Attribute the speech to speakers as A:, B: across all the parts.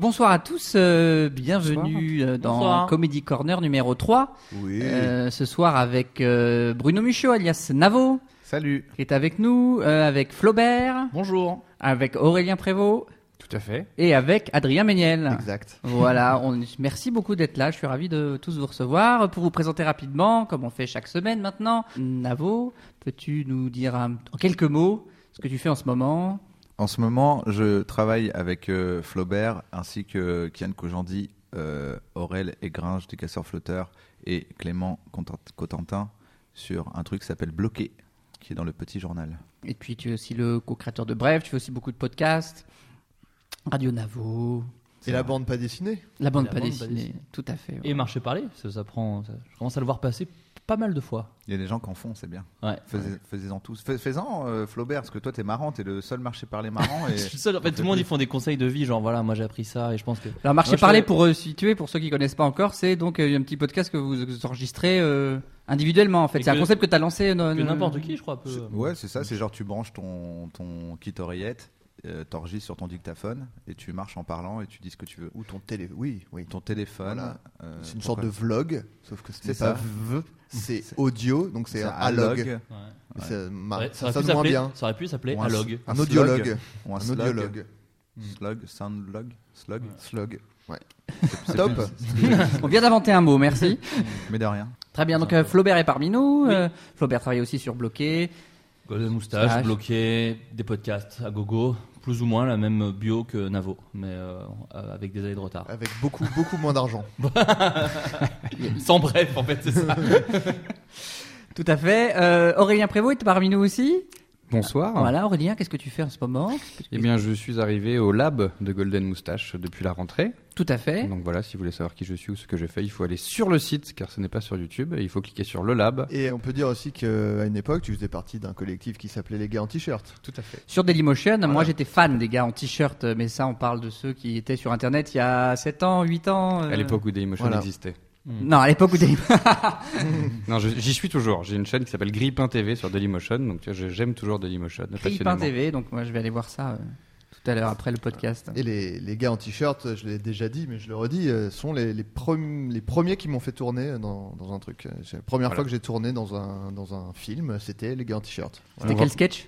A: Bonsoir à tous, euh, bienvenue euh, dans
B: Bonsoir.
A: Comedy Corner numéro 3.
C: Oui.
A: Euh, ce soir avec euh, Bruno Michaud alias Navo
C: Salut.
A: qui est avec nous, euh, avec Flaubert,
B: Bonjour.
A: avec Aurélien Prévost
C: Tout à fait.
A: et avec Adrien Méniel.
C: Exact.
A: Voilà, on, merci beaucoup d'être là. Je suis ravi de tous vous recevoir. Pour vous présenter rapidement, comme on fait chaque semaine maintenant, Navo, peux-tu nous dire un- en quelques mots ce que tu fais en ce moment
C: En ce moment, je travaille avec euh, Flaubert ainsi que Kian Kojandi, euh, Aurel Aigringe du Casseur Flotteur et Clément Content- Cotentin sur un truc qui s'appelle Bloqué, qui est dans le petit journal.
A: Et puis tu es aussi le co-créateur de Bref, tu fais aussi beaucoup de podcasts, Radio Navo,
D: C'est la bande pas dessinée.
A: La bande,
B: La
A: pas,
B: bande
A: dessinée.
B: pas dessinée.
A: tout à fait.
B: Et marcher parler, parce que ça prend. ça- je commence à le voir passer pas mal de fois.
C: Il y a des gens qui en font, c'est bien.
B: Ouais.
C: Fais- Fais-en tous. Fais- Fais-en euh, Flaubert, parce que toi, t'es marrant, t'es le seul marché par les marrants.
B: Je
C: Et...
B: suis le seul. En fait, tout le monde ils font des conseils de vie, genre voilà, moi j'ai appris ça et je pense que.
A: Alors marché
B: Moi, je
A: parler
B: fais-
A: pour euh, situer pour ceux qui connaissent pas encore, c'est donc euh, un petit podcast que vous, vous enregistrez euh, individuellement en fait.
B: Et
A: C'est un
B: que-
A: concept que tu as lancé euh,
B: que
A: euh,
B: n'importe qui, je crois, peut.
C: C'est- Ouais, c'est ça, c'est genre tu branches ton, ton kit oreillette, euh, t'enregistres sur ton dictaphone et tu marches en parlant et tu dis ce que tu veux.
D: Ou ton télé. Oui, oui.
C: Ton téléphone.
D: Voilà.
C: euh,
D: C'est une sorte
C: pourquoi-
D: de vlog, sauf que c'est
C: C'est ça.
D: pas v, c'est
C: C'est-
D: audio, donc c'est un alog.
C: log,
B: Ouais.
D: Mais c'est mar-
B: Ouais,
D: Ça
B: aurait pu
D: sonne moins
B: s'appeler-
D: bien.
B: Ça aurait pu s'appeler
C: Ou un-
B: Alog.
D: Un
C: slog,
D: audiologue.
C: ou un
D: Un
C: slog,
D: audiologue.
C: slog, sound log, slog.
D: Slog. Mm. Ouais.
C: C'est
D: Top.
C: plus-
A: On vient d'inventer un mot, merci.
C: Mais de rien.
A: Très bien, donc euh, Flaubert est parmi nous. euh, Flaubert travaille aussi sur Bloqué.
B: Golden moustache,
A: Moustache.
B: bloqué, des podcasts à gogo, plus ou moins la même bio que Navo, mais euh, euh, avec des années de retard.
D: Avec beaucoup, beaucoup moins d'argent.
B: Sans bref, en fait, c'est ça.
A: Tout à fait. Euh, Aurélien Prévost est parmi nous aussi.
E: Bonsoir.
B: Oh.
A: Voilà, Aurélien, qu'est-ce que tu fais en ce moment
E: Eh bien, je suis arrivé au lab de Golden Moustache depuis la rentrée.
A: Tout à fait.
E: Donc voilà, si vous voulez savoir qui je suis ou ce que j'ai fait, il faut aller sur le site car ce n'est pas sur YouTube. Et il faut cliquer sur le lab.
D: Et on peut dire aussi qu'à une époque, tu faisais partie d'un collectif qui s'appelait Les Gars en T-shirt.
E: Tout à fait.
A: Sur Dailymotion, moi
D: Voilà.
A: j'étais fan des gars en t-shirt, euh, mais ça on parle de ceux qui étaient sur internet il y a 7 ans, 8 ans. euh.
E: À l'époque où Dailymotion
D: Voilà.
E: existait.
A: Non, à l'époque où Dailymotion.
E: Non, je- j'y suis toujours. J'ai une chaîne qui s'appelle Gripin TV sur Dailymotion. Donc tu vois, je- j'aime toujours Dailymotion.
A: Clipin
E: passionnément.
A: TV, donc moi je vais aller voir ça euh, tout à l'heure après le podcast.
D: Et les, les Gars en T-shirt, je l'ai déjà dit, mais je le redis, euh, sont les, les, premi- les premiers qui m'ont fait tourner dans, dans un truc. C'est La première
E: Voilà.
D: fois que j'ai tourné dans un, dans un film, c'était Les Gars en T-shirt.
A: C'était
E: on
A: quel
E: va-
A: sketch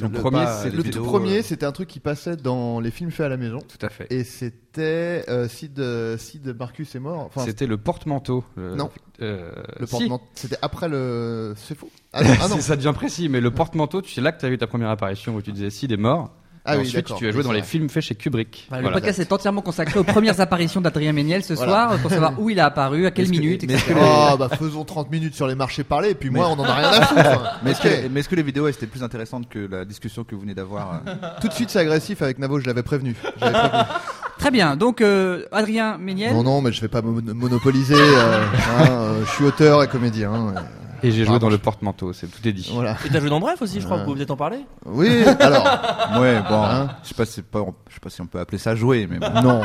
E: Le
C: pas
E: premier,
C: les
E: c'est
D: Le tout
C: vidéos,
D: premier,
C: euh,
D: c'était un truc qui passait dans les films faits à la maison.
E: Tout à fait.
D: Et c'était euh, Sid, euh, Sid Marcus est mort. Enfin,
E: C'était le porte-manteau. le-
D: Non.
E: euh,
D: le
E: si.
D: porte-manteau. C'était après le. C'est faux. Ah non. Ah, non.
E: C'est- ça devient précis, mais le porte-manteau, tu sais là que tu as eu ta première apparition où tu disais Sid est mort.
D: Ah
E: Et
D: oui,
E: ensuite,
D: d'accord.
E: tu as joué dans
D: Oui,
E: les
D: c'est
E: films faits chez Kubrick.
A: Enfin, Le
E: Voilà.
A: podcast est entièrement consacré aux premières apparitions d'Adrien Méniel ce
D: Voilà.
A: soir pour savoir où il a apparu, à quelle
C: Est-ce que-
A: minute,
C: mais est-ce
A: etc.
C: que
D: vrai.
C: les-
D: Ah, bah faisons 30 minutes sur les marchés parlés et puis moi on en a rien à foutre. hein.
C: Mais est-ce que,
D: Ok.
C: mais est-ce que les vidéos elles, étaient plus intéressantes que la discussion que vous venez d'avoir euh,
D: Tout de suite c'est agressif avec Navo, je l'avais prévenu. J'avais prévenu.
A: Très bien, donc euh, Adrien Méniel.
D: Non non mais je vais pas mon- monopoliser. euh, hein, euh, je suis auteur et comédien. hein, euh,
E: Et j'ai joué
D: Pardon,
E: dans le
D: je-
E: porte-manteau, c'est tout est dit.
D: voilà.
B: Et t'as joué dans Bref aussi, je crois,
D: Euh.
B: vous pouvez peut-être en parler
D: Oui. Alors
C: Ouais, bon,
D: Hein
C: je sais pas, si c'est pas- je sais pas si on peut appeler ça jouer, mais bon.
D: non.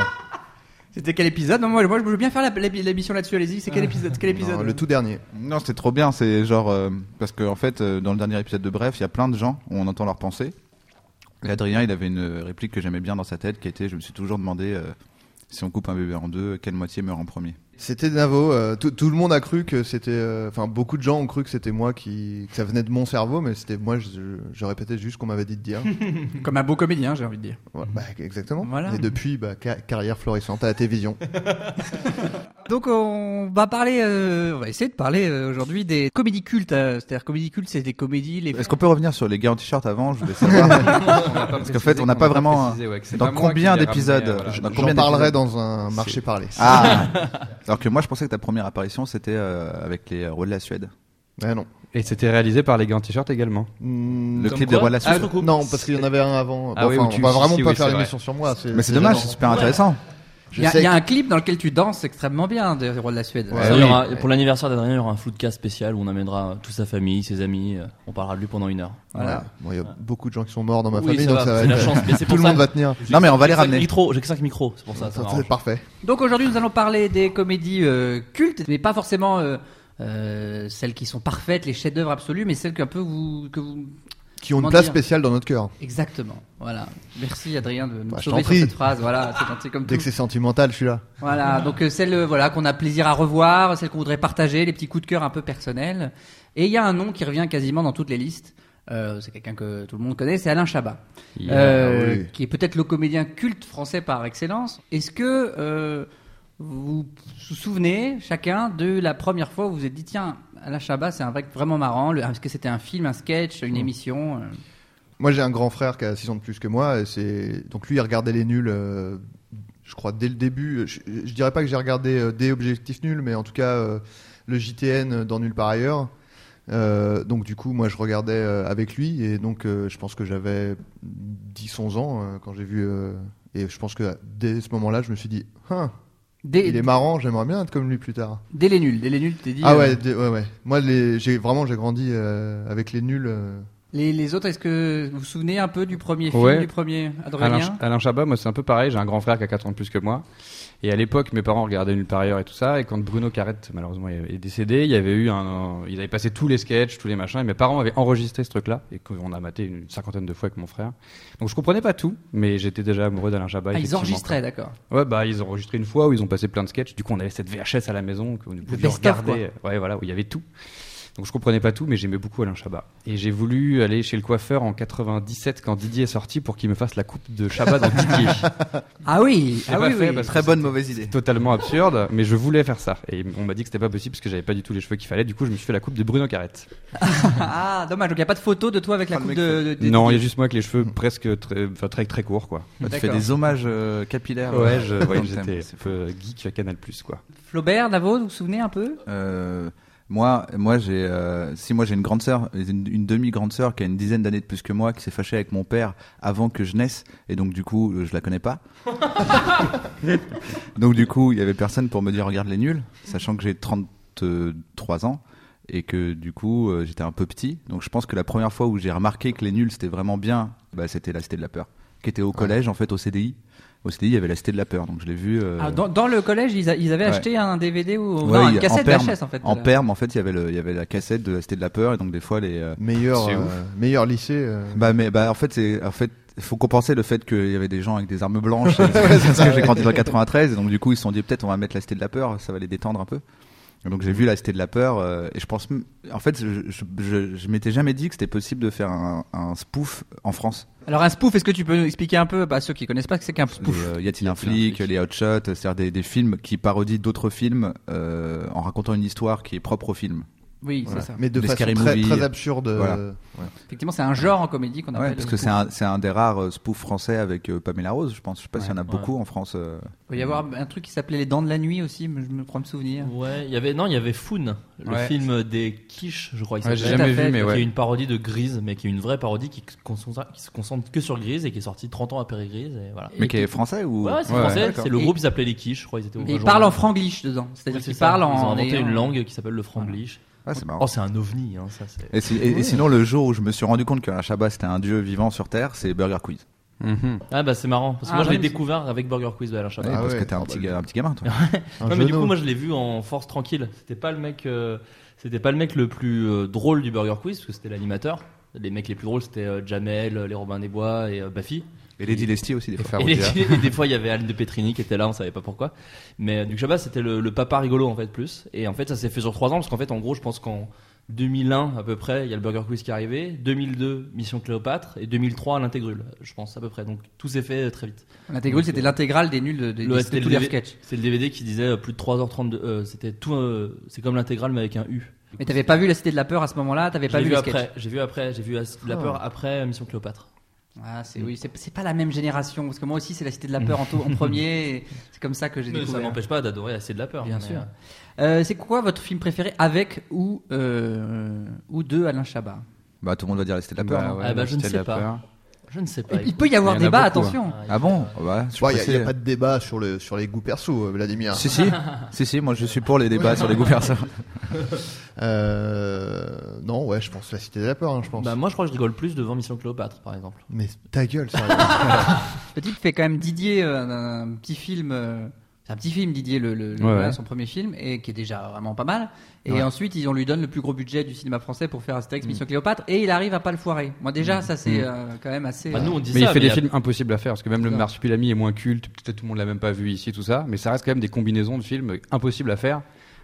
A: C'était quel épisode non, moi, moi, je veux bien faire la- la- l'émission là-dessus, allez-y. C'est quel épisode, quel épisode
D: Ah. Non, le tout dernier.
C: Non, c'était trop bien. C'est genre euh, parce que en fait, euh, dans le dernier épisode de Bref, il y a plein de gens où on entend leurs pensées. Et Adrien, il avait une réplique que j'aimais bien dans sa tête, qui était "Je me suis toujours demandé euh, si on coupe un bébé en deux, quelle moitié meurt en premier."
D: C'était Navo. euh, tout, tout le monde a cru que c'était. euh, Enfin, beaucoup de gens ont cru que c'était moi qui. que ça venait de mon cerveau, mais c'était moi. Je, je répétais juste ce qu'on m'avait dit de dire.
A: Comme un beau comédien, j'ai envie de dire.
D: Ouais, bah, exactement.
A: Voilà.
D: Et depuis, bah, ca- carrière florissante à la télévision.
A: Donc on va parler, euh, on va essayer de parler euh, aujourd'hui des comédies cultes. euh, C'est-à-dire comédies cultes, c'est des comédies, les
C: Est-ce qu'on peut revenir sur les gars en t-shirt avant Je voulais savoir.
A: Ah,
E: Parce
C: qu'en fait, on n'a pas vraiment, dans combien d'épisodes
E: Je
C: Dans
D: J'en
C: combien
D: parlerai
C: d'épisodes
D: dans un marché parlé.
C: ah Alors que moi, je pensais que ta première apparition, c'était euh, avec les euh, rois de la Suède.
D: Ah non.
E: Et c'était réalisé par les gars en t-shirt également.
D: Mm,
C: Le
B: Comme
C: clip
B: quoi
C: des rois de la
B: Ah,
C: Suède.
B: surtout-
D: non, parce qu'il y en avait un avant. Bah,
E: Ah oui,
D: enfin,
E: où
D: on
E: tu-
D: va
E: si,
D: vraiment
E: si,
D: pas
E: oui,
D: faire
E: c'est
D: l'émission sur moi.
E: Euh,
C: mais c'est dommage, c'est super intéressant.
D: Je
A: Il y, a-
D: sais
A: il y a
D: que-
A: un clip dans lequel tu danses extrêmement bien des rois de la Suède.
D: Ouais.
B: Ça,
D: Ah
B: il y
D: oui.
B: aura- Pour l'anniversaire d'Adrien, il y aura un floodcast spécial où on amènera toute sa famille, ses amis, euh, on parlera de lui pendant une heure.
D: Voilà. Bon, il y a beaucoup de gens qui sont morts dans ma
B: Oui,
D: famille,
B: ça
D: donc
B: va,
D: ça va
B: c'est la
D: être-
B: chance, mais c'est
D: Tout
B: pour
D: le
B: ça
D: monde
B: que-
D: va tenir.
C: Non, mais on va les
B: J'ai que cinq
C: ramener.
B: micros, J'ai que 5 micros, c'est pour ça. ça
D: Ça,
B: m'arrange.
D: C'est parfait.
A: Donc aujourd'hui, nous allons parler des comédies euh, cultes, mais pas forcément euh, euh, celles qui sont parfaites, les chefs-d'œuvre absolus, mais celles qu'un peu vous, que vous
D: qui ont une
A: Comment
D: place
A: dire
D: spéciale dans notre cœur.
A: Exactement. Voilà. Merci Adrien de nous
D: Bah, je
A: sauver
D: t'en
A: sur
D: prie.
A: cette phrase. Voilà, c'est gentil comme
D: Dès que
A: tout.
D: c'est sentimental, je suis là.
A: Voilà. Donc euh, celle euh, voilà qu'on a plaisir à revoir, celle qu'on voudrait partager, les petits coups de cœur un peu personnels. Et il y a un nom qui revient quasiment dans toutes les listes. Euh, c'est quelqu'un que tout le monde connaît, c'est Alain Chabat,
E: Yeah,
A: Euh,
D: oui.
A: qui est peut-être le comédien culte français par excellence. Est-ce que euh, vous vous souvenez chacun de la première fois où vous vous êtes dit tiens Alain Chabat c'est un mec vraiment marrant, le- est-ce que c'était un film, un sketch,
E: Hmm.
A: une émission euh,
D: Moi, j'ai un grand frère qui a 6 ans de plus que moi. Et c'est... Donc, lui, il regardait les nuls, euh, je crois, dès le début. Je, je dirais pas que j'ai regardé euh, des objectifs nuls, mais en tout cas, euh, le JTN dans Nul par ailleurs. Euh, donc, du coup, moi, je regardais euh, avec lui. Et donc, euh, je pense que j'avais 10-11 ans euh, quand j'ai vu. euh, et je pense que dès ce moment-là, je me suis dit Hein,
A: dès,
D: il est marrant, j'aimerais bien être comme lui plus tard.
A: dès les nuls, dès les nuls, tu t'es dit
D: Ah
A: euh,
D: ouais, dès- ouais, ouais. Moi, les, j'ai, vraiment, j'ai grandi euh, avec les nuls. euh,
A: Les, les autres, est-ce que vous vous souvenez un peu du premier film,
E: Ouais.
A: du premier Adrien Ah,
E: Alain, Ch- Alain Chabat, moi c'est un peu pareil, j'ai un grand frère qui a 4 ans de plus que moi. Et à l'époque, mes parents regardaient Nulle part ailleurs et tout ça. Et quand Bruno Carrette, malheureusement, est est décédé, il y avait eu un. Ils avaient passé tous les sketchs, tous les machins. Et mes parents avaient enregistré ce truc-là. Et qu'on a maté une cinquantaine de fois avec mon frère. Donc je comprenais pas tout, mais j'étais déjà amoureux d'Alain
A: Ah,
E: Chabat.
A: ils
E: effectivement.
A: enregistraient, d'accord.
E: Ouais, bah ils ont enregistré une fois où ils ont passé plein de sketchs. Du coup, on avait cette VHS à la maison que nous pouvions
A: best-of,
E: regarder. Ouais, voilà, où il y avait tout. Donc je comprenais pas tout, mais j'aimais beaucoup Alain Chabat. Et j'ai voulu aller chez le coiffeur en 97 quand Didier est sorti pour qu'il me fasse la coupe de Chabat dans Didier.
A: Ah oui,
E: Je l'ai
A: ah
E: pas
A: oui,
E: fait
A: oui.
E: parce que
C: Très bonne mauvaise idée.
E: Totalement absurde, mais je voulais faire ça. Et on m'a dit que c'était pas possible parce que j'avais pas du tout les cheveux qu'il fallait. Du coup, je me suis fait la coupe de Bruno Carrette.
A: Ah, dommage. Donc il n'y a pas de photo de toi avec la
C: Ah, le
A: coupe
C: mec
A: de, de- de-
E: non, il y a juste moi avec les cheveux presque très, enfin, très, très courts, quoi.
C: Bah, tu fais
A: D'accord.
C: des hommages euh, capillaires. euh,
E: Ouais, je,
C: dans
E: ouais,
C: le thème.
E: j'étais
C: C'est
E: un peu geek à Canal quoi.
A: Flaubert, Navo, vous vous souvenez un peu
C: Euh, moi, moi j'ai, euh, si moi j'ai une grande sœur, une, une demi-grande sœur qui a une dizaine d'années de plus que moi, qui s'est fâchée avec mon père avant que je naisse, et donc du coup, euh, je la connais pas. donc du coup, il y avait personne pour me dire regarde les nuls, sachant que j'ai 33 ans et que du coup, euh, j'étais un peu petit. Donc je pense que la première fois où j'ai remarqué que les nuls c'était vraiment bien, bah, c'était la Cité de la peur, qui était au collège en fait au CDI. Au CDI, il y avait la Cité de la peur, donc je l'ai vu. euh,
A: Ah, dans, dans le collège, ils, a- ils avaient
C: ouais.
A: acheté un DVD ou
C: Ouais,
A: non,
C: il-
A: une cassette
C: perme-
A: VHS en fait. euh.
C: En
A: là.
C: perme, en fait, il y avait le, il y avait la cassette de la Cité de la Peur, et donc des fois les. euh,
D: meilleur,
E: C'est
D: euh, meilleur lycée. euh.
C: Bah mais bah en fait c'est en fait faut compenser le fait qu'il y avait des gens avec des armes blanches et- parce que j'ai grandi dans 93 et donc du coup ils se sont dit peut-être on va mettre la Cité de la Peur, ça va les détendre un peu. Et donc j'ai vu la Cité de la Peur euh, et je pense m- en fait je je, je, je m'étais jamais dit que c'était possible de faire un, un spoof en France.
A: Alors un spoof, est-ce que tu peux nous expliquer un peu, bah, ceux qui connaissent pas, ce que c'est qu'un
C: Les,
A: spoof
C: euh, y a-t-il un flic, les hotshots, c'est-à-dire des, des films qui parodient d'autres films euh, en racontant une histoire qui est propre au film.
A: Oui, c'est
D: Voilà.
A: ça.
D: Mais de
C: Des
D: façon
C: scary
D: très,
C: movies.
D: très absurde. euh,
C: Voilà.
A: Effectivement, c'est un genre en comédie qu'on
C: Ouais,
A: appelle.
C: parce que c'est un, c'est un des rares euh, spoofs français avec euh, Pamela Rose, je pense. Je sais pas s'il y en a
F: Ouais.
C: beaucoup en France. euh.
A: Il peut y avoir un truc qui s'appelait Les Dents de la Nuit aussi, mais je me crois me souvenir.
F: Ouais, il y avait non, il y avait Foon, le
E: Ouais.
F: film des quiches, je crois. il
E: Ouais, j'ai
F: s'appelle,
A: Tout à
E: jamais
A: fait,
E: vu, mais
F: Qui est
E: ouais.
F: une parodie de Grise, mais qui est une vraie parodie qui, concentre- qui se concentre que sur Grise et qui est sortie 30 ans après Grise. Et voilà.
C: Mais qui est français ou
F: Ouais, c'est
E: Ouais,
F: français.
C: d'accord.
F: c'est le
A: Et-
F: groupe qui s'appelait les quiches, je crois. Ils étaient au
A: Et ils
F: Rajouan.
A: parlent en franglish dedans, c'est-à-dire
F: Oui, c'est
A: qu'ils
F: ça.
A: parlent en.
F: Ils ont inventé
A: ayant-
F: une langue qui s'appelle le franglish.
C: Ah, c'est marrant.
F: Oh, c'est un ovni, hein, ça. c'est-
C: Et, si- et- et sinon, le jour où je me suis rendu compte qu'Alain Chabat c'était un dieu vivant sur Terre, c'est Burger Quiz.
E: Mhm.
F: Ah bah c'est marrant parce
A: Ah,
F: que moi je l'ai
A: ouais, mais-
F: découvert avec Burger Quiz de Alain Chabat.
C: Ouais, parce
D: ouais.
C: que t'es un, petit ga- un petit gamin, toi.
D: un
F: non mais du
D: genou.
F: coup moi je l'ai vu en force tranquille. C'était pas le mec, euh, c'était pas le mec le plus euh, drôle du Burger Quiz parce que c'était l'animateur. Les mecs les plus drôles c'était euh, Jamel, euh, les Robin des Bois et euh, Baffy.
C: Et Lady Lestie aussi, des fois.
F: Et, et des fois il y avait Anne de Petrini qui était là, on savait pas pourquoi. Mais euh, du Chabat c'était le, le papa rigolo en fait plus. Et en fait ça s'est fait sur trois ans parce qu'en fait en gros je pense qu'en 2001 à peu près il y a le Burger Quiz qui est arrivé, 2002 Mission Cléopâtre et 2003 l'intégrule je pense à peu près. Donc tout s'est fait euh, très vite.
A: L'intégrale, c'était l'intégrale des nuls de, de,
F: Le
A: de- de
F: STL
A: tous les
F: DV.
A: sketchs.
F: C'est le DVD qui disait euh, plus de 3h32. euh, c'était tout. euh, c'est comme l'intégrale mais avec un U.
A: Mais t'avais pas vu la Cité de la Peur à ce moment-là, t'avais
F: J'ai
A: pas vu
F: vu,
A: les sketchs.
F: après. J'ai vu après. J'ai vu As- la peur après euh, Mission Cléopâtre.
A: Ah, c'est oui, c'est c'est pas la même génération parce que moi aussi c'est la Cité de la Peur en, taux- en premier. et C'est comme ça que j'ai
F: Mm. Mais ça
A: découvert.
F: m'empêche pas d'adorer assez de la peur.
A: Bien
F: mais,
A: sûr.
F: euh,
A: Euh, c'est quoi votre film préféré avec ou euh, ou de Alain Chabat
C: Bah, tout le monde va dire la Cité de la Peur. non
F: ouais. Ah bah, je ne sais pas. Je ne sais pas.
A: Il peut y avoir
E: Bah, il y en a
A: débat,
E: beaucoup, hein.
A: attention.
F: écoute.
C: Ah bon bah, je suis
D: Il n'y a,
C: pressé.
D: y a pas de débat sur, le, sur les goûts perso, euh, Vladimir.
C: Si, si. si, si, moi je suis pour les débats sur les goûts perso.
D: Euh, non, ouais, je pense la cité de la peur, hein, je pense.
F: Bah moi je crois que je rigole plus devant Mission Cléopâtre par exemple.
D: Mais ta gueule, sérieux.
A: Le type fait quand même Didier euh, un, un petit film. euh, C'est un petit film, Didier, le, le- le-
E: Ouais,
A: voilà,
E: ouais.
A: son premier film, et qui est déjà vraiment pas mal. Et
E: Ouais. Mm.
A: ensuite, ils, on lui donne le plus gros budget du cinéma français pour faire Astérix, Mission Cléopâtre, et il arrive à pas le foirer. Moi, déjà, ça, c'est euh, quand même assez.
F: Bah, nous, on dit
E: Mais
F: ça,
E: il fait
F: mais
E: des
F: y a-
E: films impossibles à faire parce que même le
A: ça.
E: Marsupilami est moins culte, peut-être tout le monde l'a même pas vu ici, tout ça, mais ça reste quand même des combinaisons de films impossibles à faire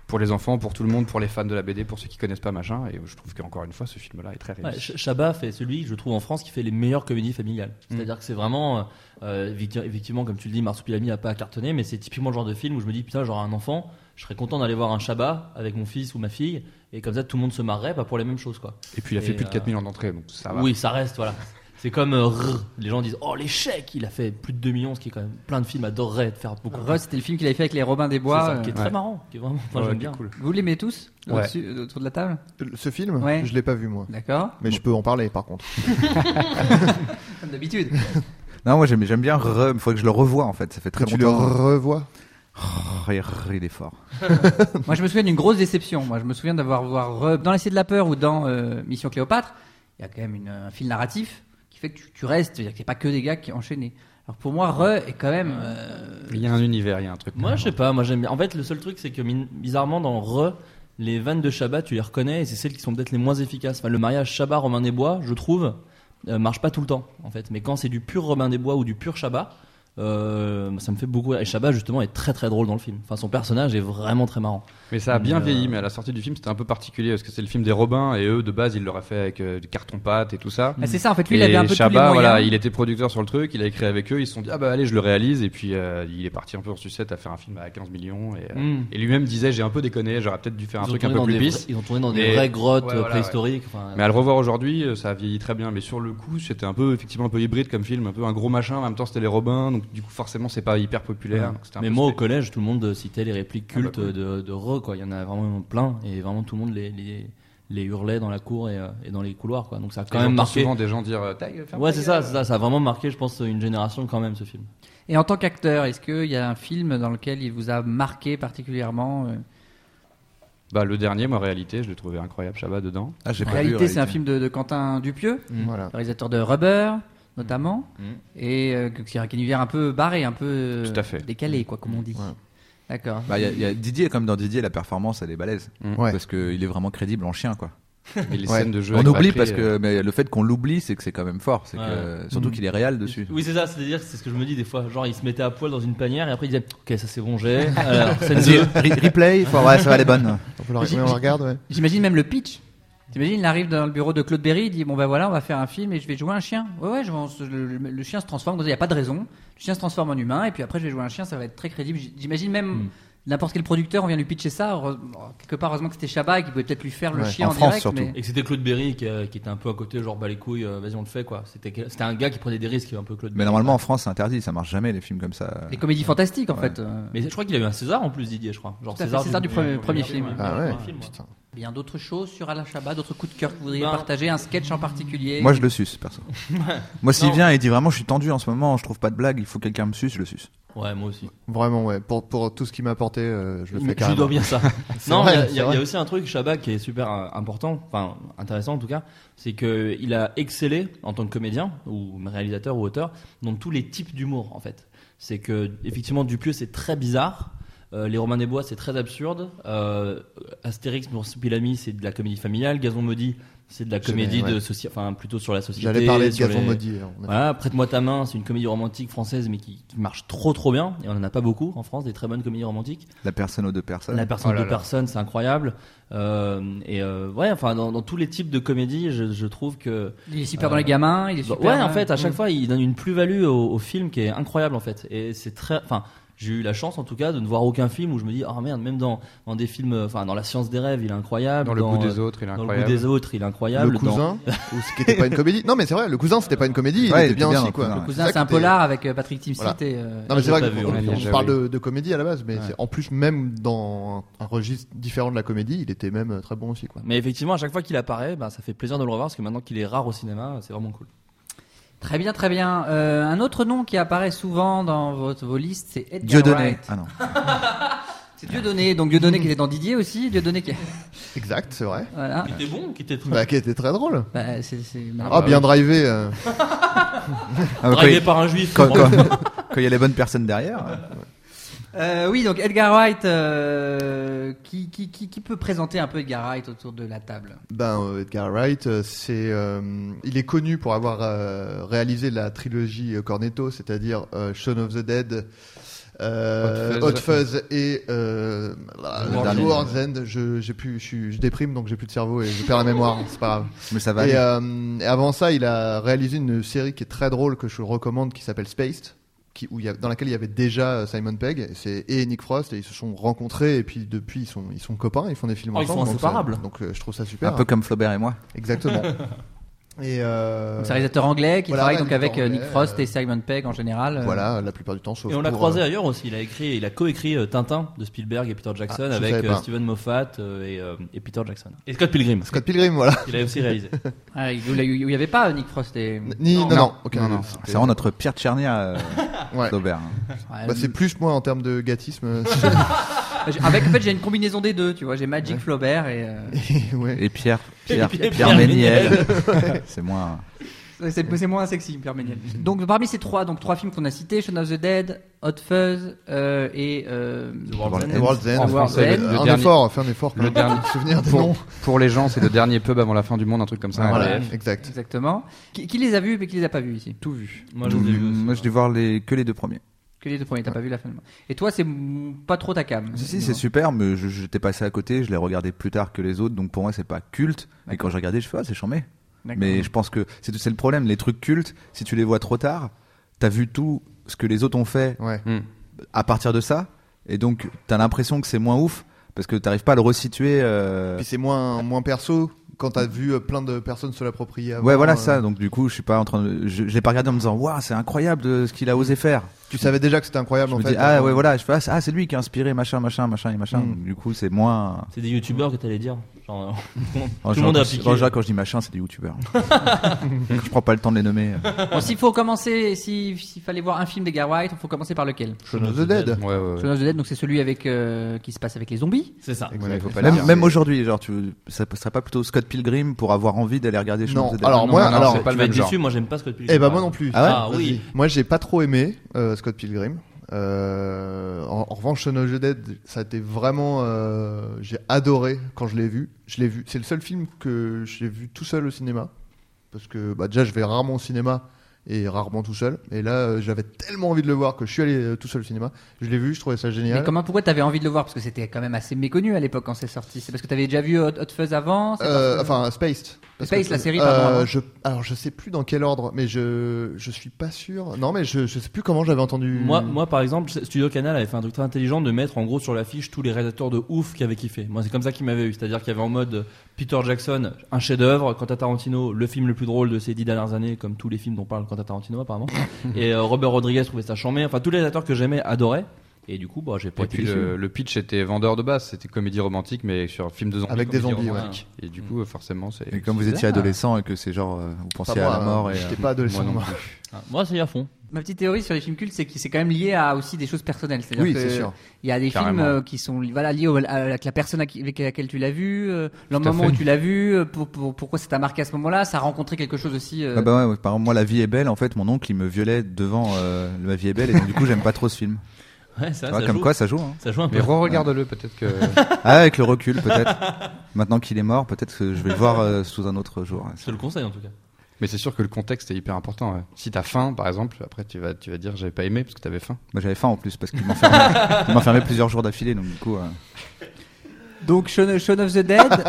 E: pour les enfants, pour tout le monde, pour les fans de la BD, pour ceux qui connaissent pas machin. Et je trouve qu'encore une fois, ce film-là est très
F: Ouais,
E: réussi.
F: Ch- Chabat fait celui, je trouve, en France, qui fait les meilleures comédies familiales. C'est-à-dire que c'est vraiment, euh, victi- effectivement, comme tu le dis, Marsupilami a pas cartonné, mais c'est typiquement le genre de film où je me dis, putain, j'aurais un enfant, je serais content d'aller voir un Chabat avec mon fils ou ma fille, et comme ça, tout le monde se marrerait, pas pour les mêmes choses, quoi.
E: Et puis il a
F: Et,
E: fait plus de
F: euh,
E: 4000 en entrée, donc ça va.
F: Oui, ça reste, voilà. C'est comme euh, Rrr. les gens disent, oh, l'échec, il a fait plus de 2 millions, ce qui est quand même plein de films adoreraient de faire beaucoup.
A: euh, Russ, c'était le film qu'il avait fait avec les Robins des
F: C'est
A: Bois.
F: ça, qui est
A: euh,
F: très
E: ouais.
F: marrant, qui est vraiment, moi,
E: Ouais,
F: j'aime
E: qui est
F: bien.
E: cool.
A: Vous l'aimez tous
D: Ouais.
A: au-dessus- euh, autour de la table
D: Ce film,
A: Ouais.
D: je l'ai pas vu moi.
A: D'accord
D: Mais je peux en parler par contre.
A: Comme d'habitude.
C: Non, moi j'aime j'aime bien. Re, il faut que je le revoie en fait. Ça fait très
D: tu le
C: longtemps.
D: revois
C: Re- re- il est fort.
A: Moi, je me souviens d'une grosse déception. Moi, je me souviens d'avoir voir euh, dans l'essai de la peur ou dans euh, Mission Cléopâtre, il y a quand même une, un fil narratif qui fait que tu, tu restes. C'est-à-dire qu'il n'y a pas que des gars qui enchaînés. Alors pour moi, Re est quand même. euh,
E: Il y a un univers, il y a un truc.
F: Moi, je sais pas, moi j'aime bien. En fait, le seul truc, c'est que min- bizarrement, dans Re, les vannes de Chabat, tu les reconnais et c'est celles qui sont peut-être les moins efficaces. Enfin, le mariage Chabat-Romain des Bois, je trouve, euh, marche pas tout le temps, en fait. Mais quand c'est du pur Romain des Bois ou du pur Chabat, euh, ça me fait beaucoup. rire. Et Chabat, justement, est très très drôle dans le film. Enfin, son personnage est vraiment très marrant.
E: Mais ça a
F: Mais,
E: bien
F: euh,
E: vieilli, mais à la sortie du film, c'était un peu particulier parce que c'est le film des Robins et eux, de base, ils l'auraient fait avec euh, du carton-pâte et tout ça.
A: ah, c'est ça, en fait, lui, il
E: et
A: avait un peu tous les
E: Chabat,
A: moyens.
E: voilà, il était producteur sur le truc, il a écrit avec eux, ils se sont dit ah bah allez, je le réalise et puis euh, il est parti un peu en sucette à faire un film à 15 millions et, euh,
F: Mm.
E: et lui-même disait j'ai un peu déconné, j'aurais peut-être dû faire un
F: Ils ont
E: truc un
F: tourné
E: peu
F: dans
E: plus
F: des
E: pisse.
F: vrais- Ils ont tourné dans des
E: Mais-
F: vraies grottes
E: Ouais,
F: euh,
E: voilà,
F: préhistoriques. Enfin,
E: Mais à le revoir aujourd'hui, euh, ça a vieilli très bien. Mais sur le coup, c'était un peu, effectivement, un peu hybride comme film, un peu un gros machin. En même temps, c'était les Robins, donc du coup, forcément, c'est pas hyper populaire. donc c'était un
F: Mais
E: peu
F: moi au
E: spé-
F: collège, tout le monde citait les répliques
E: Ah bah
F: cultes de, de Re, quoi. Il y en a vraiment plein et vraiment tout le monde les, les, les hurlait dans la cour et, euh, et dans les couloirs, quoi. Donc ça a quand
E: j'entends
F: même marqué.
E: souvent des gens dire euh, Ta gueule, ferme
F: Ouais,
E: ta
F: c'est
E: gueule.
F: ça, c'est ça, ça a vraiment marqué, je pense, une génération quand même ce film.
A: Et en tant qu'acteur, est-ce qu'il y a un film dans lequel il vous a marqué particulièrement euh,
E: Bah, le dernier, moi, réalité, je l'ai trouvé incroyable, Chabat dedans.
C: Ah, j'ai pas vu,
A: Réalité, c'est un
C: Réalité.
A: film de, de Quentin Dupieux,
D: Voilà.
A: réalisateur de Rubber notamment,
F: Mm.
A: et euh, que- c'est un univers un peu barré, un peu euh,
E: Tout à fait.
A: décalé, quoi, comme on dit.
D: Ouais.
A: D'accord.
C: Bah, y a- y a Didier, comme dans Didier, la performance elle est balèze
D: Ouais.
C: parce qu'il est vraiment crédible en chien quoi.
E: Et les
D: Ouais.
E: scènes de jeu.
C: On
E: avec
C: oublie
E: Baclé,
C: parce
E: euh,
C: que mais le fait qu'on l'oublie, c'est que c'est quand même fort. C'est que,
F: Ouais.
C: surtout qu'il est réel dessus.
F: Oui, c'est ça, c'est-à-dire, c'est ce que je me dis des fois. Genre, il se mettait à poil dans une panière et après il disait, ok, ça c'est bon, j'ai. Alors, scène
C: Vas-y,
F: 2.
C: re- replay, faut- ouais, ça va les bonnes.
D: On, peut le- ouais, on le regarde, ouais.
A: J'imagine même le pitch. T'imagines, il arrive dans le bureau de Claude Berry, il dit Bon ben voilà, on va faire un film et je vais jouer un chien. Ouais, ouais, je vais en- le, le- le chien se transforme, il n'y a pas de raison. Le chien se transforme en humain et puis après je vais jouer un chien, ça va être très crédible. J- J'imagine même n'importe quel producteur, on vient lui pitcher ça. Heure- bon, quelque part, heureusement que c'était Chabat et qu'il pouvait peut-être lui faire le
D: Ouais,
A: chien en,
C: en France,
A: direct.
C: surtout.
A: mais-
F: Et que c'était Claude Berry qui, euh, qui était un peu à côté, genre, bah les couilles, euh, vas-y, on le fait, quoi. C'était quel- c'était un gars qui prenait des risques, un peu Claude
C: Mais
F: Berry.
C: normalement en France c'est interdit, ça marche jamais les films comme ça.
A: Les comédies fantastiques en fait. euh,
F: Mais je crois qu'il a eu un César en plus, Didier, je crois. Genre
A: Tout à fait, César du premier- premier film.
D: Ah ouais.
F: Bah, film, ouais.
D: Putain.
A: Bien d'autres choses sur Alain Chabat, d'autres coups de cœur que vous voudriez
F: Ben-
A: partager, un sketch en particulier.
C: Moi je le suce perso. Moi s'il
F: Non.
C: vient et dit vraiment je suis tendu en ce moment, je trouve pas de blague, il faut que quelqu'un me suce, je le suce.
F: Ouais, moi aussi.
D: Vraiment, ouais. Pour, pour tout ce qui m'a apporté, euh, je le fais
F: Mais tu
D: carrément.
F: dois bien ça.
D: C'est
F: non, il
D: vrai,
F: y a-
D: c'est
F: il y, a-
D: vrai.
F: il y a aussi un truc, Chabat, qui est super euh, important, enfin intéressant en tout cas, c'est que il a excellé en tant que comédien, ou réalisateur ou auteur, dans tous les types d'humour en fait. C'est que, effectivement, Dupieux c'est très bizarre. euh, les Romains des Bois, c'est très absurde. Euh, Astérix, Marsupilami, c'est de la comédie familiale. Gazon Maudit, c'est de la
D: J'aimais,
F: comédie de
D: ouais.
F: soci- enfin plutôt sur la société.
D: J'allais parler de
F: sur
D: Gazon
F: les-
D: Maudit. hein. alors, on a-
F: voilà, Prête-moi ta main, c'est une comédie romantique française, mais qui marche trop trop bien. Et on en a pas beaucoup en France, des très bonnes comédies romantiques.
C: La personne aux deux personnes.
F: La personne
E: Oh là
F: de
E: là.
F: personne, c'est incroyable. Euh, et euh, ouais, enfin, dans, dans tous les types de comédies, je, je trouve que. Bah,
A: Il est super dans les gamins, il est super.
F: ouais, en
A: euh,
F: fait, à chaque
A: mm.
F: fois, il donne une plus-value au, au film qui est incroyable, en fait. Et c'est très. Enfin, j'ai eu la chance, en tout cas, de ne voir aucun film où je me dis, ah merde, même dans, dans des films. euh, Enfin, dans La science des rêves, il est incroyable.
E: Dans le goût
F: euh,
E: des autres, il est
F: Dans le goût
E: incroyable.
F: des autres, il est incroyable.
D: Le
F: Dans-
D: cousin, ou ce qui n'était pas une comédie. Non, mais c'est vrai, le cousin, c'était pas une comédie.
C: Ouais,
D: il était bien, aussi,
C: le
D: quoi.
C: cousin, ouais.
A: Le cousin,
D: ça
A: c'est un
D: qui était-
A: polar avec euh, Patrick Timsit
D: Voilà.
A: et. euh,
D: Non, mais
F: j'ai
D: c'est vrai
F: pas
D: qu'on
F: vu,
D: on-
E: ouais.
D: on
E: Ninja,
D: parle
E: oui.
D: de, de comédie à la base, mais
F: Ouais.
D: c'est- en plus, même dans un registre différent de la comédie, il était même euh, très bon aussi, quoi.
F: Mais effectivement, à chaque fois qu'il apparaît, bah, ça fait plaisir de le revoir parce que maintenant qu'il est rare au cinéma, c'est vraiment cool.
A: Très bien, très bien. Euh, un autre nom qui apparaît souvent dans votre, vos listes, c'est Edgar
C: Dieudonné.
A: Wright.
C: Ah non.
A: C'est Dieudonné, donc Dieudonné qui était dans Didier aussi. Dieudonné qui.
D: Exact, c'est vrai.
A: Voilà.
F: Qui était bon, qui était
D: Bah, qui était très drôle.
A: Bah, c'est, c'est...
D: Ah,
E: bah
D: bien drivé. euh.
C: Ah, bah, quand
F: Dragué
C: il-
F: par un juif.
C: quand
F: bon.
C: quand- quand il y a les bonnes personnes derrière.
A: Euh, oui, donc Edgar Wright, euh, qui, qui, qui, qui peut présenter un peu Edgar Wright autour de la table
D: Ben, euh, Edgar Wright, euh, c'est, euh, il est connu pour avoir euh, réalisé la trilogie euh, Cornetto, c'est-à-dire euh, Shaun of the Dead, euh,
E: Hot
D: Hot
E: Fuzz.
D: Fuzz et euh,
C: Le
D: World-
C: dernier.
D: World's End. Je, j'ai plus, je, suis- je déprime donc j'ai plus de cerveau et je perds la mémoire, c'est pas grave.
C: Mais ça va
D: Et,
C: aller.
D: euh, et avant ça, il a réalisé une série qui est très drôle que je recommande qui s'appelle Spaced. Qui, où il y a- dans laquelle il y avait déjà euh, Simon Pegg et, c'est- et Nick Frost et ils se sont rencontrés et puis depuis ils sont, ils sont copains ils font des films
F: Oh, ils
D: ensemble
F: sont
D: donc ça-
F: inséparables.
D: donc euh, je trouve ça
C: un
D: super hein.
C: peu comme Flaubert et moi.
D: exactement et euh,
A: C'est un réalisateur anglais qui
D: voilà,
A: travaille donc avec
D: réalisateur
A: euh, Nick
D: anglais,
A: Frost
D: euh,
A: et Simon Pegg en général. euh,
D: voilà la plupart du temps sauf
F: Et on l'a
D: pour,
F: croisé
D: euh,
F: ailleurs aussi. Il a écrit, il a coécrit euh, Tintin de Spielberg et Peter Jackson
D: Ah, je
F: avec
D: savais
F: euh,
D: pas.
F: Steven Moffat euh, et, euh, et Peter Jackson. Et Scott Pilgrim.
D: Scott Pilgrim voilà
F: Il a aussi réalisé.
A: ah, où il n'y avait pas euh, Nick Frost et.
D: Ni- non non, aucun-
E: non, non.
D: c'était-
C: C'est vraiment notre Pierre Tchernia, euh,
D: ouais.
C: Flaubert. hein.
A: Ouais,
D: Bah, c'est plus moi en termes de gâtisme
A: j'ai- Avec, en fait, j'ai une combinaison des deux, tu vois. J'ai Magic Flaubert et. euh,
D: ouais.
C: Et Pierre, Pierre,
F: Pierre
C: Pierre,
F: Méniel.
C: Méniel. C'est moins.
A: Ouais, C'est c'est moins sexy, Pierre Méniel. Donc parmi ces trois, donc trois films qu'on a cités, Shaun of the Dead, Hot Fuzz euh, et euh,
C: World's End.
D: World's End,
A: En français,
E: le- le
D: un
E: dernier-
D: effort fais un effort quand
E: Le
D: même,
E: dernier-
D: pour te souvenir des
E: pour,
D: noms
E: pour les gens, c'est le dernier pub avant la fin du monde, un truc comme ça.
D: Ah,
E: un
D: voilà,
E: VF.
D: exact
A: exactement. Qui, qui les a vus mais qui les a pas vus ici Tout vu.
F: Moi, je les ai vus aussi.
C: Moi, je vais voir les, que les deux premiers.
A: Que les deux premiers, t'as pas vu la fin. de- Et toi, c'est mm, pas trop ta cam.
C: Si, si, c'est super, mais je- j'étais passé à côté, je l'ai regardé plus tard que les autres, donc pour moi, c'est pas culte. Et quand j'ai regardé, je fais, ah, c'est chambé.
A: D'accord.
C: Mais je pense que c'est tout- c'est le problème. Les trucs cultes, si tu les vois trop tard, t'as vu tout ce que les autres ont fait
D: ouais
E: Hmm.
C: à partir de ça, et donc t'as l'impression que c'est moins ouf parce que t'arrives pas à le resituer. euh,
D: Puis c'est moins, moins perso quand t'as vu euh, plein de personnes se l'approprier. avant,
C: Ouais, voilà
D: euh,
C: ça. Donc du coup, je suis pas en train, de... je, je l'ai pas regardé en me disant, waouh, c'est incroyable euh, ce qu'il a osé faire.
D: Tu savais déjà que c'était incroyable
C: Je
D: en
C: me
D: fait.
C: dis, ah
D: euh,
C: ouais, voilà, je fais, ah, c'est- ah, c'est lui qui a inspiré machin, machin, machin et machin.
D: Mm.
C: Donc, du coup, c'est moins.
F: C'est des youtubeurs que t'allais dire. Genre, euh,
C: Oh,
F: tout
C: genre,
F: le monde a
C: quand-
F: appliqué.
C: genre, genre, quand je dis machin, c'est des youtubeurs. je prends pas le temps de les nommer.
A: Bon, s'il faut commencer, si- s'il fallait voir un film d'Edgar Wright, il faut commencer par lequel
D: Shaun of the Dead.
E: Ouais, ouais, ouais.
A: Shaun of the Dead, donc c'est celui avec euh, qui se passe avec les zombies.
F: C'est ça.
E: Ouais, mais faut pas le
C: Même,
E: dire.
C: même aujourd'hui, genre, tu, ça serait pas plutôt Scott Pilgrim pour avoir envie d'aller regarder Shaun
D: Non,
C: of the Dead
D: alors
E: Non,
D: moi,
E: non, non,
D: alors,
E: c'est pas
F: tu
E: le
F: vas être
E: même genre.
F: déçu, moi j'aime pas Scott Pilgrim.
D: eh ben moi non plus.
C: Ah ouais
F: Ah
D: Vas-y.
F: oui.
D: Moi j'ai pas trop aimé euh, Scott Pilgrim. Euh, en, en revanche, Shaun of the Dead, ça a été vraiment, euh, j'ai adoré quand je l'ai vu. Je l'ai vu. C'est le seul film que j'ai vu tout seul au cinéma, parce que bah, déjà je vais rarement au cinéma et rarement tout seul. Et là, euh, j'avais tellement envie de le voir que je suis allé euh, tout seul au cinéma. Je l'ai vu, je trouvais ça génial.
A: Mais comment, pourquoi t'avais envie de le voir Parce que c'était quand même assez méconnu à l'époque quand c'est sorti. C'est parce que t'avais déjà vu Hot, Hot Fuzz avant c'est
D: Euh,
A: parce que-
D: enfin Spaced. Parce
A: Spaced,
D: que-
A: la série,
D: euh,
A: pardon, avant.
D: je, alors je sais plus dans quel ordre, mais je je suis pas sûr. Non, mais je je sais plus comment j'avais entendu.
F: Moi, moi, par exemple, Studio Canal avait fait un truc très intelligent de mettre en gros sur l'affiche tous les réalisateurs de ouf qui avaient kiffé. Moi, c'est comme ça qu'ils m'avaient eu. C'est-à-dire qu'il y avait en mode euh, Peter Jackson, un chef-d'œuvre, Quentin Tarantino, le film le plus drôle de ces dix dernières années, comme tous les films dont parle Quentin Tarantino apparemment. et euh, Robert Rodriguez trouvait ça chambé. Enfin, tous les réalisateurs que j'aimais adoraient. Et du coup, bah, j'ai pas
E: Et
F: été
E: puis
F: déçu.
E: le, le pitch était vendeur de base, c'était comédie romantique, mais sur film de zombies.
D: Avec des
E: comédie
D: zombies, ouais.
E: romantique. Et du coup, euh, forcément, c'est.
C: Et comme vous étiez adolescent et que c'est genre, euh, vous
D: Pas
C: pensiez
D: moi,
C: à la mort
D: hein.
C: et. euh,
D: J'étais pas adolescent.
E: Moi non
D: moi.
E: plus.
F: Ah, moi, c'est à fond.
A: Ma petite théorie sur les films cultes, c'est que c'est quand même lié à aussi des choses personnelles. C'est-à-dire
D: Oui,
A: que
D: c'est sûr.
A: Il y a des
E: Carrément.
A: films euh, qui sont voilà, liés au- à, avec la personne à qui- avec laquelle tu l'as vu, euh, le
E: Tout à
A: moment
E: fait.
A: où tu l'as vu, euh, pour, pour- pourquoi ça t'a marqué à ce moment-là, ça a rencontré quelque chose aussi. euh,
C: Ah bah ouais, ouais, par exemple, moi, La vie est belle, en fait, mon oncle, il me violait devant euh, La vie est belle, et donc, du coup, j'aime pas trop ce film.
F: Ouais, ça, Ah,
C: Tu
F: ça
C: vois, comme
F: joue.
C: quoi, ça joue, hein.
F: ça joue un peu.
E: Mais re-regarde-le, peut-être que.
C: Ah, avec le recul, peut-être. Maintenant qu'il est mort, peut-être que je vais le voir euh, sous un autre jour.
F: Je te le conseille en tout cas.
E: mais c'est sûr que le contexte est hyper important. ouais. Si t'as faim, par exemple, après tu vas, tu vas dire j'avais pas aimé parce que t'avais faim.
C: Moi, j'avais faim en plus parce qu'il m'enfermait il m'enfermait plusieurs jours d'affilée, donc du coup. euh,
A: Donc Shaun, Shaun of the Dead,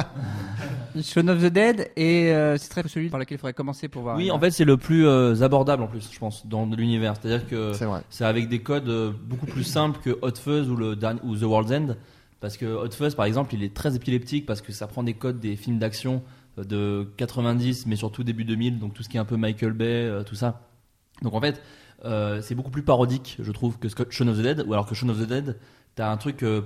A: Shaun of the Dead, et euh, c'est très celui par lequel il faudrait commencer pour voir.
F: Oui, en fait, c'est le plus euh, abordable en plus, je pense, dans l'univers. C'est-à-dire que
D: C'est vrai.
F: C'est avec des codes euh, beaucoup plus simples que Hot Fuzz ou, le dernier- ou The World's End. Parce que Hot Fuzz, par exemple, il est très épileptique parce que ça prend des codes des films d'action euh, de 90, mais surtout début 2000, donc tout ce qui est un peu Michael Bay, euh, tout ça. Donc en fait, euh, c'est beaucoup plus parodique, je trouve, que Scott- Shaun of the Dead, ou alors que Shaun of the Dead, t'as un truc. euh,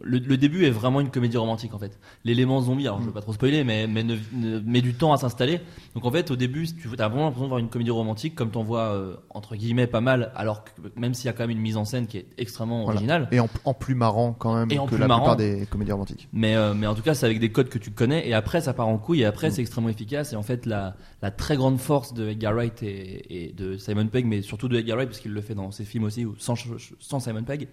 F: le, le début est vraiment une comédie romantique en fait. L'élément zombie, alors je veux pas trop spoiler, mais, mais ne- ne- met du temps à s'installer. Donc en fait, au début, tu as vraiment l'impression de voir une comédie romantique, comme t'en vois euh, entre guillemets pas mal, alors que même s'il y a quand même une mise en scène qui est extrêmement
D: Voilà.
F: originale.
D: Et en, en plus marrant quand même
F: Et en
D: que
F: plus
D: la
F: marrant.
D: plupart des comédies romantiques.
F: Mais, euh, mais en tout cas, c'est avec des codes que tu connais, et après, ça part en couille, et après,
D: Mm.
F: c'est extrêmement efficace. Et en fait, la, la très grande force de Edgar Wright et, et de Simon Pegg, mais surtout de Edgar Wright, parce qu'il le fait dans ses films aussi, ou sans, sans Simon Pegg,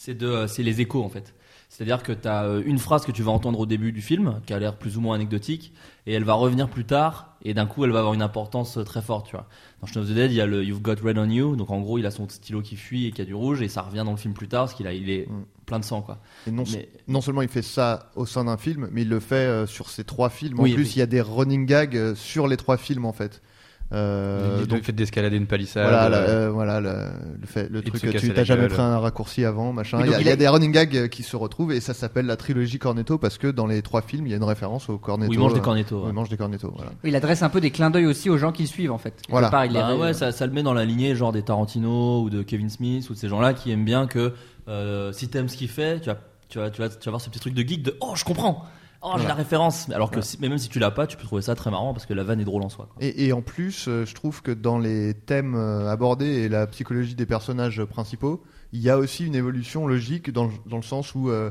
F: c'est de, euh, c'est les échos en fait. C'est-à-dire que tu as une phrase que tu vas entendre au début du film, qui a l'air plus ou moins anecdotique, et elle va revenir plus tard, et d'un coup elle va avoir une importance euh, très forte, tu vois. Dans Shaun of the Dead, il y a le You've Got Red on You, donc en gros il a son stylo qui fuit et qui a du rouge, et ça revient dans le film plus tard, parce qu'il a, il est
D: Mm.
F: plein de sang, quoi.
D: Et non,
F: Mais-
D: non seulement il fait ça au sein d'un film, mais il le fait euh, sur ces trois films. En
F: Oui,
D: plus,
F: oui.
D: il y a des running gags euh, sur les trois films en fait. Euh,
E: Il dit
D: donc
E: le fait d'escalader une palissade.
D: voilà, la-
E: euh,
D: euh, voilà le, le fait, le
E: de
D: truc
E: se
D: que
E: casser
D: tu
E: la
D: t'as jamais
E: gueule.
D: pris un raccourci avant, machin.
A: Oui,
D: Il y,
A: donc
D: a-
A: il
D: il y
A: a-
D: a des running gags euh, qui se retrouvent et ça s'appelle la trilogie Cornetto parce que dans les trois films, il y a une référence au Cornetto.
F: Où il mange des
D: euh,
F: cornettos.
D: où
F: ouais.
D: il mange des Cornetto. Voilà.
A: Il adresse un peu des clins d'œil aussi aux gens qui le suivent en fait. Quelque
D: Voilà.
A: part, Ah, il euh. les
F: Bah
A: ré-
F: ouais, ça, ça le met dans la lignée genre des Tarantino ou de Kevin Smith ou de ces gens-là qui aiment bien que euh, si t'aimes ce qu'il fait, tu vas, tu, vas, tu, vas, tu vas avoir ce petit truc de geek de oh je comprends, oh j'ai la référence. Alors que si- mais même si tu l'as pas, tu peux trouver ça très marrant parce que la vanne est drôle en soi. quoi.
D: Et, et en plus, euh, je trouve que dans les thèmes euh, abordés et la psychologie des personnages principaux, il y a aussi une évolution logique dans, le- dans le sens où euh,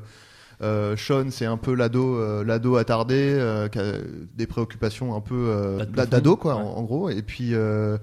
D: euh, Sean, c'est un peu l'ado, euh, l'ado attardé, euh, qui a des préoccupations un peu euh,
F: Pas de
D: d'a-
F: plafond.
D: d'ado, quoi, en,
F: Ouais.
D: en gros. Et puis. Euh,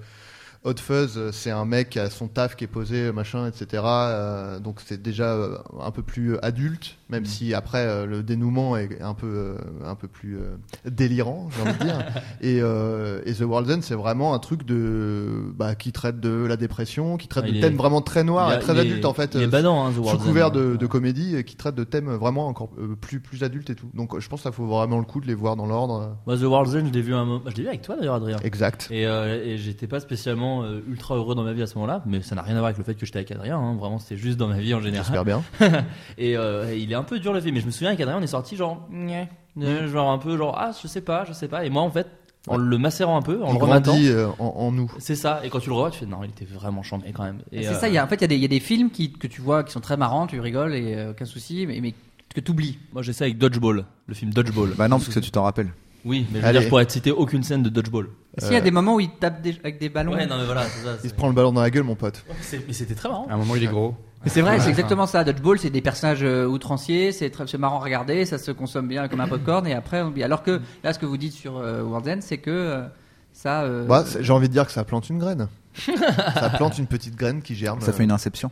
D: Hot Fuzz, c'est un mec qui a son taf qui est posé, machin, etc. Euh, donc c'est déjà euh, un peu plus adulte, même
F: Mm.
D: si après euh, le dénouement est un peu, euh, un peu plus euh, délirant, j'ai envie de dire. Et, euh, et The World's End, c'est vraiment un truc de, bah, qui traite de la dépression, qui traite
F: Ah, il
D: de
F: est-
D: thèmes vraiment très noirs
F: Il a-
D: et très
F: il est-
D: adultes en fait.
F: Il est
D: euh,
F: badant, hein, The
D: sous
F: World's
D: couvert
F: End,
D: de,
F: hein.
D: de comédie, euh, qui traite de thèmes vraiment encore euh, plus, plus adultes et tout. Donc euh, je pense que ça faut vraiment le coup de les voir dans l'ordre. euh,
F: Moi, The World's End, je l'ai vu un moment. Je l'ai vu avec toi d'ailleurs, Adrien.
D: Exact.
F: Et, euh, et j'étais pas spécialement euh, ultra heureux dans ma vie à ce moment-là, mais ça n'a rien à voir avec le fait que j'étais avec Adrien. hein. Vraiment, c'était juste dans ma vie en général.
D: J'espère bien.
F: Et, euh, et il est un peu dur le film. Mais je me souviens avec Adrien, on est sorti genre, Nyeh. Euh, genre un peu genre ah je sais pas, je sais pas. Et moi en fait, en le macérant un peu, en
D: On
F: le remettant,
D: grandit euh, en, en nous.
F: c'est ça. Et quand tu le revois, tu fais non, il était vraiment chambé quand même. Et,
A: C'est
F: euh,
A: ça, il y a, en fait, il y a des, il y a des films qui, que tu vois qui sont très marrants, tu rigoles et euh, aucun souci, mais, mais que tu oublies.
F: Moi j'ai ça avec Dodgeball, le film Dodgeball.
C: Bah non, parce que tu t'en rappelles.
F: Oui, mais je veux
D: Allez.
F: dire, je pourrais te citer aucune scène de Dodgeball.
A: S'il y a des moments où il tape des- avec des ballons.
F: Euh, Ouais, non mais voilà, c'est ça.
D: Il se
F: c'est-
D: prend le ballon dans la gueule, mon pote.
F: c'est- Mais c'était très marrant.
E: À un moment, il est gros.
A: Mais C'est vrai, c'est exactement ça. Dodgeball, c'est des personnages euh, outranciers, c'est très- c'est marrant à regarder, ça se consomme bien comme un popcorn et après on oublie. Alors que là, ce que vous dites sur euh, World's End, c'est que euh, ça. euh,
D: Bah, c'est- j'ai envie de dire que ça plante une graine. ça plante une petite graine qui germe.
C: Ça fait une inception.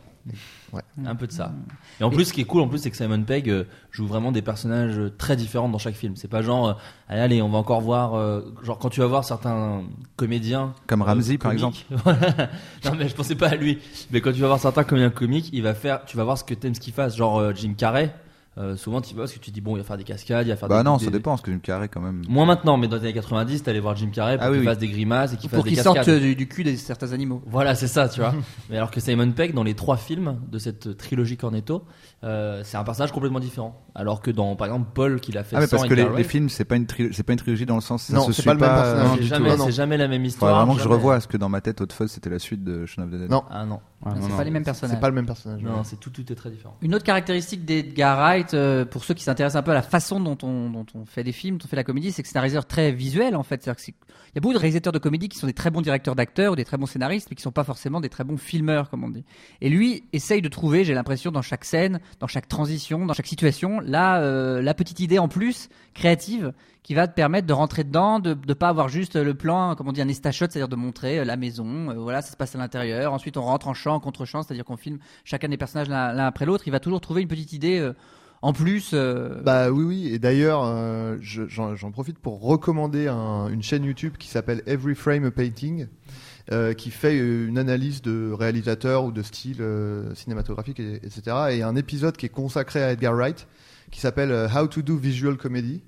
A: Ah.
F: Un peu de ça. Et en plus, ce qui est cool, en plus, c'est que Simon Pegg euh, joue vraiment des personnages euh, très différents dans chaque film. C'est pas genre, euh, allez, allez, on va encore voir. euh, genre, quand tu vas voir certains comédiens.
C: Comme
F: euh,
C: Ramsey, par
F: comiques- Voilà. non, mais je pensais pas à lui. Mais quand tu vas voir certains comédiens comiques, il va faire, tu vas voir ce que t'aimes ce qu'il fasse. Genre, euh, Jim Carrey, euh, souvent, tu vas parce que tu dis, bon, il va faire des cascades, il va faire
C: Bah
F: des.
C: non,
F: des-
C: ça dépend, parce que me carré quand même.
F: Moins maintenant, mais dans les années 90, t'allais voir Jim Carrey pour
C: Ah oui,
F: qu'il
C: oui.
F: fasse des grimaces et qu'il fasse
A: pour
F: des
A: qu'ils
F: cascades.
A: sortent euh, du, du cul de certains animaux.
C: euh,
F: Voilà, c'est ça, tu vois. Mais alors que Simon Pegg, dans les trois films de cette trilogie Cornetto, euh, c'est un personnage complètement différent. Alors que dans, par exemple, Paul, qu'il a fait
C: Ah mais
F: 100
C: parce que les,
F: Edgar
C: les
F: Wright, euh,
C: films, c'est pas une tri- c'est pas une trilogie dans le sens ça
D: Non,
C: se
D: c'est
C: suit
D: pas le même personnage.
C: non,
F: c'est
C: du tout.
F: jamais,
D: Ah non.
F: c'est jamais la même histoire.
C: Faudrait vraiment que je
F: jamais.
C: revoie, parce que dans ma tête, Hot Fuzz, c'était la suite de Shaun of the Dead.
D: Non.
F: Ah non,
E: Ouais, non,
A: c'est
E: non.
A: pas les mêmes
D: C'est
A: personnages.
D: pas le même personnage.
F: non,
D: ouais.
F: c'est tout, tout est très différent.
A: Une autre caractéristique d'Edgar Wright, euh, pour ceux qui s'intéressent un peu à la façon dont on, dont on fait des films, dont on fait la comédie, c'est que c'est un réalisateur très visuel en fait. C'est-à-dire que c'est- Il y a beaucoup de réalisateurs de comédie qui sont des très bons directeurs d'acteurs ou des très bons scénaristes, mais qui sont pas forcément des très bons filmeurs, comme on dit. Et lui essaye de trouver, j'ai l'impression, dans chaque scène, dans chaque transition, dans chaque situation, la, euh, la petite idée en plus créative qui va te permettre de rentrer dedans, de ne pas avoir juste le plan, comme on dit, un estachot, c'est-à-dire de montrer euh, la maison, euh, voilà, ça se passe à l'intérieur, ensuite on rentre en champ, contre champ, c'est-à-dire qu'on filme chacun des personnages l'un l'un après l'autre, il va toujours trouver une petite idée euh, en plus. euh,
D: Bah oui, oui. Et d'ailleurs, euh, je- j'en j'en profite pour recommander un- une chaîne YouTube qui s'appelle Every Frame a Painting, euh, qui fait euh, une analyse de réalisateur ou de style euh, cinématographique, et- etc. Et il y a un épisode qui est consacré à Edgar Wright, qui s'appelle euh, How to Do Visual Comedy.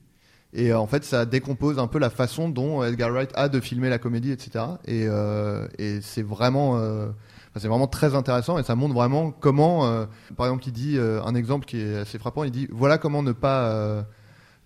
D: Et euh, en fait, ça décompose un peu la façon dont Edgar Wright a de filmer la comédie, etc. Et, euh, et c'est vraiment, euh, enfin, c'est vraiment très intéressant et ça montre vraiment comment, euh, par exemple, il dit euh, un exemple qui est assez frappant. Il dit voilà comment ne pas euh,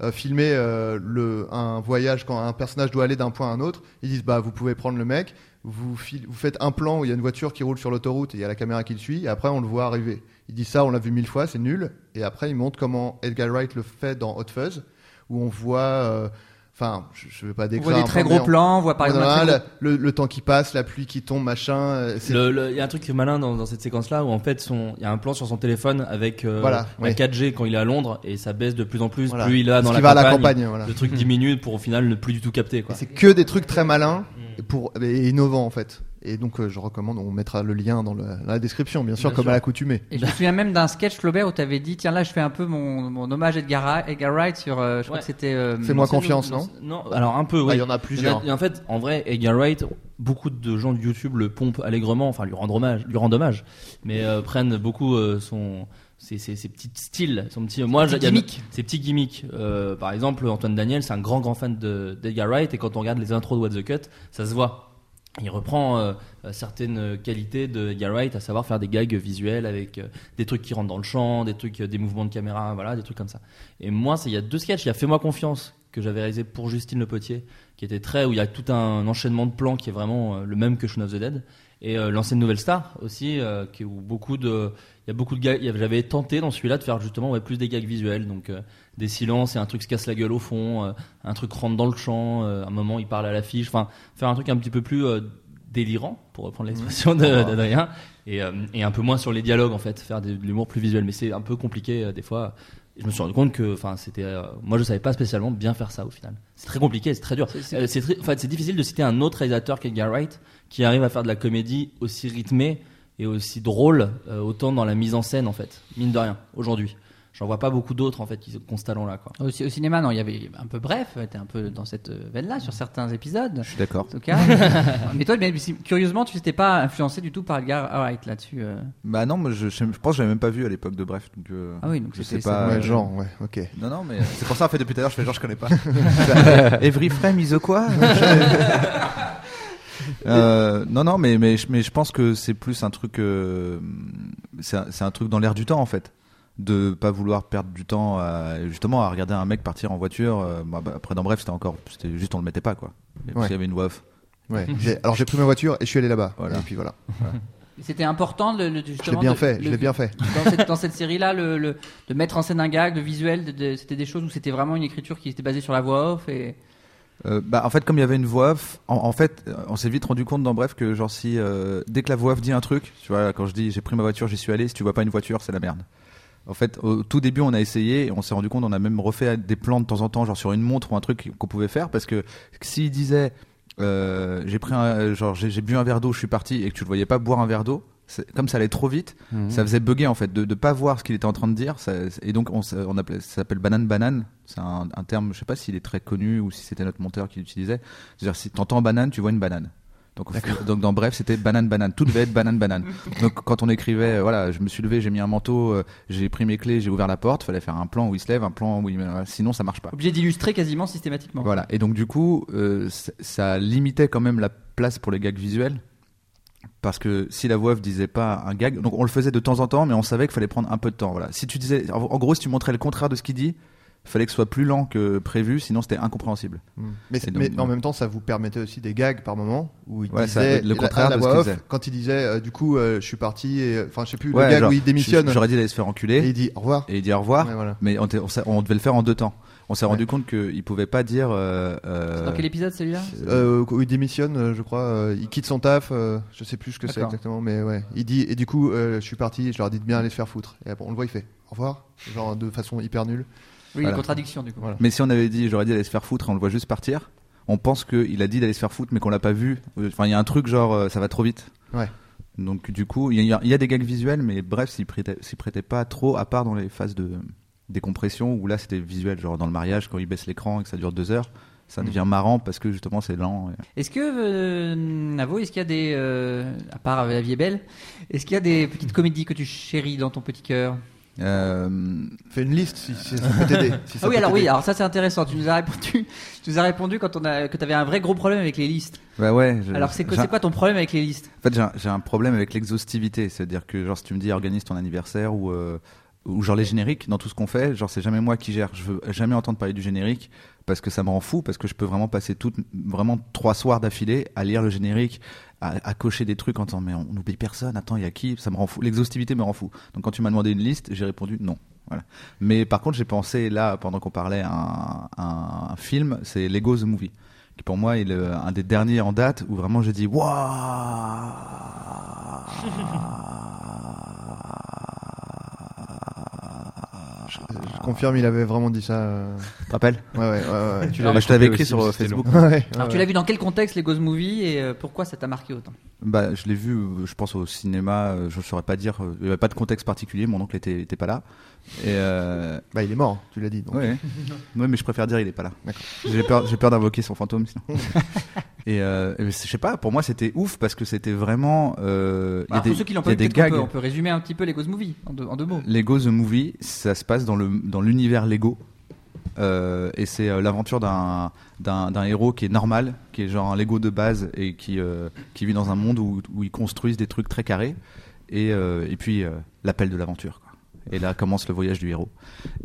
D: euh, filmer euh, le, un voyage quand un personnage doit aller d'un point à un autre. Ils disent bah vous pouvez prendre le mec, vous, fil- vous faites un plan où il y a une voiture qui roule sur l'autoroute et il y a la caméra qui le suit. Et après on le voit arriver. Il dit ça, on l'a vu mille fois, c'est nul. Et après il montre comment Edgar Wright le fait dans Hot Fuzz où on voit, euh, enfin je, je vais pas
A: on
D: décrire.
A: voit des
D: un
A: très
D: plan,
A: gros
D: mais on-
A: plans, on voit par
D: on
A: exemple.
D: a
A: un très gros-
D: le, le temps qui passe, la pluie qui tombe, machin. euh, c'est-
F: Le- le- Il y a un truc malin dans, dans cette séquence-là où en fait, son- il y a un plan sur son téléphone avec euh,
D: Voilà,
F: la
D: oui.
F: 4G quand il est à Londres et ça baisse de plus en plus.
D: Voilà.
F: Plus il a
D: Parce
F: dans la,
D: qu'il va
F: campagne,
D: à la campagne. Voilà.
F: Le truc diminue pour au final ne plus du tout capter.
D: Et
F: Quoi. Mm.
D: C'est que des trucs très malins et, pour, et innovants en fait. Et donc, euh, je recommande, on mettra le lien dans la, la description, bien sûr,
F: Bien
D: comme
F: sûr.
D: à l'accoutumée.
A: Et je me souviens même d'un sketch, Flaubert, où t'avais dit tiens, là, je fais un peu mon, mon hommage à Edgar, Wright- Edgar Wright sur. euh, je crois
F: Ouais.
A: que c'était. euh,
D: Fais-moi
F: Non, c'est-
D: confiance, non
F: c'est- Non, alors un peu,
D: Ah,
F: oui.
D: Il y
F: Il
D: en a
F: y en a-
D: plusieurs.
F: et en fait, en vrai, Edgar Wright, beaucoup de gens de YouTube le pompent allègrement, enfin lui rendent hommage, lui rendent hommage, mais euh, prennent beaucoup euh, son ses, ses- ses petits styles, son petit. Moi,
A: petit
F: il y a-
A: gimmick.
F: Ses petits gimmicks. Euh, par exemple, Antoine Daniel, c'est un grand grand fan de- d'Edgar Wright, et quand on regarde les intros de What the Cut, ça se voit. Il reprend euh, certaines qualités de Edgar Wright, à savoir faire des gags visuels avec euh, des trucs qui rentrent dans le champ, des trucs, euh, des mouvements de caméra, voilà, des trucs comme ça. Et moi, c'est- il y a deux sketchs. Il y a Fais-moi confiance que j'avais réalisé pour Justine Le Potier, qui était très où il y a tout un enchaînement de plans qui est vraiment euh, le même que Shaun of the Dead. Et euh, l'ancienne Nouvelle Star aussi, euh, qui, où beaucoup de, il y a beaucoup de gags. il y avait- J'avais tenté dans celui-là de faire justement ouais, plus des gags visuels, donc euh, des silences et un truc se casse la gueule au fond, euh, un truc rentre dans le champ, euh, un moment il parle à l'affiche, enfin faire un truc un petit peu plus euh, délirant pour reprendre l'expression de-
D: Ah.
F: d'Adrien et, euh, et un peu moins sur les dialogues en fait, faire des- de l'humour plus visuel. Mais c'est un peu compliqué euh, des fois. Et je me suis rendu compte que, enfin, c'était, euh, moi je savais pas spécialement bien faire ça au final. C'est très compliqué, c'est très dur. Euh, C'est très- en fait, c'est difficile de citer un autre réalisateur qu'Edgar Wright qui arrive à faire de la comédie aussi rythmée et aussi drôle, euh, autant dans la mise en scène en fait, mine de rien, aujourd'hui. J'en vois pas beaucoup d'autres en fait qui ont ce talent-là quoi.
A: Au, ci- au cinéma, non, il y avait un peu bref, t'es un peu dans cette euh, veine-là sur certains épisodes.
C: Je suis d'accord.
A: En tout cas. mais toi, mais si- curieusement, tu n'étais pas influencé du tout par Edgar Wright là-dessus. euh.
C: Bah non, moi, je, je pense que j'avais même pas vu à l'époque de Bref. Donc, euh,
A: Ah oui, donc
C: je
A: c'était-
C: sais pas.
A: c'est-
D: Ouais, genre, ouais, ok.
C: Non, non, mais euh, c'est pour ça, en fait, depuis tout à l'heure, je fais genre, je connais pas. Ça, Every frame is a quoi Euh, non, non, mais, mais, je- mais je pense que c'est plus un truc, euh, c'est un, c'est un truc dans l'air du temps en fait, de pas vouloir perdre du temps à, justement à regarder un mec partir en voiture. euh, bah, bah, après, dans bref, c'était encore, c'était juste on le mettait pas quoi. Mais Parce
D: Ouais.
C: qu'il y avait une voix off.
D: Ouais.
F: Mm.
D: J'ai- Alors j'ai pris ma voiture et je suis allé là-bas.
C: Voilà.
D: Et puis voilà.
A: C'était important le, le-
D: Je l'ai
A: justement.
D: bien
A: de-
D: fait. Je
A: le-
D: l'ai bien fait.
A: Dans cette, dans cette série-là, le, le- de mettre en scène un gag, le visuel, de- de- c'était des choses où c'était vraiment une écriture qui était basée sur la voix off et.
C: Euh, bah, en fait, comme il y avait une voix off, en, en fait, euh, on s'est vite rendu compte dans bref que genre si euh, dès que la voix off dit un truc, tu vois, quand je dis j'ai pris ma voiture, j'y suis allé, si tu vois pas une voiture, c'est la merde. En fait, au tout début, on a essayé, et on s'est rendu compte, on a même refait des plans de temps en temps, genre sur une montre ou un truc qu'on pouvait faire, parce que s'il disait euh, j'ai pris un, genre j'ai j'ai bu un verre d'eau, je suis parti, et que tu le voyais pas boire un verre d'eau, c'est- comme ça allait trop vite, ça faisait bugger en fait de ne pas voir ce qu'il était en train de dire ça- et donc on, s- on appelait, ça s'appelle banane banane c'est un, un terme je sais pas s'il est très connu ou si c'était notre monteur qui l'utilisait c'est-à-dire si t'entends banane tu vois une banane donc, au- donc dans bref c'était banane banane tout devait être banane banane donc quand on écrivait euh, voilà je me suis levé j'ai mis un manteau euh, j'ai pris mes clés j'ai ouvert la porte fallait faire un plan où il se lève un plan où il voilà, sinon ça marche pas
A: Obligé d'illustrer quasiment systématiquement.
C: voilà et donc du coup euh, c- ça limitait quand même la place pour les gags visuels parce que si la voix off disait pas un gag, donc on le faisait de temps en temps, mais on savait qu'il fallait prendre un peu de temps. Voilà. Si tu disais, en, en gros, si tu montrais le contraire de ce qu'il dit, fallait que ce soit plus lent que prévu, sinon c'était incompréhensible.
D: Mm. Mais,
C: Et
D: mais
C: donc,
D: en
C: ouais.
D: même temps, ça vous permettait aussi des gags par moment où il
C: Ouais, ça,
D: disait
C: le
D: la-
C: contraire
D: à la
C: de ce
D: voix
C: qu'il
D: off,
C: disait.
D: Quand il disait, euh, du coup, euh, je suis parti. et- Enfin, je sais plus
C: Ouais,
D: le gag
C: genre,
D: où il démissionne
C: je- J'aurais dit d'aller se faire
D: et
C: enculer,
D: il dit au revoir.
C: et il dit au revoir,
D: Ouais, voilà.
C: mais on, était- on s'a- on devait le faire en deux temps. On s'est
D: Ouais.
C: rendu compte qu'il pouvait pas dire. euh, euh,
A: C'est Dans quel épisode celui-là
D: Euh, où il démissionne, euh, je crois. euh, il quitte son taf. euh, je sais plus ce que c'est
A: D'accord.
D: exactement, mais ouais. Il dit et du coup, euh, je suis parti. et Je leur dis de bien aller se faire foutre. Et bon, on le voit, il fait au revoir, genre de façon hyper nulle.
A: Oui,
C: voilà.
A: contradiction du coup.
D: Voilà.
C: Mais si on avait dit j'aurais dit d'aller se faire foutre et on le voit juste partir, on pense qu'il a dit d'aller se faire foutre mais qu'on l'a pas vu. Enfin, il y a un truc genre euh, ça va trop vite.
D: Ouais.
C: Donc du coup, il y, a- il y a des gags visuels, mais bref, s'y prêtait, s'y prêtait pas trop, à part dans les phases de décompression où là c'était visuel, genre dans le mariage quand il baisse l'écran et que ça dure deux heures, ça
D: Mm.
C: devient marrant parce que justement c'est lent. et-
A: Est-ce que, euh, Navo, est-ce qu'il y a des. euh, à part euh, La vie est belle, est-ce qu'il y a des petites comédies que tu chéris dans ton petit cœur
C: Euh,
D: Fais une liste si, si ça peut t'aider. si ça
A: Ah oui,
D: peut
A: alors oui,
D: t'aider.
A: alors ça c'est intéressant. Tu nous as répondu, tu nous as répondu quand on a, que tu avais un vrai gros problème avec les listes.
C: bah ouais. je-
A: Alors c'est quoi,
C: j'ai-
A: c'est quoi ton problème avec les listes
C: En fait, j'ai un- j'ai un problème avec l'exhaustivité. C'est-à-dire que, genre, si tu me dis organise ton anniversaire ou, euh, ou genre les génériques, dans tout ce qu'on fait, genre, c'est jamais moi qui gère. Je veux jamais entendre parler du générique parce que ça me rend fou, parce que je peux vraiment passer toute, vraiment trois soirs d'affilée à lire le générique, à, à cocher des trucs en disant, mais on n'oublie personne, attends, il y a qui Ça me rend fou. L'exhaustivité me rend fou. Donc, quand tu m'as demandé une liste, j'ai répondu non. Voilà. Mais par contre, j'ai pensé, là, pendant qu'on parlait, à un, à un film, c'est Lego The Movie qui pour moi est le- un des derniers en date où vraiment j'ai dit waouh
D: Euh, Je confirme, il avait vraiment dit ça. euh,
C: Tu te rappelles
D: Ouais, ouais, ouais. ouais.
E: Tu
C: Bah,
E: l'avais
C: Je t'avais écrit
E: coupé aussi,
C: sur euh,
E: c'était
C: Facebook.
A: Alors tu l'as vu dans quel contexte les Ghost Movie et euh, pourquoi ça t'a marqué autant
C: Bah, je l'ai vu, euh, je pense au cinéma, euh, je ne saurais pas dire, euh, il n'y avait pas de contexte particulier, mon oncle était, était pas là. Et euh,
D: Bah, il est mort, tu l'as dit. Donc.
C: ouais. Ouais, mais je préfère dire il est pas là.
D: D'accord.
C: J'ai peur, j'ai peur d'invoquer son fantôme sinon. et euh, et je sais pas, pour moi c'était ouf parce que c'était vraiment. Euh, il y a
A: Alors, Bah,
C: des,
A: pour ceux qui l'ont
C: il y
A: pas
C: a
A: vu,
C: des
A: peut-être qu'on
C: gags.
A: peut, on peut résumer un petit peu les Ghost Movie en deux, en deux mots.
C: Lego The Movie, ça se passe dans le dans l'univers Lego. Euh, et c'est euh, l'aventure d'un d'un d'un héros qui est normal, qui est genre un Lego de base et qui euh, qui vit dans un monde où où ils construisent des trucs très carrés et euh, et puis euh, l'appel de l'aventure. quoi. Et là commence le voyage du héros.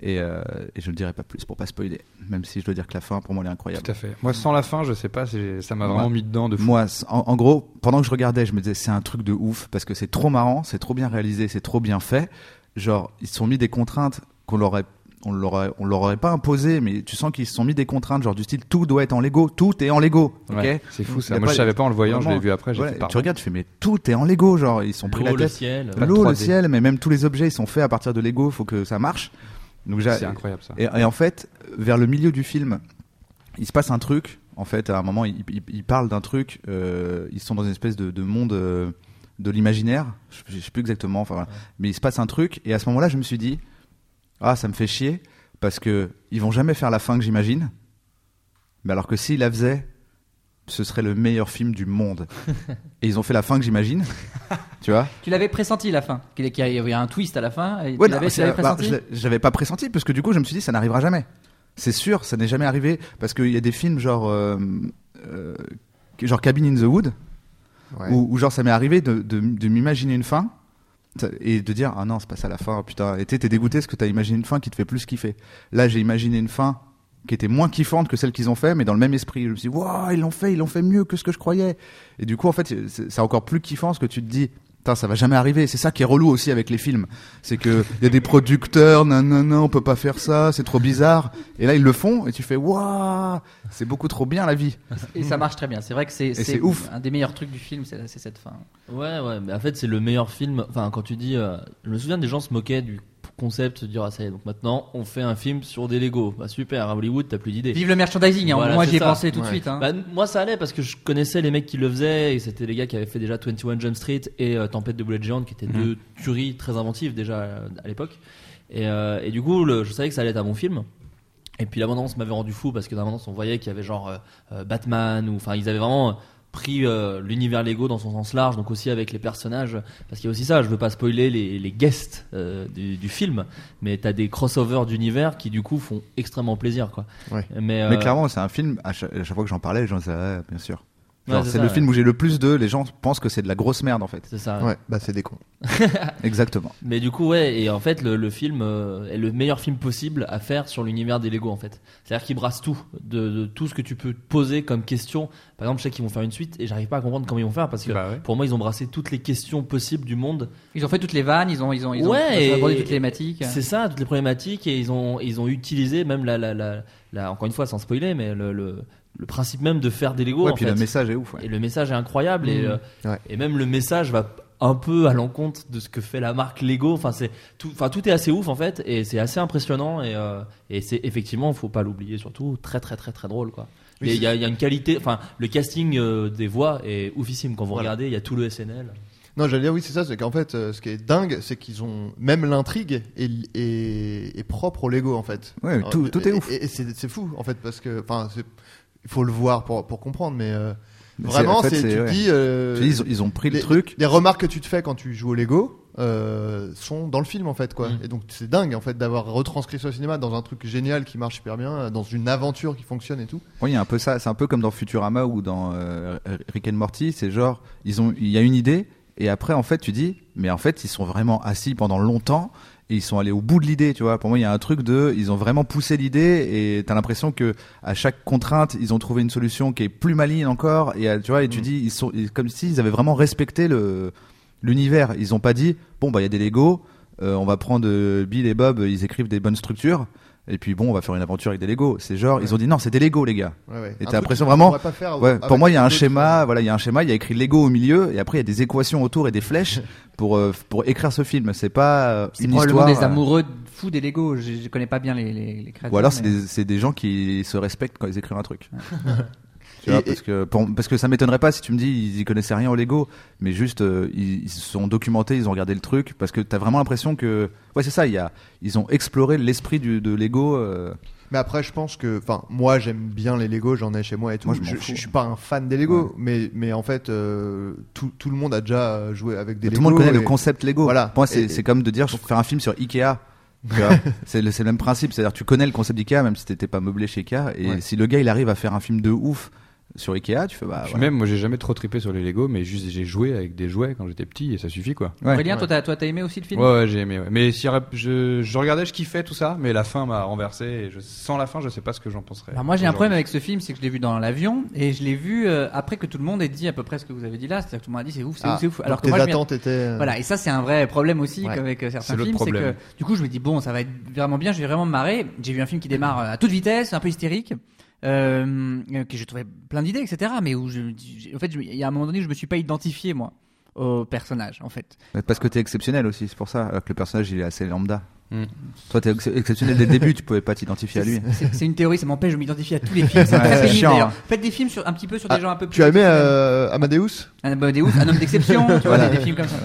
C: Et, euh, et je ne dirai pas plus pour pas spoiler, même si je dois dire que la fin pour moi elle est incroyable.
E: Tout à fait. Moi, sans la fin, je sais pas, c'est- ça m'a vraiment
C: Mm. Moi-
E: mis dedans de fou.
C: Moi, c- en, en gros, pendant que je regardais, je me disais c'est un truc de ouf parce que c'est trop marrant, c'est trop bien réalisé, c'est trop bien fait. Genre ils se sont mis des contraintes qu'on leur aurait- on l'aurait on leur aurait pas imposées, mais tu sens qu'ils se sont mis des contraintes genre du style tout doit être en Lego, tout est en Lego, ok.
E: Ouais, C'est fou
C: Y
E: ça.
C: a
E: Moi,
C: pas
E: je savais pas en le voyant, je
C: Vraiment,
E: l'ai vu après, j'ai
C: voilà,
E: fait
C: tu
E: pardon.
C: regardes, tu fais mais tout est en Lego, genre ils se sont pris
F: L'eau,
C: la
F: le
C: tête,
F: ciel.
E: Pas de
C: l'eau, le
E: 3D.
C: ciel, mais même tous les objets ils sont faits à partir de Lego, faut que ça marche. Donc j'a-
E: C'est incroyable ça.
C: et, et en fait, vers le milieu du film, il se passe un truc. En fait, à un moment, ils il, il parlent d'un truc. euh, ils sont dans une espèce de, de monde euh, de l'imaginaire. Je, je sais plus exactement. Enfin, voilà. Mais il se passe un truc. Et à ce moment-là, je me suis dit, ah, ça me fait chier parce que ils vont jamais faire la fin que j'imagine. Mais alors que s'ils la faisaient, ce serait le meilleur film du monde. et ils ont fait la fin que j'imagine. tu vois
A: Tu l'avais pressenti la fin, qu'il y- qu'il y avait un twist à la fin. Et
C: Ouais,
A: tu
C: non,
A: l'avais tu
C: c'est-
A: l'avais
C: bah,
A: pressenti
C: je l'ai- J'avais pas pressenti parce que du coup je me suis dit ça n'arrivera jamais. C'est sûr, ça n'est jamais arrivé parce qu'il y a des films genre euh, euh, genre Cabin in the Wood
D: Ouais.
C: où, où genre ça m'est arrivé de, de, de m'imaginer une fin ça- et de dire ah non c'est pas ça la fin putain et t'es t'es dégoûté parce que t'as imaginé une fin qui te fait plus kiffer. Là j'ai imaginé une fin qui était moins kiffante que celle qu'ils ont fait mais dans le même esprit je me suis dit waouh ils l'ont fait ils l'ont fait mieux que ce que je croyais et du coup en fait c'est- c'est encore plus kiffant ce que tu te dis Putain, ça va jamais arriver. C'est ça qui est relou aussi avec les films. C'est que y a des producteurs, non, non, non, on peut pas faire ça, c'est trop bizarre. Et là, ils le font et tu fais, waouh, c'est beaucoup trop bien la vie.
A: Et ça marche très bien. C'est vrai que c'est
C: c'est ouf.
A: Un des meilleurs trucs du film, c'est c'est cette fin.
F: Ouais, ouais, mais en fait, c'est le meilleur film. Enfin, quand tu dis. euh, je me souviens des gens se moquaient du concept, se dire, ah ça y est, donc maintenant, on fait un film sur des Lego. Bah super, à Hollywood, t'as plus d'idées.
A: Vive le merchandising. hein.
F: Voilà,
A: Moi,
F: c'est
A: j'y ai
F: ça.
A: pensé tout de
D: Ouais.
A: suite. hein.
F: Bah, moi, ça allait parce que je connaissais les mecs qui le faisaient et c'était les gars qui avaient fait déjà 21 Jump Street et euh, Tempête de Bullet Giant qui étaient deux
C: Mmh.
F: tueries très inventives déjà euh, à l'époque. Et, euh, et du coup, le- je savais que ça allait être un bon film. Et puis l'abondance m'avait rendu fou parce que dans l'abondance, on voyait qu'il y avait genre euh, euh, Batman ou enfin, ils avaient vraiment euh, pris euh, l'univers Lego dans son sens large, donc aussi avec les personnages. Parce qu'il y a aussi ça, je veux pas spoiler les, les guests euh, du, du film, mais t'as des crossovers d'univers qui du coup font extrêmement plaisir quoi.
D: Ouais.
F: Mais,
C: Mais
F: euh,
C: clairement, c'est un film, à cha- à chaque, fois que j'en parlais, les gens disaient, ouais, bien sûr. Genre,
F: Ouais, c'est
C: c'est
F: ça,
C: le
F: ouais.
C: film où j'ai le plus de, les gens pensent que c'est de la grosse merde en fait.
F: c'est ça.
D: Ouais, bah c'est des cons.
F: Ah.
C: Exactement.
F: Mais du coup, ouais, et en fait, le, le film euh, est le meilleur film possible à faire sur l'univers des Lego, en fait. C'est-à-dire qu'il brasse tout, de, de tout ce que tu peux te poser comme question. Par exemple, je sais qu'ils vont faire une suite et j'arrive pas à comprendre comment ils vont faire parce que
E: Bah ouais.
F: pour moi, ils ont brassé toutes les questions possibles du monde.
A: Ils ont fait toutes les vannes. Ils ont, ils ont, ils ont,
F: Ouais,
A: ils ont abordé
F: et-
A: toutes les thématiques.
F: C'est ça, toutes les problématiques et ils ont, ils ont utilisé même la, la, la, la- encore une fois, sans spoiler, mais le, le, le principe même de faire des Lego.
C: ouais,
F: en
C: puis
F: fait.
C: le message est ouf. ouais.
F: Et le message est incroyable et,
A: Mmh.
F: euh,
D: Ouais.
F: et même le message va un peu à l'encontre de ce que fait la marque Lego. Enfin, c'est tout, enfin, tout est assez ouf en fait et c'est assez impressionnant et, euh, et c'est effectivement, faut pas l'oublier surtout, très très très très drôle quoi.
D: Oui,
F: Et Il y, a il y a une qualité, enfin le casting euh, des voix est oufissime quand vous
D: Voilà.
F: regardez, il y a tout le SNL.
D: Non, j'allais dire oui, c'est ça, c'est qu'en fait, euh, ce qui est dingue, c'est qu'ils ont même l'intrigue est, est- est propre au Lego en fait. Euh,
C: Ouais, tout- tout est
D: et-
C: ouf.
D: Et, et c'est c'est fou en fait parce que, enfin, c'est- il faut le voir pour, pour comprendre, mais euh,
C: Mais
D: vraiment,
C: en fait,
D: c'est tu te
C: ouais.
D: dis, euh,
C: Tu dis, ils, ont- ils ont pris
D: les,
C: le truc.
D: les remarques que tu te fais quand tu joues au Lego euh, sont dans le film en fait quoi.
F: Mm.
D: Et donc c'est dingue en fait d'avoir retranscrit ça au cinéma dans un truc génial qui marche super bien, euh, dans une aventure qui fonctionne et tout.
C: Oui, il y a un peu ça. C'est un peu comme dans Futurama ou dans euh, Rick and Morty. C'est genre, ils ont, il y a une idée et après, en fait, tu dis, mais en fait, ils sont vraiment assis pendant longtemps et ils sont allés au bout de l'idée. Tu vois, pour moi, il y a un truc de, ils ont vraiment poussé l'idée et t'as l'impression que à chaque contrainte, ils ont trouvé une solution qui est plus maligne encore. Et euh, tu vois, et tu
D: Mm.
C: dis, ils sont ils- comme s'ils avaient vraiment respecté le l'univers. Ils ont pas dit, bon bah, il y a des Lego. euh, on va prendre euh, Bill et Bob, ils écrivent des bonnes structures, et puis bon, on va faire une aventure avec des Lego. C'est genre, ils ont dit non, c'est des Lego, les gars.
D: Ouais, ouais.
C: Et t'as
D: Un truc
C: l'impression
D: qu'on
C: vraiment-
D: pourrait pas faire
C: Ouais,
D: avec
C: pour moi, il y a un
D: d'autres-
C: schéma. Voilà, il y a un schéma. Il y a écrit Lego au milieu, et après il y a des équations autour et des flèches pour euh, pour écrire ce film. C'est pas euh,
A: C'est
C: une
A: probablement
C: histoire.
A: des
C: euh,
A: amoureux de- fous des Lego. Je, je connais pas bien les, les, les créateurs.
C: Ou alors c'est
A: mais-
C: des c'est des gens qui se respectent quand ils écrivent un truc. Tu vois,
D: Et-
C: parce, que, pour- parce que ça m'étonnerait pas si tu me dis ils y connaissaient rien au Lego, mais juste euh, ils ils se sont documentés, ils ont regardé le truc, parce que t'as vraiment l'impression que. Ouais, c'est ça, il y a, ils ont exploré l'esprit du- de Lego. euh,
D: Mais après, je pense que, enfin, moi j'aime bien les Lego, j'en ai chez moi et tout.
C: Moi, je m'en
D: je,
C: fous.
D: je suis pas un fan des Lego, mais mais en fait, euh, tout, tout le monde a déjà euh, joué avec des
C: tout
D: Lego.
C: le monde connaît le
D: et-
C: concept Lego.
D: Voilà.
C: Pour moi, c'est
D: Et-
C: c'est comme de dire je vais faire un film sur Ikea. Tu vois, c'est le, c'est le même principe, c'est-à-dire tu connais le concept d'Ikea même si t'étais pas meublé chez Ikea. Et
D: Ouais.
C: si le gars il arrive à faire un film de ouf sur Ikea, tu fais bah.
E: Puis
C: voilà.
E: même, moi, j'ai jamais trop trippé sur les Lego, mais juste j'ai joué avec des jouets quand j'étais petit et ça suffit quoi.
C: Ouais.
A: Aurélien, toi, t'as- toi, t'as aimé aussi le film
E: Ouais, ouais, j'ai aimé. ouais. Mais si je, je regardais, je kiffais tout ça, mais la fin m'a renversé. Et je, sans la fin, je sais pas ce que j'en penserais.
A: Bah, moi j'ai un problème avec ce film, c'est que je l'ai vu dans l'avion et je l'ai vu euh, après que tout le monde ait dit à peu près ce que vous avez dit là, c'est-à-dire que tout le monde a dit c'est ouf, c'est
D: Ah,
A: ouf, c'est ouf.
D: donc
A: Alors que
D: tes
A: moi, je m'y-
D: attentes étaient. euh,
A: voilà, et ça c'est un vrai problème aussi
D: Ouais.
A: avec euh, certains
E: C'est l'autre
A: films, c'est que
E: problème.
A: du coup je me dis bon ça va être vraiment bien, je vais vraiment me marrer. J'ai vu un film qui démarre euh, à toute vitesse, un peu hystérique, euh, euh, que j'ai trouvé plein d'idées etc. Mais où je, j'ai- en fait je- il y a un moment donné je me suis pas identifié moi au personnage en fait.
C: Mais Parce que t'es exceptionnel aussi, c'est pour ça alors que le personnage il est assez lambda.
E: Mm.
C: Toi t'es ex- exceptionnel dès le début, tu pouvais pas t'identifier à lui.
A: C'est c'est une théorie, ça m'empêche de m'identifier à tous les films. C'est
C: Ouais,
A: très
C: c'est
A: pénible,
C: chiant,
A: d'ailleurs.
C: hein.
A: Faites des films sur, un petit peu sur des
D: Ah,
A: gens un peu plus.
D: Tu as aimé euh, Amadeus
A: Un, Amadeus, un homme d'exception, tu vois,
C: Voilà.
A: des, des films comme ça.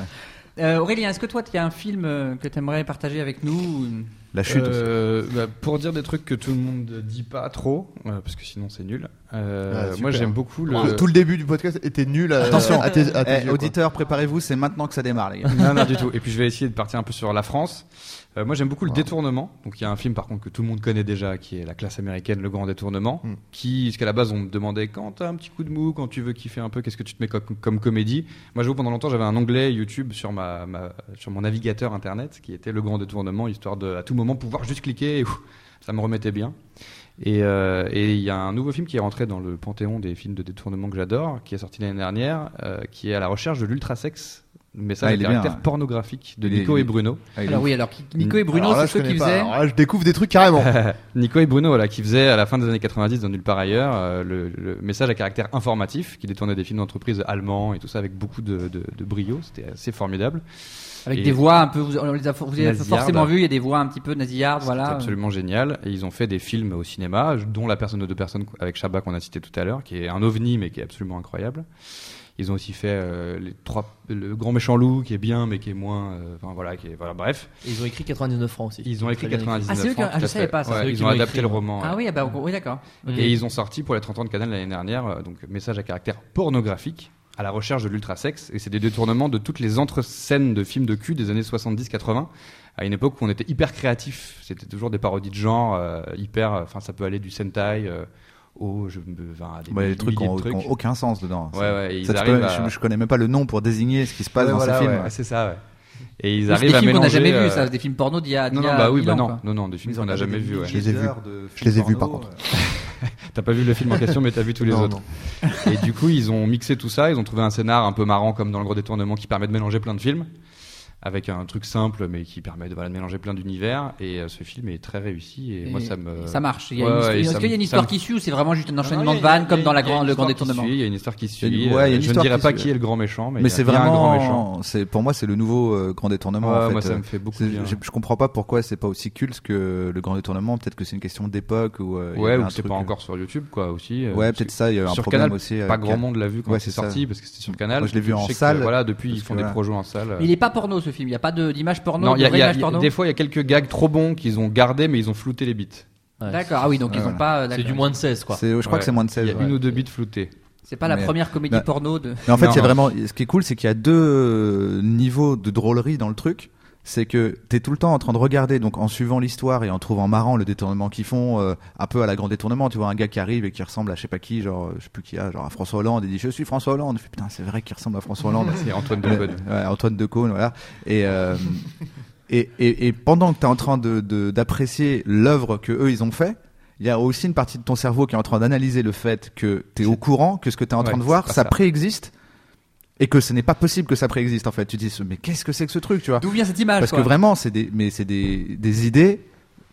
A: Euh, Aurélien, est-ce que toi, tu as un film euh, que tu aimerais partager avec nous ou une-
C: La chute. aussi.
E: Euh, bah, pour dire des trucs que tout le monde dit pas trop, euh, parce que sinon c'est nul.
D: Ah,
E: Euh,
D: super. Ah,
E: moi j'aime beaucoup le.
D: Tout le début du podcast était nul. à-
C: Attention.
D: à tes, à tes
C: Eh,
D: yeux, quoi.
C: auditeurs, préparez-vous, c'est maintenant que ça démarre, les gars.
E: non, non, du tout. Et puis je vais essayer de partir un peu sur la France. Euh, moi j'aime beaucoup le
D: Wow.
E: détournement. Donc il y a un film par contre que tout le monde connaît déjà, qui est la classe américaine, le grand détournement.
D: Mm.
E: Qui, jusqu'à la base, on me demandait quand t'as un petit coup de mou, quand tu veux kiffer un peu, qu'est-ce que tu te mets co- comme, comédie. Moi j'avoue pendant longtemps j'avais un onglet YouTube sur ma, ma- sur mon navigateur internet qui était le grand détournement, histoire de à tout moment pouvoir juste cliquer. Et, ouf, ça me remettait bien. Et euh, et il y a un nouveau film qui est rentré dans le panthéon des films de détournement que j'adore, qui est sorti l'année dernière, euh, qui est à la recherche de l'ultrasex, mais ça
C: Ah,
E: a
C: il
E: le
C: est bien,
E: caractère
C: ouais.
E: pornographique de
C: Il est-
E: Nico
C: il est-
E: et Bruno.
C: Ah, il est
A: Alors
C: ouf.
A: oui, alors qui- Nico et Bruno,
D: Alors
A: c'est
D: là, je
A: ceux
D: connais
A: qui
D: pas.
A: faisaient.
D: Alors là, je découvre des trucs carrément.
E: Nico et Bruno, là, qui faisaient à la fin des années 90 dans Nulle part ailleurs euh, le, le message à caractère informatif, qui détournait des films d'entreprise allemands et tout ça avec beaucoup de, de- de brio. C'était assez formidable.
A: Avec
E: Et-
A: des voix un peu. Vous, on les a, vous les avez
E: Nasillardes.
A: forcément vu, il y a des voix un petit peu nasillardes,
E: C'était
A: voilà.
E: absolument génial. Et ils ont fait des films au cinéma, dont La personne de deux personnes avec Chabat qu'on a cité tout à l'heure, qui est un ovni mais qui est absolument incroyable. Ils ont aussi fait euh, les trois, le grand méchant loup qui est bien mais qui est moins, euh, enfin voilà, qui est, voilà, bref.
F: Et ils ont écrit 99 francs aussi.
E: Ils ont écrit
F: Très bien
E: 99
A: Ah, c'est eux qui-
E: francs,
A: ah,
E: tout
A: je
E: à
A: savais
E: fait.
A: pas ça.
E: Ouais,
F: C'est eux qui
E: ils ont
F: l'ont
E: adapté
F: écrit.
E: le roman.
A: Ah
E: ouais.
A: oui, ah bah, oui d'accord.
F: Mm-hmm.
E: Et ils ont sorti pour les 30 ans de Canal l'année dernière euh, donc message à caractère pornographique à la recherche de l'ultrasexe et c'est des détournements de toutes les entre-scènes de films de cul des années 70-80 à une époque où on était hyper créatif, c'était toujours des parodies de genre euh, hyper enfin ça peut aller du sentai euh, au je me enfin, à des
C: Ouais, les trucs qui
E: milliers de
C: ont, qui ont aucun sens dedans.
E: Ouais, ouais, ils
C: Ça, tu
E: arrivent
C: peux-
E: à-
C: je, je connais même pas le nom pour désigner ce qui se passe
E: Ouais,
C: dans
E: voilà,
C: ces films.
E: ouais, c'est ça ouais. Et ils
A: C'est
E: arrivent
A: des
E: à
A: films qu'on n'a
E: mélanger
A: jamais
E: euh,
A: vus, ça, c'est des films porno d'il y a. d'il
E: non,
A: y a
E: non, bah oui,
A: mille
E: bah
A: ans,
E: non,
A: quoi.
E: non, non, des films
C: Ils
E: qu'on
C: ont
E: n'a jamais
C: regardé
E: vus.
C: des
E: ouais.
D: Je les ai vus.
C: teasers de
D: Je les ai
C: films
D: vus, par
C: porno,
D: contre.
C: euh.
E: T'as pas vu le film en question, mais t'as vu tous les
D: Non,
E: autres. Et du coup, ils ont mixé tout ça. Ils ont trouvé un scénar un peu marrant, comme dans le gros détournement, qui permet de mélanger plein de films, avec un truc simple, mais qui permet de, voilà, de mélanger plein d'univers. Et euh, ce film est très réussi. Et, moi, ça me.
A: Ça marche. Il y a
E: Ouais,
A: une
E: ouais,
A: histoire-
E: et
A: Est-ce
E: ça
A: qu'il y a
E: me-
A: une
E: ça
A: histoire
E: me-
A: qui suit ou c'est vraiment juste un
E: Ah
A: enchaînement
B: non,
A: de
B: il y a-
A: vannes
B: il y a-
A: comme dans la
B: il y a
A: grand-
B: une
A: le grand
B: histoire qui
A: détournement
E: Il y a une histoire qui suit.
C: Il y a une- ouais, il y a
E: euh,
C: une
E: je ne
C: histoire
E: dirais
C: qui
E: pas
C: suit.
E: qui est le grand méchant, mais,
C: Mais
E: il y a
C: c'est
E: bien un grand méchant.
C: vraiment, c'est pour moi c'est le nouveau euh, grand détournement.
E: Ouais,
C: en fait.
E: moi, ça
C: Euh,
E: me fait beaucoup
C: c'est-
E: de bien.
C: Je, je comprends pas pourquoi c'est pas aussi culte que le grand détournement. Peut-être que c'est une question d'époque ou euh, il y
E: Ouais,
C: avait
E: ou
C: un
E: que c'est
C: truc,
E: pas
C: euh,
E: encore sur YouTube, quoi, aussi. euh,
C: Ouais,
E: parce que
C: peut-être ça. Il y a eu un
E: sur
C: problème
E: Canal,
C: aussi. euh,
E: Pas
C: avec-
E: grand monde l'a vu quand
C: Ouais,
E: c'est
C: c'est ça.
E: sorti, parce que c'était sur Canal.
C: Moi, je l'ai vu en
E: sais que,
C: salle,
E: Voilà, depuis, ils
C: parce
E: font
C: que
E: des
C: voilà.
E: projets en salle.
A: Mais Il est pas porno ce film, il n'y a pas de- d'image porno,
E: euh. Non,
A: de
E: il y a-
A: vraie
E: il y a-
A: image
E: il y a-
A: porno.
E: des fois, il y a quelques gags trop bons qu'ils ont gardés, mais ils ont flouté les bits.
F: Ouais,
A: D'accord, ah oui, donc ils ont
C: Voilà.
A: pas.
F: C'est
A: d'accord.
F: du moins de 16 quoi.
C: C'est- je crois
E: Ouais.
C: que c'est moins de 16.
E: Il y a
C: ouais.
E: une ou deux bits floutées.
A: C'est pas la
C: Mais-
A: première comédie
C: Bah-
A: porno de.
C: Mais en fait,
E: Non,
C: il y a
E: non.
C: vraiment. Ce qui est cool, c'est qu'il y a deux euh, niveaux de drôlerie dans le truc. C'est que t'es tout le temps en train de regarder, donc en suivant l'histoire et en trouvant marrant le détournement qu'ils font, euh, un peu à la grande détournement. Tu vois un gars qui arrive et qui ressemble à je sais pas qui, genre euh, je sais plus qui a, genre à François Hollande. Il dit je suis François Hollande. Je fais, putain, c'est vrai qu'il ressemble à François Hollande.
E: C'est Antoine
C: Ouais,
E: Decaune.
C: ouais, Antoine Decaune, voilà. Et, euh, et, et, et pendant que tu es en train de- de- d'apprécier l'œuvre que eux ils ont fait, il y a aussi une partie de ton cerveau qui est en train d'analyser le fait que tu es au courant, que ce que tu es en train
E: Ouais,
C: de
E: c'est
C: voir,
E: pas
C: ça
E: ça.
C: préexiste et que ce n'est pas possible que ça préexiste en fait. Tu te dis mais qu'est-ce que c'est que ce truc, tu vois
A: D'où vient cette image
C: Parce que
A: quoi
C: vraiment c'est des mais c'est des, des idées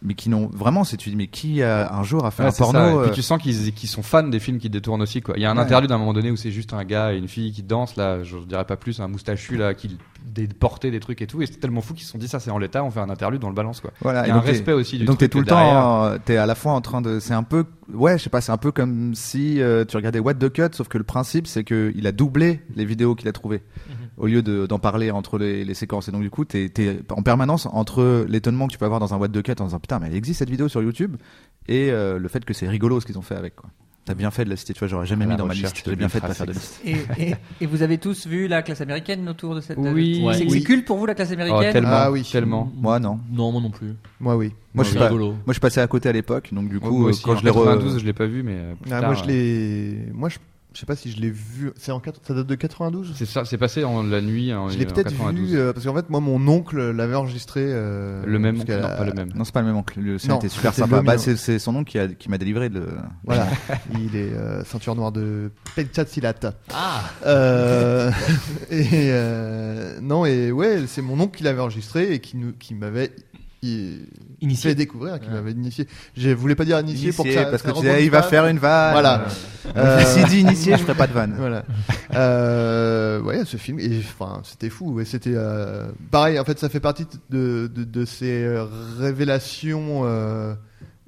C: mais qui n'ont vraiment, c'est tu dis, mais qui a un jour a fait
E: Ouais,
C: un
E: Ah, c'est ça,
C: porno
E: ouais.
C: euh,
E: Puis tu sens qu'ils qu'ils sont fans des films qu'ils détournent aussi. Quoi. Il y a un
C: Ouais.
E: interlude à un moment donné où c'est juste un gars et une fille qui dansent, là, je dirais pas plus, un moustachu là, qui des- portait des trucs et tout. Et c'est tellement fou qu'ils se sont dit ça, c'est en l'état, on fait un interlude, on le balance. Quoi.
C: Voilà, Ah,
E: Il y
C: et
E: a un
C: donc t'es-
E: respect aussi du
C: Donc t'es
E: truc
C: tout le
E: qui est derrière.
C: temps, euh, t'es à la fois en train de, c'est un peu, ouais, je sais pas, c'est un peu comme si euh, tu regardais What the Cut, sauf que le principe c'est que il a doublé les vidéos qu'il a trouvées
E: Mhm.
C: au lieu de- d'en parler entre les, les séquences. Et donc du coup t'es t'es en permanence entre l'étonnement que tu peux avoir dans un What the Cut en disant putain mais elle existe cette vidéo sur YouTube et euh, le fait que c'est rigolo ce qu'ils ont fait avec quoi. T'as bien fait de la cité, tu vois, j'aurais jamais
E: À la
C: mis dans ma
E: recherche
C: liste.
E: de
C: J'ai bien fait de pas
E: l'ultra
C: faire de liste.
A: Et, et- et vous avez tous vu la classe américaine autour de cette.
E: Oui.
A: c'est
B: Ouais.
A: c'est culte pour vous la classe
E: Oh,
A: américaine
E: tellement,
D: Ah oui.
E: tellement.
C: Moi non.
B: Non, moi non plus.
D: Moi, oui. Ah,
C: Moi je
B: C'est
C: suis pas. Moi
B: rigolo.
C: je suis passé à côté à l'époque, donc du
E: Moi,
C: coup
E: moi
C: euh,
E: aussi,
C: quand
E: en
C: je l'ai re-
E: 92, je l'ai pas vu, mais. euh, plus
D: Ah,
E: tard,
D: moi, je l'ai. Moi, je je sais pas si je l'ai vu. C'est en quatre- Ça date de 92
E: C'est ça, c'est passé en la nuit. En,
D: Je l'ai
E: en
D: peut-être
E: 92.
D: vu euh, parce qu'en fait, moi, mon oncle l'avait enregistré. euh,
E: Le même, non,
D: parce qu'elle a-
E: pas le même.
C: Non, c'est pas le même oncle. Le sien
D: Non,
C: était super
D: c'était
C: sympa.
D: le
C: Bah,
D: mien.
C: c'est c'est son nom qui a- qui m'a délivré de.
D: Voilà, il est euh, ceinture noire de Penchatsilat.
F: Ah
D: Euh, et euh, non, et ouais, c'est mon oncle qui l'avait enregistré et qui, nous, qui m'avait i-
B: Initié.
D: fait découvrir, qui
B: Ouais.
D: m'avait initié. Je voulais pas dire initié, pour que ça,
C: parce que
D: ça
C: tu disais,
D: rebondisse
C: il va
D: pas.
C: faire une vanne. Euh,
D: Voilà. Euh,
C: S'il dit initié, je ferai pas de vanne.
D: Voilà. Euh, ouais, ce film, et enfin, c'était fou. ouais, c'était euh, pareil. En fait, ça fait partie de, de, de ces euh, révélations euh,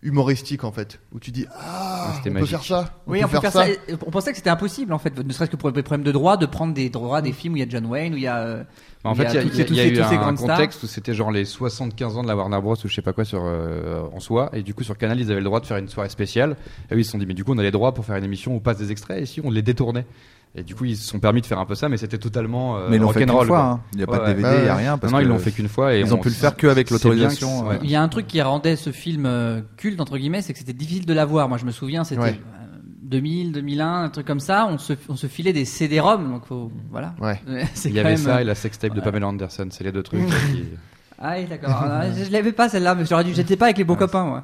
D: humoristiques, en fait, où tu dis
E: Ah,
D: ah, on
E: c'était
D: peut
E: magique.
D: faire ça.
A: Oui, on peut faire ça. Et On pensait que c'était impossible en fait, ne serait-ce que pour les problèmes de droit, de prendre des droits des films où il y a John Wayne, où il y a. euh,
E: En
A: Il
E: fait,
A: y a
E: il y a,
A: toutes
E: il y a-
A: ces-
E: il y a
A: toutes ces
E: eu un
A: grandes stars.
E: contexte où c'était genre les 75 ans de la Warner Bros ou je sais pas quoi sur euh, en soi et du coup sur Canal ils avaient le droit de faire une soirée spéciale et eux, ils se sont dit mais du coup on a les droits pour faire une émission où on passe des extraits et si on les détournait et du coup ils se sont permis de faire un peu ça mais c'était totalement euh,
C: Mais ils l'ont fait qu'une
E: rock'n'roll,
C: fois.
E: quoi.
C: hein. Il n'y a
E: Ouais,
C: pas
E: ouais.
C: de DVD, il
D: Ouais,
C: n'y a
D: ouais.
C: rien.
E: Non,
C: parce
E: non,
C: que
E: ils l'ont fait qu'une fois et
C: Ils ont
E: on-
C: pu le faire que avec
E: c'est bien que-
C: l'autorisation.
E: ouais.
C: euh,
A: Il y a un truc qui rendait ce film euh, culte entre guillemets, c'est que c'était difficile de l'avoir. Moi, je me souviens, c'était
D: Ouais.
A: euh, 2000, 2001, un truc comme ça. On se, on se filait des CD-ROM, donc faut, voilà.
D: Ouais.
A: C'est
E: Il y
A: quand
E: avait
A: même. euh,
E: ça et la sextape de Pamela Anderson, c'est les deux trucs. qui-
A: Ah oui, d'accord. Ah, je je l'avais pas celle-là, mais j'aurais dû. J'étais pas avec les beaux copains, moi.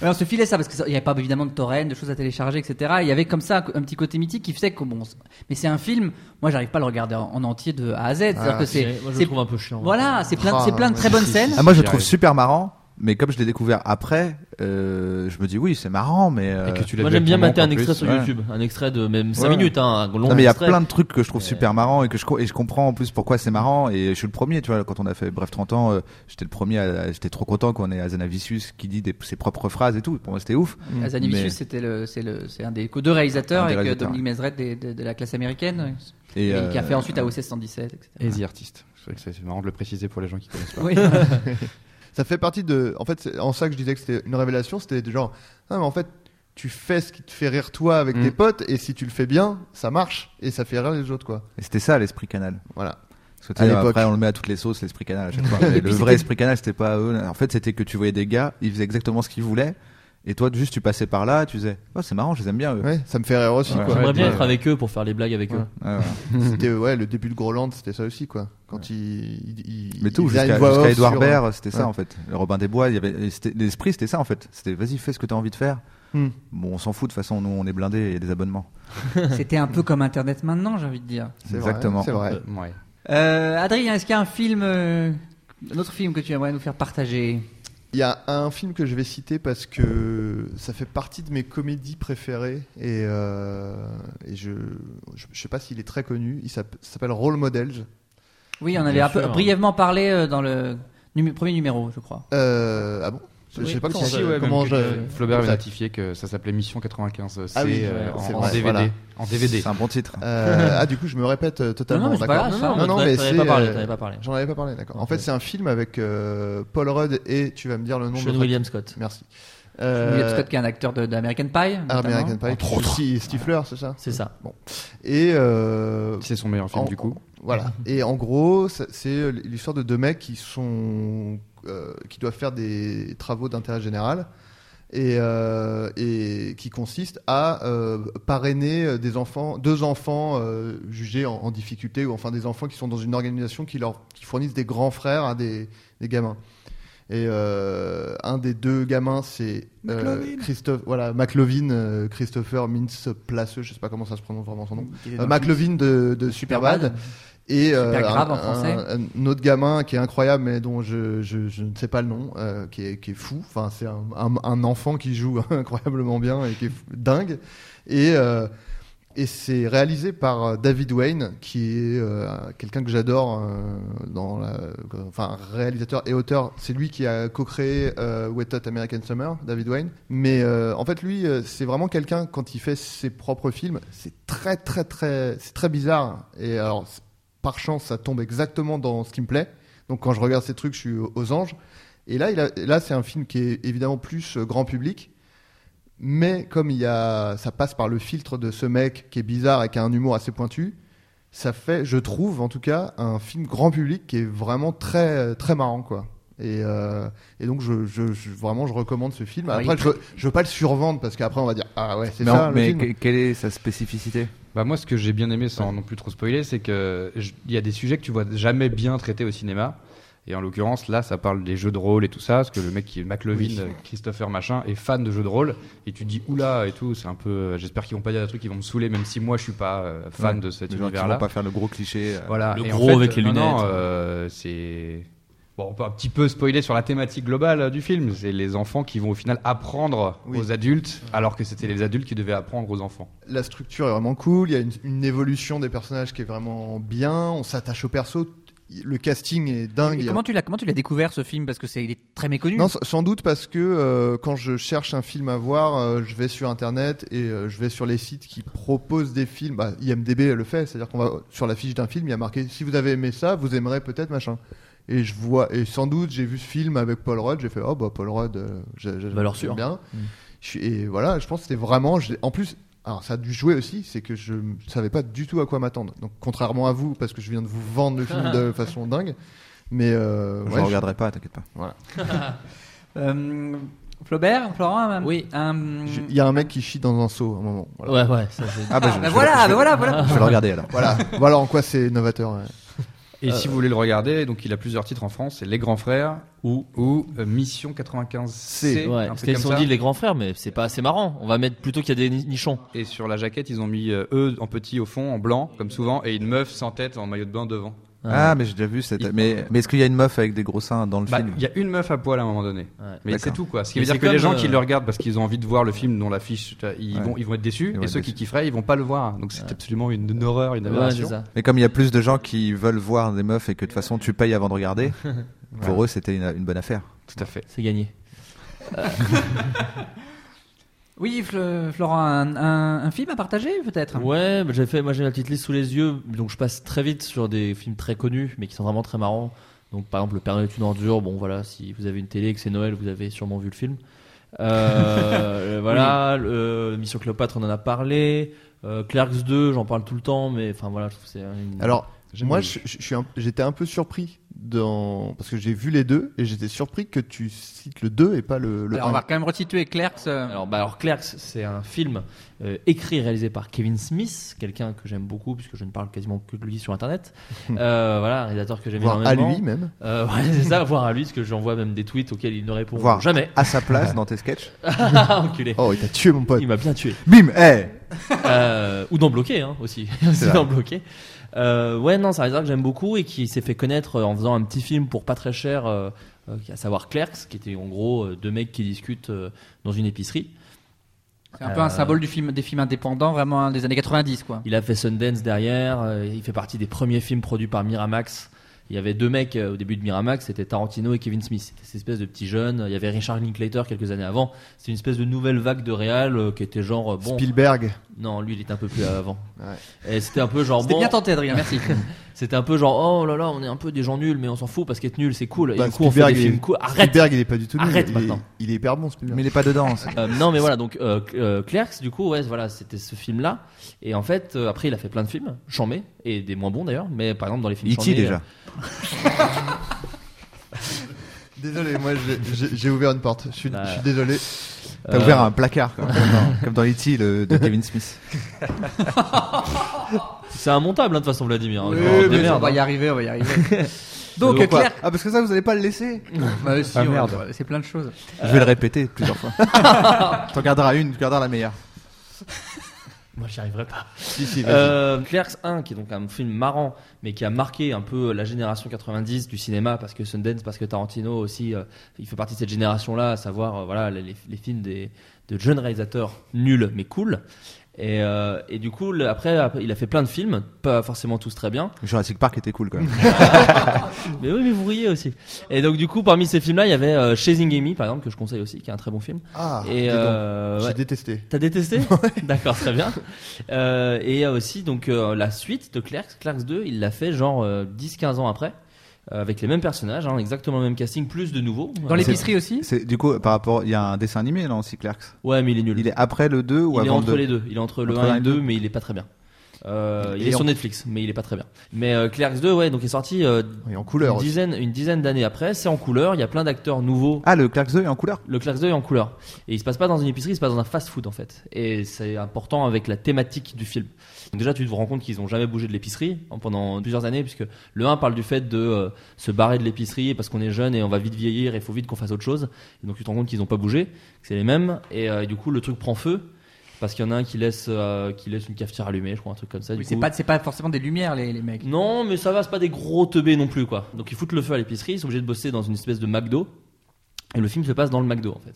A: Alors, on se filait ça parce qu'il n'y avait pas évidemment de torrent, de choses à télécharger, etc. Il y avait comme ça un, co- un petit côté mythique qui faisait que bon. c'est- Mais c'est un film. Moi, j'arrive pas à le regarder en, en entier de A à Z. C'est-à-dire
D: Ah,
A: que
F: c'est,
A: c'est.
F: Moi, je
A: c'est-
F: le trouve un peu chiant.
A: Voilà, c'est plein,
D: Ah,
A: c'est plein de
D: ouais.
A: très bonnes
E: Si, si,
A: scènes.
E: si.
C: Ah, moi, je
E: j'y
C: le trouve
E: arrive.
C: super marrant. Mais comme je l'ai découvert après, euh, je me dis oui, c'est marrant, mais. euh,
E: Et que tu l'as
F: Moi,
E: vu
F: j'aime bien
E: avec
F: mater
E: ton
F: un
E: oncle, en
F: extrait
E: plus.
F: sur
C: ouais.
F: YouTube. Un extrait de même 5
C: Ouais.
F: minutes, hein, un long
C: Non, mais il y a
F: extrait.
C: plein de trucs que je trouve
F: Mais-
C: super marrants et que je, co- et je comprends en plus pourquoi c'est marrant. Et je suis le premier, tu vois, quand on a fait Bref 30 ans, euh, j'étais le premier, à- j'étais trop content qu'on ait Azanavicius qui dit des- ses propres phrases et tout. Pour moi, c'était ouf.
A: Azanivicius,
C: Mais-
A: Euh, c'était le, c'est le, c'est un des co- deux réalisateurs
C: Un des
A: avec euh,
C: réalisateurs,
A: Dominique Mesrette des- de, de la classe américaine,
C: Et,
A: et qui a fait
C: euh,
A: ensuite AOC 117, etc.
E: Et The Artist. Ah. Je trouvais que C'est c'est marrant de le préciser pour les gens qui connaissent pas.
A: Oui.
D: Ça fait partie de. En fait, c'est en ça que je disais que c'était une révélation. C'était du genre, ah, mais en fait, tu fais ce qui te fait rire toi avec
E: Mm.
D: tes potes, et si tu le fais bien, ça marche, et ça fait rire les autres, quoi.
C: Et c'était ça l'esprit canal.
D: Voilà.
C: Parce que tu
D: À
C: sais,
D: l'époque.
C: après, on le met à toutes les sauces, l'esprit canal à chaque fois. Mais le vrai esprit canal, c'était pas eux. En fait, c'était que tu voyais des gars, ils faisaient exactement ce qu'ils voulaient. Et toi, juste, tu passais par là, tu disais, oh, c'est marrant, je les aime bien eux.
D: Ouais, ça me fait rire aussi,
C: Ouais.
D: quoi.
F: J'aimerais bien
E: Ouais.
F: être avec eux pour faire les blagues avec
D: Ouais.
F: eux.
C: Ouais, ouais.
D: C'était ouais, le début de Groland, c'était ça aussi, quoi. Quand il, il, il-
C: Mais tout,
D: il faisait
C: jusqu'à
D: une voix
C: jusqu'à
D: off
C: Edouard
D: sur, euh,
C: Baird, c'était
D: ouais.
C: ça en fait. Le Robin des Bois, il y avait, et c'était- l'esprit, c'était ça en fait. C'était, vas-y, fais ce que t'as envie de faire.
D: Hmm.
C: Bon, on s'en fout, de toute façon, nous, on est blindés, il y a des abonnements.
A: C'était un peu comme Internet maintenant, j'ai envie de dire.
D: C'est vrai,
C: Exactement.
D: C'est vrai.
E: Euh, ouais.
A: Euh, Adrien, est-ce qu'il y a un film, euh, un autre film que tu aimerais nous faire partager
D: Il y a un film que je vais citer parce que ça fait partie de mes comédies préférées et, euh, et je, je je sais pas s'il est très connu. Il s'app- s'appelle Role Models.
A: Oui, on avait
F: Bien
A: un peu-
F: sûr.
A: brièvement parlé euh, dans le numé- premier numéro, je crois.
D: Euh, ah bon Je je sais pas
E: Si,
D: comment,
E: si,
D: je-
E: ouais,
D: comment
E: même
D: je.
E: que, euh, Flaubert avait
D: ça-
E: notifié que ça s'appelait Mission 95C
D: Ah oui,
E: euh,
D: c'est
E: en, en
D: vrai,
E: DVD.
D: voilà.
E: En DVD.
C: C'est un bon titre.
D: Euh, ah du coup je me répète euh, totalement.
A: Non, non, mais c'est pas
D: d'accord.
A: grave,
D: non, non, mais
F: t'en
D: c'est,
F: avais pas parlé,
D: euh,
F: t'en avais pas parlé.
D: J'en avais pas parlé, d'accord. En fait c'est un film avec euh, Paul Rudd et tu vas me dire le nom. de
F: Sean
D: l'autre
F: William Scott.
D: acteur. Merci. Euh,
A: William Scott, qui est un acteur de- d'American Pie. notamment.
D: American Pie. Si- Stifler, c'est ça.
F: C'est ça.
D: Et euh,
E: C'est son meilleur film
D: En-
E: du coup.
D: Voilà. Et en gros, ça- c'est l'histoire de deux mecs qui sont euh, qui doivent faire des travaux d'intérêt général et, euh, et qui consiste à euh, parrainer des enfants, deux enfants euh, jugés en, en difficulté ou enfin des enfants qui sont dans une organisation qui leur qui fournissent des grands frères à des, des gamins. Et euh, un des deux gamins, c'est euh, Christophe, voilà, McLovin, euh, Christopher Mintz Place, je sais pas comment ça se prononce vraiment son nom.
A: Qui était
D: Euh,
A: dans-
D: McLovin de, de Superbad, Et euh,
A: Super grave
D: un,
A: en français.
D: un- un autre gamin qui est incroyable, mais dont je, je, je ne sais pas le nom, euh, qui, est, qui est fou. Enfin, c'est un, un- un enfant qui joue incroyablement bien et qui est fou- dingue. Et, euh, et c'est réalisé par euh, David Wayne, qui est euh, quelqu'un que j'adore, euh, dans la, enfin réalisateur et auteur. C'est lui qui a co-créé euh, Wet Hot American Summer, David Wayne. Mais euh, en fait, lui, euh, c'est vraiment quelqu'un quand il fait ses propres films, c'est très très très, c'est très bizarre. Et alors par chance, ça tombe exactement dans ce qui me plaît. Donc quand je regarde ces trucs, je suis aux anges. Et là, il a- là c'est un film qui est évidemment plus euh, grand public. Mais comme il y a, ça passe par le filtre de ce mec qui est bizarre et qui a un humour assez pointu, ça fait, je trouve en tout cas, un film grand public qui est vraiment très, très marrant. quoi. Et, euh, et donc, je, je- je- vraiment, je recommande ce film.
A: Ah, il-
D: Après, je, je veux pas le survendre parce qu'après, on va dire Ah ouais, c'est
C: Non,
D: ça. le
C: mais
D: film.
C: que- quelle est sa spécificité
E: Bah moi, ce que j'ai bien aimé, sans non plus trop spoiler, c'est que je- il y a des sujets que tu vois jamais bien traités au cinéma. Et en l'occurrence, là, ça parle des jeux de rôle et tout ça, parce que le mec qui est McLovin,
D: Oui.
E: euh, Christopher machin, est fan de jeux de rôle. Et tu te dis oula et tout, c'est un peu. euh, J'espère qu'ils vont pas dire des trucs qui vont me saouler, même si moi je suis pas euh, fan
C: Ouais,
E: de cet
C: Les gens qui vont
E: univers-là.
C: pas faire le gros cliché. euh,
E: Voilà.
B: Le
E: Et
B: gros
E: en fait,
B: avec les
E: non, non,
B: lunettes.
E: euh, c'est bon, on peut un petit peu spoiler sur la thématique globale euh, du film. C'est les enfants qui vont au final apprendre
D: Oui.
E: aux adultes, alors que c'était les adultes qui devaient apprendre aux enfants.
D: la structure est vraiment cool, il y a une, une évolution des personnages qui est vraiment bien, on s'attache au perso, le casting est dingue.
A: Et
D: Il y a-
A: comment tu l'as comment tu l'as découvert ce film parce que c'est il est très méconnu.
D: Non, s- sans doute parce que euh, quand je cherche un film à voir, euh, je vais sur internet et euh, je vais sur les sites qui proposent des films. Bah, IMDb le fait, c'est-à-dire qu'on va sur la fiche d'un film, il y a marqué si vous avez aimé ça, vous aimerez peut-être machin. Et je vois et sans doute j'ai vu ce film avec Paul Rudd, j'ai fait oh bah Paul Rudd, euh, je- je-
B: Valeur
D: j'aime
B: sûre. Mm.
D: bien. Je suis- et voilà, je pense que c'était vraiment. je l'ai- en plus, alors ça a dû jouer aussi, c'est que je ne savais pas du tout à quoi m'attendre. Donc contrairement à vous, parce que je viens de vous vendre le film de façon dingue, mais euh,
C: Je
D: ouais,
C: ne regarderai pas, t'inquiète pas.
A: Euh, Flaubert, Florent, un-
F: Oui.
A: un-
D: je- Mm. il y a un mec qui chie dans un seau à un moment. Voilà.
F: Ouais, ouais. ça, c'est-
C: Ah bah,
A: Ah, bah voilà, bah voilà, voilà.
C: Je vais le regarder alors.
D: Voilà, voilà en quoi c'est novateur. ouais.
E: Et
F: Euh,
E: si vous voulez le regarder, donc il a plusieurs titres en France, c'est Les Grands Frères ou, ou euh, Mission 95C.
F: Ouais,
E: un
F: parce
E: truc
F: qu'ils
E: comme
F: sont
E: ça.
F: dit les grands frères, mais c'est pas assez marrant. On va mettre plutôt qu'il y a des ni- nichons.
E: Et sur la jaquette, ils ont mis euh, eux en petit au fond, en blanc, comme souvent, et une meuf sans tête en maillot de bain devant.
C: Ah, mais j'ai déjà vu cette.
E: Il-
C: Mais, mais est-ce qu'il y a une meuf avec des gros seins dans le
E: Bah,
C: film
E: il y a une meuf à poil à un moment donné.
F: Ouais.
E: Mais
C: D'accord.
E: c'est tout quoi. Ce qui
F: Mais
E: veut dire
F: c'est
E: que les gens
F: comme,
E: qui
F: euh,
E: le regardent parce qu'ils ont envie de voir le film dont l'affiche, euh, ils,
C: Ouais.
E: vont, ils vont être déçus.
C: Ils vont
E: et
C: être
E: ceux qui
C: déçus.
E: kifferaient, ils vont pas le voir. Donc c'est absolument une, une horreur, une
F: Ouais, c'est
E: aberration.
F: ça.
C: Mais comme il y a plus de gens qui veulent voir des meufs et que de toute façon tu payes avant de regarder, pour eux c'était une, une bonne affaire.
E: tout à fait.
F: C'est gagné.
A: Oui, Fle- Florent, un, un- un film à partager
D: Hein.
A: peut-être.
F: Ouais, bah, j'avais fait, moi j'ai la petite liste sous les yeux, donc je passe très vite sur des films très connus, mais qui sont vraiment très marrants. Donc par exemple, Le Père Noël est une ordure. Bon voilà, si vous avez une télé et que c'est Noël, vous avez sûrement vu le film. Euh, voilà, le- euh, Mission Cléopâtre, on en a parlé. Euh, Clerks 2, j'en parle tout le temps, mais enfin voilà, je trouve que c'est une-
D: Alors,
E: J'aime
D: moi,
E: bien.
D: je- je suis un- j'étais un, peu surpris dans... parce que j'ai vu les deux et j'étais surpris que tu cites le 2 et pas le, le
A: Alors,
D: 1.
A: on va quand même resituer Clerks. euh,
F: Alors, bah, alors Clerks, c'est un film euh, écrit et réalisé par Kevin Smith, quelqu'un que j'aime beaucoup puisque je ne parle quasiment que de lui sur Internet. Euh, voilà, un réalisateur que j'aime
D: Voire
F: énormément.
D: à lui même.
F: Euh, ouais, c'est ça, voir à lui, parce que j'envoie même des tweets auxquels il ne répond
C: Voir.
F: jamais.
C: À sa place dans tes sketchs
F: Ah, enculé.
D: Oh, il t'a tué mon pote.
F: Il m'a bien tué.
C: Bim Eh
F: Euh, ou d'en bloquer, hein, aussi. aussi
C: vrai.
F: d'en bloquer. Euh, ouais, non, c'est un réalisateur que j'aime beaucoup et qui s'est fait connaître euh, en faisant un petit film pour pas très cher, euh, euh, à savoir Clerks, qui était en gros euh, deux mecs qui discutent euh, dans une épicerie.
A: C'est un peu un
F: Euh,
A: symbole du film, des films indépendants, vraiment hein, des années 90, quoi.
F: Il a fait Sundance derrière, euh, il fait partie des premiers films produits par Miramax. Il y avait deux mecs euh, au début de Miramax, c'était Tarantino et Kevin Smith. C'était ces espèces de petits jeunes. Il y avait Richard Linklater quelques années avant. C'est une espèce de nouvelle vague de réal euh, qui était genre euh, bon.
D: Spielberg.
F: Non, lui il était un peu plus avant.
D: Ouais.
F: Et c'était un peu genre
A: C'était
F: bon.
A: bien tenté, Adrien, merci.
F: C'était un peu genre oh là là, on est un peu des gens nuls, mais on s'en fout parce qu'être nul c'est cool. Et
D: Bah,
F: du coup on fait
D: Spielberg,
F: des
D: il-
F: films cool. Arrête.
D: Spielberg, il est pas du tout nul.
F: Arrête
D: il,
F: maintenant.
D: Est, il est hyper bon, Spielberg.
C: Mais il est pas dedans. c'est-
F: Euh, non mais voilà donc euh, Cl- euh, Clerks du coup ouais voilà c'était ce film là et en fait euh, après il a fait plein de films chambés et des moins bons d'ailleurs mais par exemple dans les films euh,
C: E.T.
F: chambés
C: déjà.
D: Désolé, moi j'ai- j'ai j'ai ouvert une porte. Je suis,
F: Bah.
D: je suis désolé.
C: T'as
F: euh,
C: ouvert un placard quoi, comme dans- comme dans E.T. le- de Kevin Smith.
F: C'est un montable hein, de toute façon Vladimir. hein.
A: Oui,
F: Genre, des
A: mais
F: merdes,
A: on va
F: hein.
A: y arriver, on va y arriver. Donc,
C: Pourquoi
A: Clerks.
C: Ah parce que ça vous allez pas le laisser
A: Bah, si,
E: Ah,
A: on-
E: merde.
A: C'est plein de choses.
F: Euh.
C: Je vais le répéter plusieurs fois. T'en garderas une, tu garderas la meilleure.
F: Moi, j'y arriverai pas.
D: Si, si, vas-y.
F: Euh, Clerks 1, qui est donc un film marrant, mais qui a marqué un peu la génération 90 du cinéma, parce que Sundance, parce que Tarantino aussi, euh, il fait partie de cette génération-là, à savoir euh, voilà, les, les- les films des, de jeunes réalisateurs nuls, mais cool. Et, euh, et du coup, le- après, après, il a fait plein de films, pas forcément tous très bien,
C: Jurassic Park était cool quand même.
F: mais oui, mais vous riez aussi. Et donc, du coup, parmi ces films-là, il y avait euh, Chasing Amy, par exemple, que je conseille aussi, qui est un très bon film.
D: Ah, dis
F: et
D: donc,
F: euh,
D: j'ai
F: ouais.
D: détesté.
F: T'as détesté D'accord, très bien. Euh, et il y a aussi donc euh, la suite de Clerks, Clerks 2, il l'a fait genre euh, 10-15 ans après, euh, avec les mêmes personnages, hein, exactement le même casting, plus de nouveaux.
A: Dans
F: Euh,
A: l'épicerie aussi
C: C'est- Du coup, par rapport, il y a un dessin animé là aussi, Clerks.
F: Ouais, mais il est nul.
C: Il est après le 2 ou
F: Il est
C: avant le
F: entre
C: 2
F: les deux. Il est entre le
C: Entre
F: 1 et
C: l'un
F: le 2, mais il est pas très bien. Euh, il
C: Et
F: est sur
C: en-
F: Netflix, mais il est pas très bien. Mais euh, Clerks 2, ouais, donc est sorti euh,
D: Et en couleur
F: une
D: aussi.
F: dizaine, une dizaine d'années après. C'est en couleur. Il y a plein d'acteurs nouveaux
C: Ah, le Clerks 2 est en couleur
F: Le Clerks 2 est en couleur. Et il se passe pas dans une épicerie, il se passe dans un fast-food en fait. Et c'est important avec la thématique du film. Donc déjà, tu te rends compte qu'ils ont jamais bougé de l'épicerie hein, pendant plusieurs années, puisque le 1 parle du fait de euh, se barrer de l'épicerie parce qu'on est jeune et on va vite vieillir et il faut vite qu'on fasse autre chose. Et donc tu te rends compte qu'ils ont pas bougé, que c'est les mêmes. Et, euh, et du coup, le truc prend feu parce qu'il y en a un qui laisse, euh, qui laisse une cafetière allumée, je crois, un truc comme ça.
A: Oui,
F: du
A: C'est
F: coup.
A: pas, c'est pas forcément des lumières, les, les mecs.
F: Non, mais ça va, c'est pas des gros teubés non plus, quoi. Donc ils foutent le feu à l'épicerie, ils sont obligés de bosser dans une espèce de McDo. Et le film se passe dans le McDo, en fait.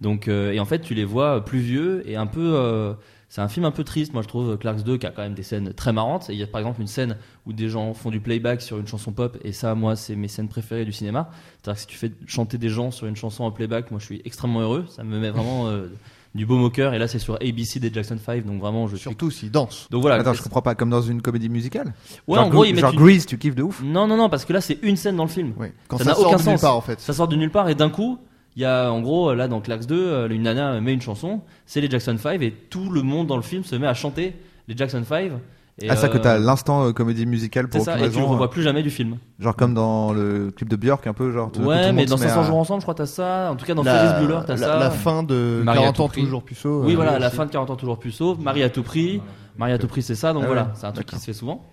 F: Donc, euh, et en fait, tu les vois plus vieux et un peu. euh, c'est un film un peu triste, moi je trouve, euh, Clarks 2, qui a quand même des scènes très marrantes. Et il y a par exemple une scène où des gens font du playback sur une chanson pop, et ça, moi, c'est mes scènes préférées du cinéma. C'est-à-dire que si tu fais chanter des gens sur une chanson en playback, moi je suis extrêmement heureux, ça me met vraiment euh, du baume au cœur. Et là, c'est sur ABC des Jackson 5, donc vraiment, je suis.
D: Surtout s'il danse.
F: Donc voilà.
C: Attends, je comprends pas, comme dans une comédie musicale
F: Ouais,
C: Genre
F: en gros,
C: Gre-
F: ils mettent
C: Genre
F: une-
C: Grease, tu kiffes de ouf
F: non, non, non, parce que là, c'est une scène dans le film.
D: Oui. Quand
F: Ça
D: ça,
F: n'a
D: sort
F: aucun
D: de nulle
F: sens.
D: part en fait.
F: Ça sort de nulle part et d'un coup, il y a en gros, là, dans Clarks 2, euh, une nana met une chanson, c'est les Jackson 5 et tout le monde dans le film se met à chanter les Jackson 5. Et,
C: Ah, ça que
F: euh,
C: t'as l'instant euh, comédie musicale
F: C'est
C: pour
F: ça,
C: aucune
F: et tu le
C: raison. hein. euh,
F: revois plus jamais du film.
C: Genre comme dans le clip de Björk, un peu, genre. tout- tout le
F: ouais,
C: monde
F: mais
C: se
F: dans
C: met
F: 500
C: à-
F: jours ensemble, je crois que t'as ça. En tout cas, dans Ferris Bueller, t'as
D: la,
F: ça.
D: la fin de
E: Marie à
D: 40
E: tout
D: ans
E: prix.
D: toujours puceau.
F: oui,
D: euh,
F: voilà, la
D: aussi.
F: fin de 40 ans toujours plus sauve, Marie à tout prix, Marie à tout prix, c'est ça, donc
C: Ah
F: voilà,
C: ouais,
F: c'est un truc qui
C: d'accord.
F: se fait souvent.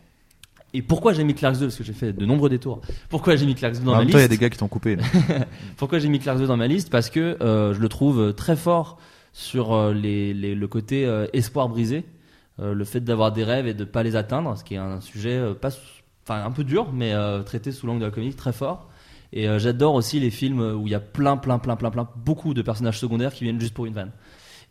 F: Et pourquoi j'ai mis Clarks 2 Parce que j'ai fait de nombreux détours. Pourquoi j'ai mis Clarks 2 dans
C: En
F: ma
C: même
F: liste
C: temps, il y a des gars qui t'ont coupé. là.
F: Pourquoi j'ai mis Clarks 2 dans ma liste Parce que euh, je le trouve très fort sur euh, les, les- le côté euh, espoir brisé, euh, le fait d'avoir des rêves et de pas les atteindre, ce qui est un sujet euh, pas, sous- enfin un peu dur, mais euh, traité sous l'angle de la comédie très fort. Et euh, j'adore aussi les films où il y a plein, plein, plein, plein, plein, beaucoup de personnages secondaires qui viennent juste pour une vanne.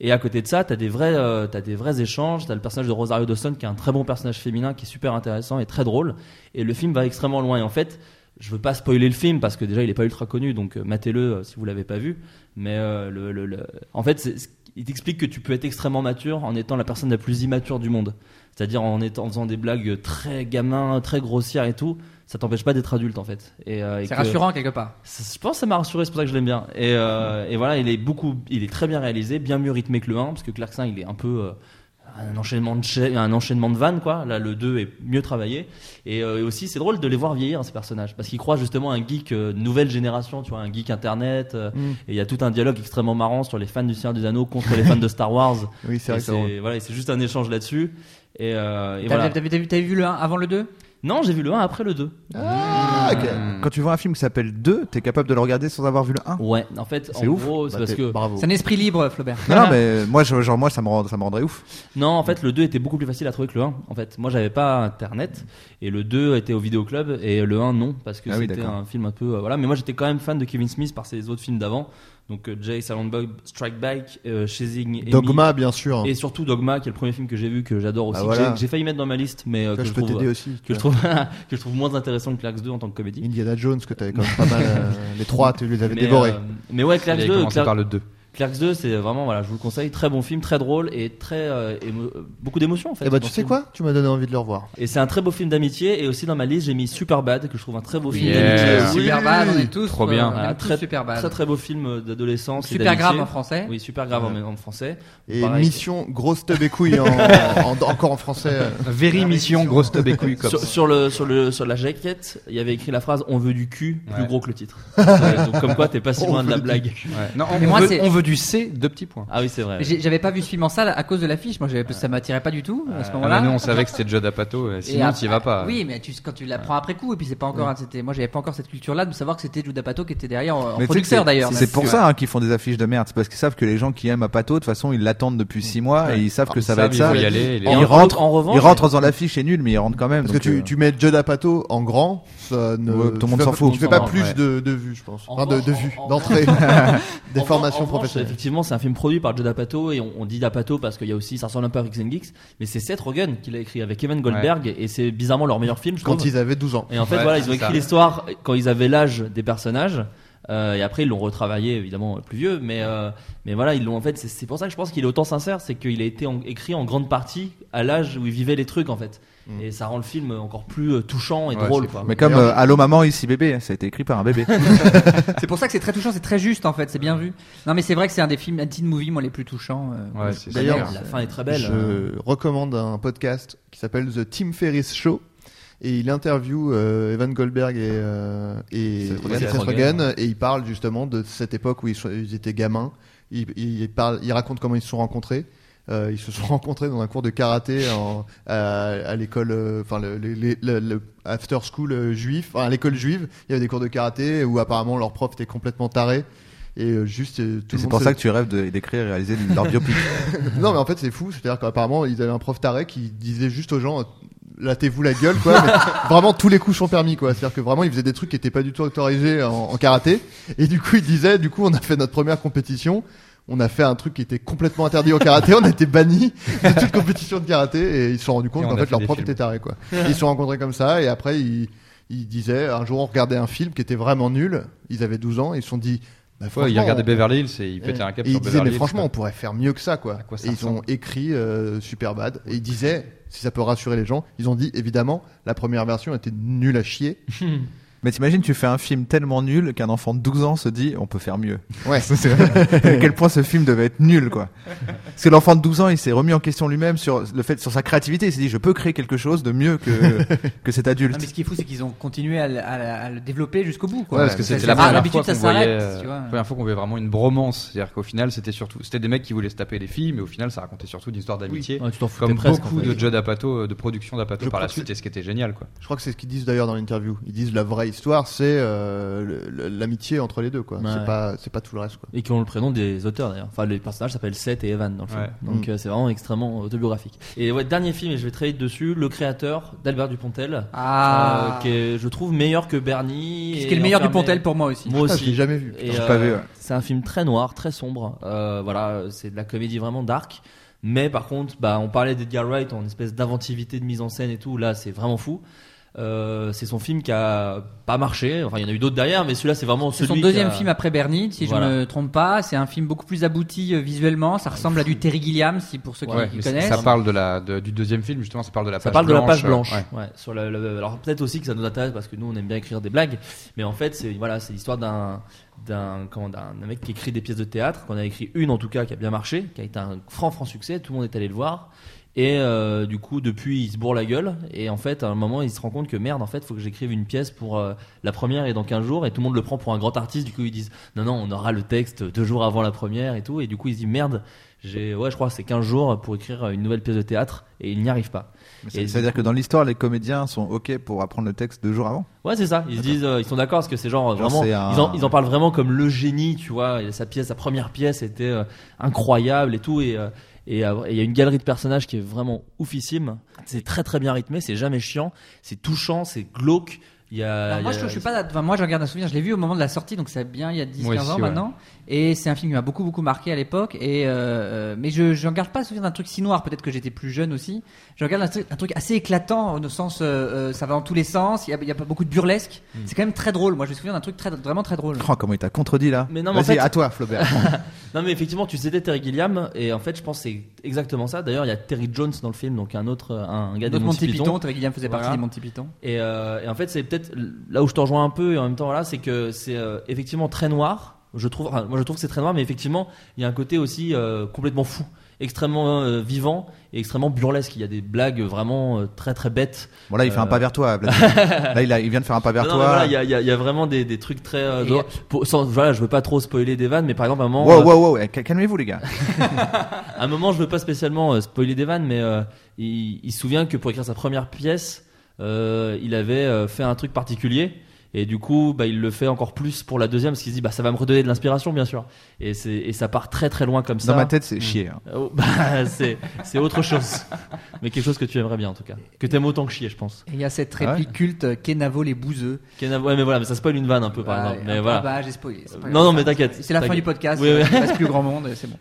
F: Et à côté de ça, t'as des vrais, euh, t'as des vrais échanges. T'as le personnage de Rosario Dawson qui est un très bon personnage féminin, qui est super intéressant et très drôle. Et le film va extrêmement loin. Et en fait, je veux pas spoiler le film parce que déjà il est pas ultra connu, donc euh, matez-le euh, si vous l'avez pas vu. Mais euh, le, le- le- en fait, c'est- c'est- il t'explique que tu peux être extrêmement mature en étant la personne la plus immature du monde. C'est-à-dire en, étant, en faisant des blagues très gamins, très grossières et tout, ça t'empêche pas d'être adulte en fait. Et, euh, et
A: C'est
F: que-
A: rassurant quelque part.
F: ça- Je pense que ça m'a rassuré, c'est pour ça que je l'aime bien. Et, euh, et voilà, il est beaucoup, il est très bien réalisé, bien mieux rythmé que le 1, parce que Clarkson, il est un peu euh, un enchaînement de cha- un enchaînement de vannes quoi. Là, le 2 est mieux travaillé. Et, euh, et aussi, c'est drôle de les voir vieillir hein, ces personnages, parce qu'ils croient justement à un geek euh, nouvelle génération, tu vois, un geek internet. euh,
D: Mm.
F: Et il y a tout un dialogue extrêmement marrant sur les fans du Seigneur des Anneaux contre les fans de Star Wars.
D: Oui,
F: Et
D: c'est vrai que c'est drôle.
F: c'est voilà, et c'est juste un échange là-dessus. Et, euh, et
A: T'as
F: voilà.
A: t'as vu- t'as vu- t'as vu le 1 avant le 2
F: Non, j'ai vu le 1 après le 2.
C: Ah,
D: Hmm.
C: ok. Quand tu vois un film qui s'appelle 2, t'es capable de le regarder sans avoir vu le 1
F: Ouais, en fait, en
C: C'est ouf.
F: gros, c'est
D: Bah,
F: parce
D: t'es-
F: que
D: Bravo.
A: C'est un esprit libre, Flaubert.
C: Non, non, mais moi, je- genre, moi ça, me rend- ça me rendrait ouf.
F: Non, en fait, le 2 était beaucoup plus facile à trouver que le 1. En fait, moi, j'avais pas internet et le 2 était au vidéoclub et le 1 non parce que
C: Ah oui,
F: c'était
C: d'accord.
F: un film un peu euh, voilà, mais moi j'étais quand même fan de Kevin Smith par ses autres films d'avant. Donc euh, Jay, Silent Bob, Strike Back, euh, Chasing Amy,
D: Dogma, bien sûr.
F: et surtout Dogma qui est le premier film que j'ai vu que j'adore aussi.
D: Bah
F: que
D: voilà.
F: j'ai- J'ai failli mettre dans ma liste mais euh,
D: Ça,
F: que
D: je
F: je
D: peux
F: trouve
D: t'aider
F: euh,
D: aussi.
F: que je trouve que je trouve moins intéressant que Clarks 2 en tant que comédie.
D: Indiana Jones, que t'avais quand même pas mal. euh, les trois, tu les avais
F: Mais,
D: dévorés.
F: euh, mais ouais,
E: Il
F: Clarks
E: avait
F: 2,
E: commencé
F: Clark-
E: par le 2.
F: Clarks 2 c'est vraiment voilà, je vous le conseille, très bon film, très drôle et très euh, émo- beaucoup d'émotions en fait.
D: et bah,
F: dans
D: tu
F: ce
D: sais
F: film.
D: quoi Tu m'as donné envie de le revoir.
F: Et c'est un très beau film d'amitié. Et aussi dans ma liste, j'ai mis Superbad, que je trouve un très beau film
E: Yeah.
F: d'amitié. aussi.
A: Superbad, on est tous.
E: Trop bien. Ah,
A: euh, on
F: Voilà,
A: aime tous
F: très-
A: Superbad.
F: Très très beau film euh, d'adolescence. et
A: Super grave
F: d'amitié.
A: en français.
F: Oui, super grave en, en français.
D: Et
F: Pareil.
D: mission grosse teub et couille en- en- encore en français. euh.
A: Ah,
E: Very mission, grosse teub et couille, comme
F: Sur, sur le, sur, le, sur la jaquette, il y avait écrit la phrase On veut du cul, plus
E: Ouais.
F: gros que le titre. Euh, Donc, comme quoi, t'es pas si
D: On
F: loin de la
D: veut du
F: blague.
E: Ouais. Non, on,
A: Mais
E: on
A: moi,
E: veut,
A: c'est-
E: on veut du C, deux petits points.
F: Ah oui, c'est vrai.
A: J'ai- J'avais pas vu ce film en salle à cause de l'affiche. Moi, j'avais- ça m'attirait pas du tout à ce
E: Ah,
A: moment-là.
E: mais nous, on savait que c'était Judd Apatow, euh,
A: Et
E: sinon
A: après-
E: t'y vas pas.
A: Oui, mais tu, quand tu l'apprends après coup, et puis c'est pas encore. un- C'était, moi, j'avais pas encore cette culture-là de savoir que c'était Jude Apatow qui était derrière euh, en, en
C: Mais tu sais que
A: producteur
C: c'est-
A: d'ailleurs.
C: C'est pour ça hein, qu'ils font des affiches de merde. C'est parce qu'ils savent que les gens qui aiment Apato, de toute façon, ils l'attendent depuis 6 mois et ils savent que ça va
E: savent,
C: être
E: il
C: ça.
E: faut y aller, il est-
C: Et
E: En
C: Ils
E: re-
C: rentrent,
F: en revanche,
C: ils rentrent dans l'affiche est nul, mais ils rentrent quand même.
D: Parce que
C: donc,
D: tu,
C: euh,
D: tu mets Judd Apatow en grand, ça ne.
C: Ouais, tout le
D: tu
C: monde
D: fais
C: s'en
D: pas-
C: fout.
D: Tu fais pas
F: Ouais.
D: plus de, de vues, je pense.
F: En
D: Enfin, de, de
F: revanche,
D: vues,
F: en- en-
D: d'entrée. Des
F: En- en
D: formations
F: revanche,
D: professionnelles.
F: Effectivement, c'est un film produit par Judd Apatow et on, on dit d'Apatow parce qu'il y a aussi, ça ressemble un peu à Freaks and Geeks, mais c'est Seth Rogen qui l'a écrit avec Evan Goldberg et c'est bizarrement leur meilleur film, je
D: Quand
F: trouve.
D: ils avaient 12 ans.
F: Et en fait,
E: Ouais,
F: voilà,
E: c'est
F: ils ont écrit
E: ça.
F: l'histoire quand ils avaient l'âge des personnages. euh, et après, ils l'ont retravaillé, évidemment, plus vieux. Mais, euh, mais voilà, ils l'ont en fait. C'est c'est pour ça que je pense qu'il est autant sincère, c'est qu'il a été en- écrit en grande partie à l'âge où ils vivaient les trucs, en fait.
D: Mm.
F: Et ça rend le film encore plus euh, touchant et
E: Ouais,
F: drôle,
E: c'est
F: quoi.
C: Mais comme
D: D'ailleurs,
C: euh, Allô maman ici bébé, hein, ça a été écrit par un bébé.
A: C'est pour ça que c'est très touchant, c'est très juste en fait, c'est bien vu. Non, mais c'est vrai que c'est un des films, un teen movie, moi, les plus touchants. euh,
E: Ouais, c'est ça.
D: D'ailleurs,
F: la fin est très belle. Euh,
D: Je recommande un podcast qui s'appelle The Tim Ferriss Show. Et il interview euh, Evan Goldberg et, euh, et
C: Seth
F: Rogen.
D: et Seth
F: Seth
D: Rogen,
F: Rogen,
D: et ils parlent justement de cette époque où ils, sont- ils étaient gamins. Ils, ils, parlent, ils racontent comment ils se sont rencontrés. Euh, ils se sont rencontrés dans un cours de karaté en, à, à l'école, euh, enfin le, le- le- le- le after school euh, juif, enfin à l'école juive. Il y avait des cours de karaté où apparemment leur prof était complètement taré et euh, juste euh, tout
C: Et c'est
D: le monde
C: pour
D: se-
C: ça que tu rêves de- d'écrire et réaliser de- leur biopic.
D: non, mais en fait, c'est fou. C'est-à-dire qu'apparemment, ils avaient un prof taré qui disait juste aux gens, euh, latez-vous la gueule, quoi. Mais vraiment, tous les coups sont permis, quoi. C'est-à-dire que vraiment, ils faisaient des trucs qui étaient pas du tout autorisés en, en karaté. Et du coup, ils disaient, du coup, on a fait notre première compétition. On a fait un truc qui était complètement interdit au karaté. On a été banni de toute compétition de karaté. Et ils se sont rendus compte
E: Et on
D: qu'en
E: a
D: fait,
E: fait
D: leur
E: des
D: prof
E: films.
D: était taré, quoi. Et ils se sont rencontrés comme ça. Et après, ils, ils disaient, un jour, on regardait un film qui était vraiment nul. Ils avaient 12 ans. Ils se sont dit, bah,
E: Ouais, il
D: franchement,
E: regardait
D: on-
E: Beverly Hills et euh, il pétait un cap
D: Mm. et
E: sur
D: il disait,
E: Beverly
D: mais
E: Hills,
D: franchement, on
E: quoi.
D: pourrait faire mieux que ça, quoi.
E: quoi ça
D: et ils ont écrit euh, Superbad. Et ils disaient, si ça peut rassurer les gens, ils ont dit, évidemment, la première version était nulle à chier.
C: mais t'imagines, tu fais un film tellement nul qu'un enfant de 12 ans se dit on peut faire mieux.
D: Ouais.
C: à quel point ce film devait être nul, quoi. Parce que l'enfant de 12 ans, il s'est remis en question lui-même sur le fait, sur sa créativité. Il s'est dit je peux créer quelque chose de mieux que que cet
A: Non, mais
C: adulte.
A: ce qui est fou, c'est qu'ils ont continué à, le- à le- à le développer jusqu'au bout. Quoi.
D: Ouais,
E: Parce que
A: Ça,
E: c'était
A: c'est
E: la
A: rare.
E: première
A: D'habitude,
E: fois
A: ça
E: qu'on
A: s'arrête.
E: voyait, euh,
A: tu vois.
E: première fois qu'on voyait vraiment une bromance, c'est-à-dire qu'au final c'était surtout c'était des mecs qui voulaient se taper des filles, mais au final ça racontait surtout une histoire d'amitié,
F: ouais, tu t'en foutais
E: comme
F: presque,
E: beaucoup
F: en fait.
E: de Judd Apatow, euh, de production
D: Je
E: d'Apatow par
D: crois
E: la
D: que
E: suite, et ce qui était génial quoi.
D: Je crois que c'est ce qu'ils disent d'ailleurs dans l'interview. Ils disent, la vraie histoire, c'est euh, le- le- l'amitié entre les deux, quoi.
F: Ouais.
D: C'est pas, c'est pas tout le reste, quoi.
F: Et qui ont le prénom des auteurs d'ailleurs. Enfin, les personnages s'appellent Seth et Evan dans le film.
E: Ouais.
F: Donc
D: Mm.
F: euh, c'est vraiment extrêmement autobiographique. Et ouais, dernier film, et je vais très vite dessus, Le Créateur d'Albert Dupontel.
A: Ah,
F: euh, qui est, je trouve, meilleur que Bernie.
A: ce
F: et
A: qui est le meilleur du
F: enfermé-
A: Pontel pour moi aussi.
F: Moi
D: Ah, je l'ai
F: aussi.
D: jamais vu.
F: Et,
C: J'ai pas
F: euh,
C: vu, ouais.
F: C'est un film très noir, très sombre. Euh, voilà, c'est de la comédie vraiment dark. Mais par contre, bah, on parlait d'Edgar Wright en espèce d'inventivité de mise en scène et tout. Là, c'est vraiment fou. Euh, c'est son film qui a pas marché. Enfin, il y en a eu d'autres derrière, mais celui-là, c'est vraiment
A: C'est
F: celui.
A: son deuxième
F: qui a-
A: film après Bernie, si
F: Voilà.
A: je ne me trompe pas. C'est un film beaucoup plus abouti euh, visuellement. Ça ressemble à du Terry Gilliam, si pour ceux qui,
E: Ouais,
A: qui
E: mais ça-
A: connaissent.
E: ça parle de la de- du deuxième film justement, ça parle de la
F: Ça
E: page
F: parle de
E: blanche.
F: la page blanche.
E: euh, ouais.
F: ouais, sur le- le- alors peut-être aussi que ça nous intéresse parce que nous on aime bien écrire des blagues, mais en fait c'est voilà c'est l'histoire d'un d'un comment d'un d'un mec qui écrit des pièces de théâtre, qu'on a écrit une en tout cas qui a bien marché, qui a été un franc franc succès, tout le monde est allé le voir. Et euh, du coup, depuis, il se bourre la gueule. Et en fait, à un moment, il se rend compte que merde, en fait, faut que j'écrive une pièce pour euh, la première et dans 15 jours. Et tout le monde le prend pour un grand artiste. Du coup, ils disent non, non, on aura le texte deux jours avant la première et tout. Et du coup, il se dit merde, j'ai, ouais, je crois que c'est 15 jours pour écrire une nouvelle pièce de théâtre. Et il n'y arrive pas. Et
C: C'est- C'est-à-dire que dans l'histoire, les comédiens sont ok pour apprendre le texte deux jours avant.
F: Ouais, c'est ça. Ils se disent, euh, ils sont d'accord parce que c'est genre, euh,
C: Genre,
F: vraiment,
C: c'est un-
F: ils, en, ils en parlent vraiment comme le génie, tu vois. Et sa pièce, sa première pièce était euh, incroyable et tout. Et euh, et euh, et il y a une galerie de personnages qui est vraiment oufissime. C'est très très bien rythmé, c'est jamais chiant, c'est touchant, c'est glauque. Il y a,
A: Alors, Euh, Bah, moi,
F: il y
A: je,
F: a-
A: trouve- je suis pas. enfin, moi, j'en garde un souvenir. Je l'ai vu au moment de la sortie, donc c'est bien il y a 10-15
E: Moi
A: ans
E: aussi, ouais.
A: maintenant. Et c'est un film qui m'a beaucoup, beaucoup marqué à l'époque. Et euh, mais je j'en garde pas le souvenir d'un truc si noir. Peut-être que j'étais plus jeune aussi. Je regarde un, truc- un truc assez éclatant, au sens, euh, euh, ça va dans tous les sens. Il y a, il y a pas beaucoup de burlesque.
F: Hmm.
A: C'est quand même très drôle. Moi, je me souviens d'un truc très, vraiment très drôle.
C: Oh, comment il t'a contredit là
F: Mais non, mais en
C: Vas-y,
F: fait-
C: à toi, Flaubert.
F: Non mais effectivement, tu citais Terry Gilliam et en fait, je pense que c'est exactement ça. D'ailleurs, il y a Terry Jones dans le film, donc un autre un, un gars de
A: D'autres
F: Monty
A: Monty
F: Python.
A: Python, Terry Gilliam faisait partie
F: Voilà.
A: des Monty Python.
F: Et, euh, et en fait, c'est peut-être là où je te rejoins un peu, et en même temps, voilà, c'est que c'est euh, effectivement très noir. Je trouve, enfin, moi, je trouve que c'est très noir, mais effectivement, il y a un côté aussi euh, complètement fou. extrêmement euh, vivant et extrêmement burlesque. Il y a des blagues vraiment euh, très très bêtes.
C: Bon, là, il fait
F: Euh,
C: un pas vers toi. Vladimir. là, il, a- il vient de faire un pas vers
F: Non, non, mais
C: toi.
F: voilà, Il y a- il y, a- il y a vraiment des, des trucs très. euh,
A: Et-
F: drôles. Pour- sans- voilà, je veux pas trop spoiler des vannes, mais par exemple, à un moment,
C: Wow,
F: euh,
C: wow, wow, eh, cal- calmez-vous, les gars.
F: à un moment, je veux pas spécialement euh, spoiler des vannes, mais euh, il, il se souvient que pour écrire sa première pièce, euh, il avait euh, fait un truc particulier. Et du coup, bah, il le fait encore plus pour la deuxième, parce qu'il se dit, bah, ça va me redonner de l'inspiration, bien sûr. Et, c'est- et ça part très très loin comme ça.
C: Dans ma tête, c'est chier. hein.
F: Oh, bah, c'est, c'est autre chose. Mais quelque chose que tu aimerais bien, en tout cas. Que t'aimes autant que chier, je pense.
A: Et il y a cette
C: Ah ouais
A: réplique culte euh, Kenavo les bouseux.
F: Kenavo- ouais, mais voilà, mais ça spoil une vanne un peu, par
A: Voilà,
F: exemple.
A: et
F: Mais
A: un-
F: voilà.
A: ah bah, j'ai spoilé. c'est pas
F: Non,
A: grave.
F: non, mais t'inquiète.
A: C'est la fin
F: T'inquiète.
A: du podcast.
F: Oui, oui.
A: Il reste plus grand monde. C'est bon.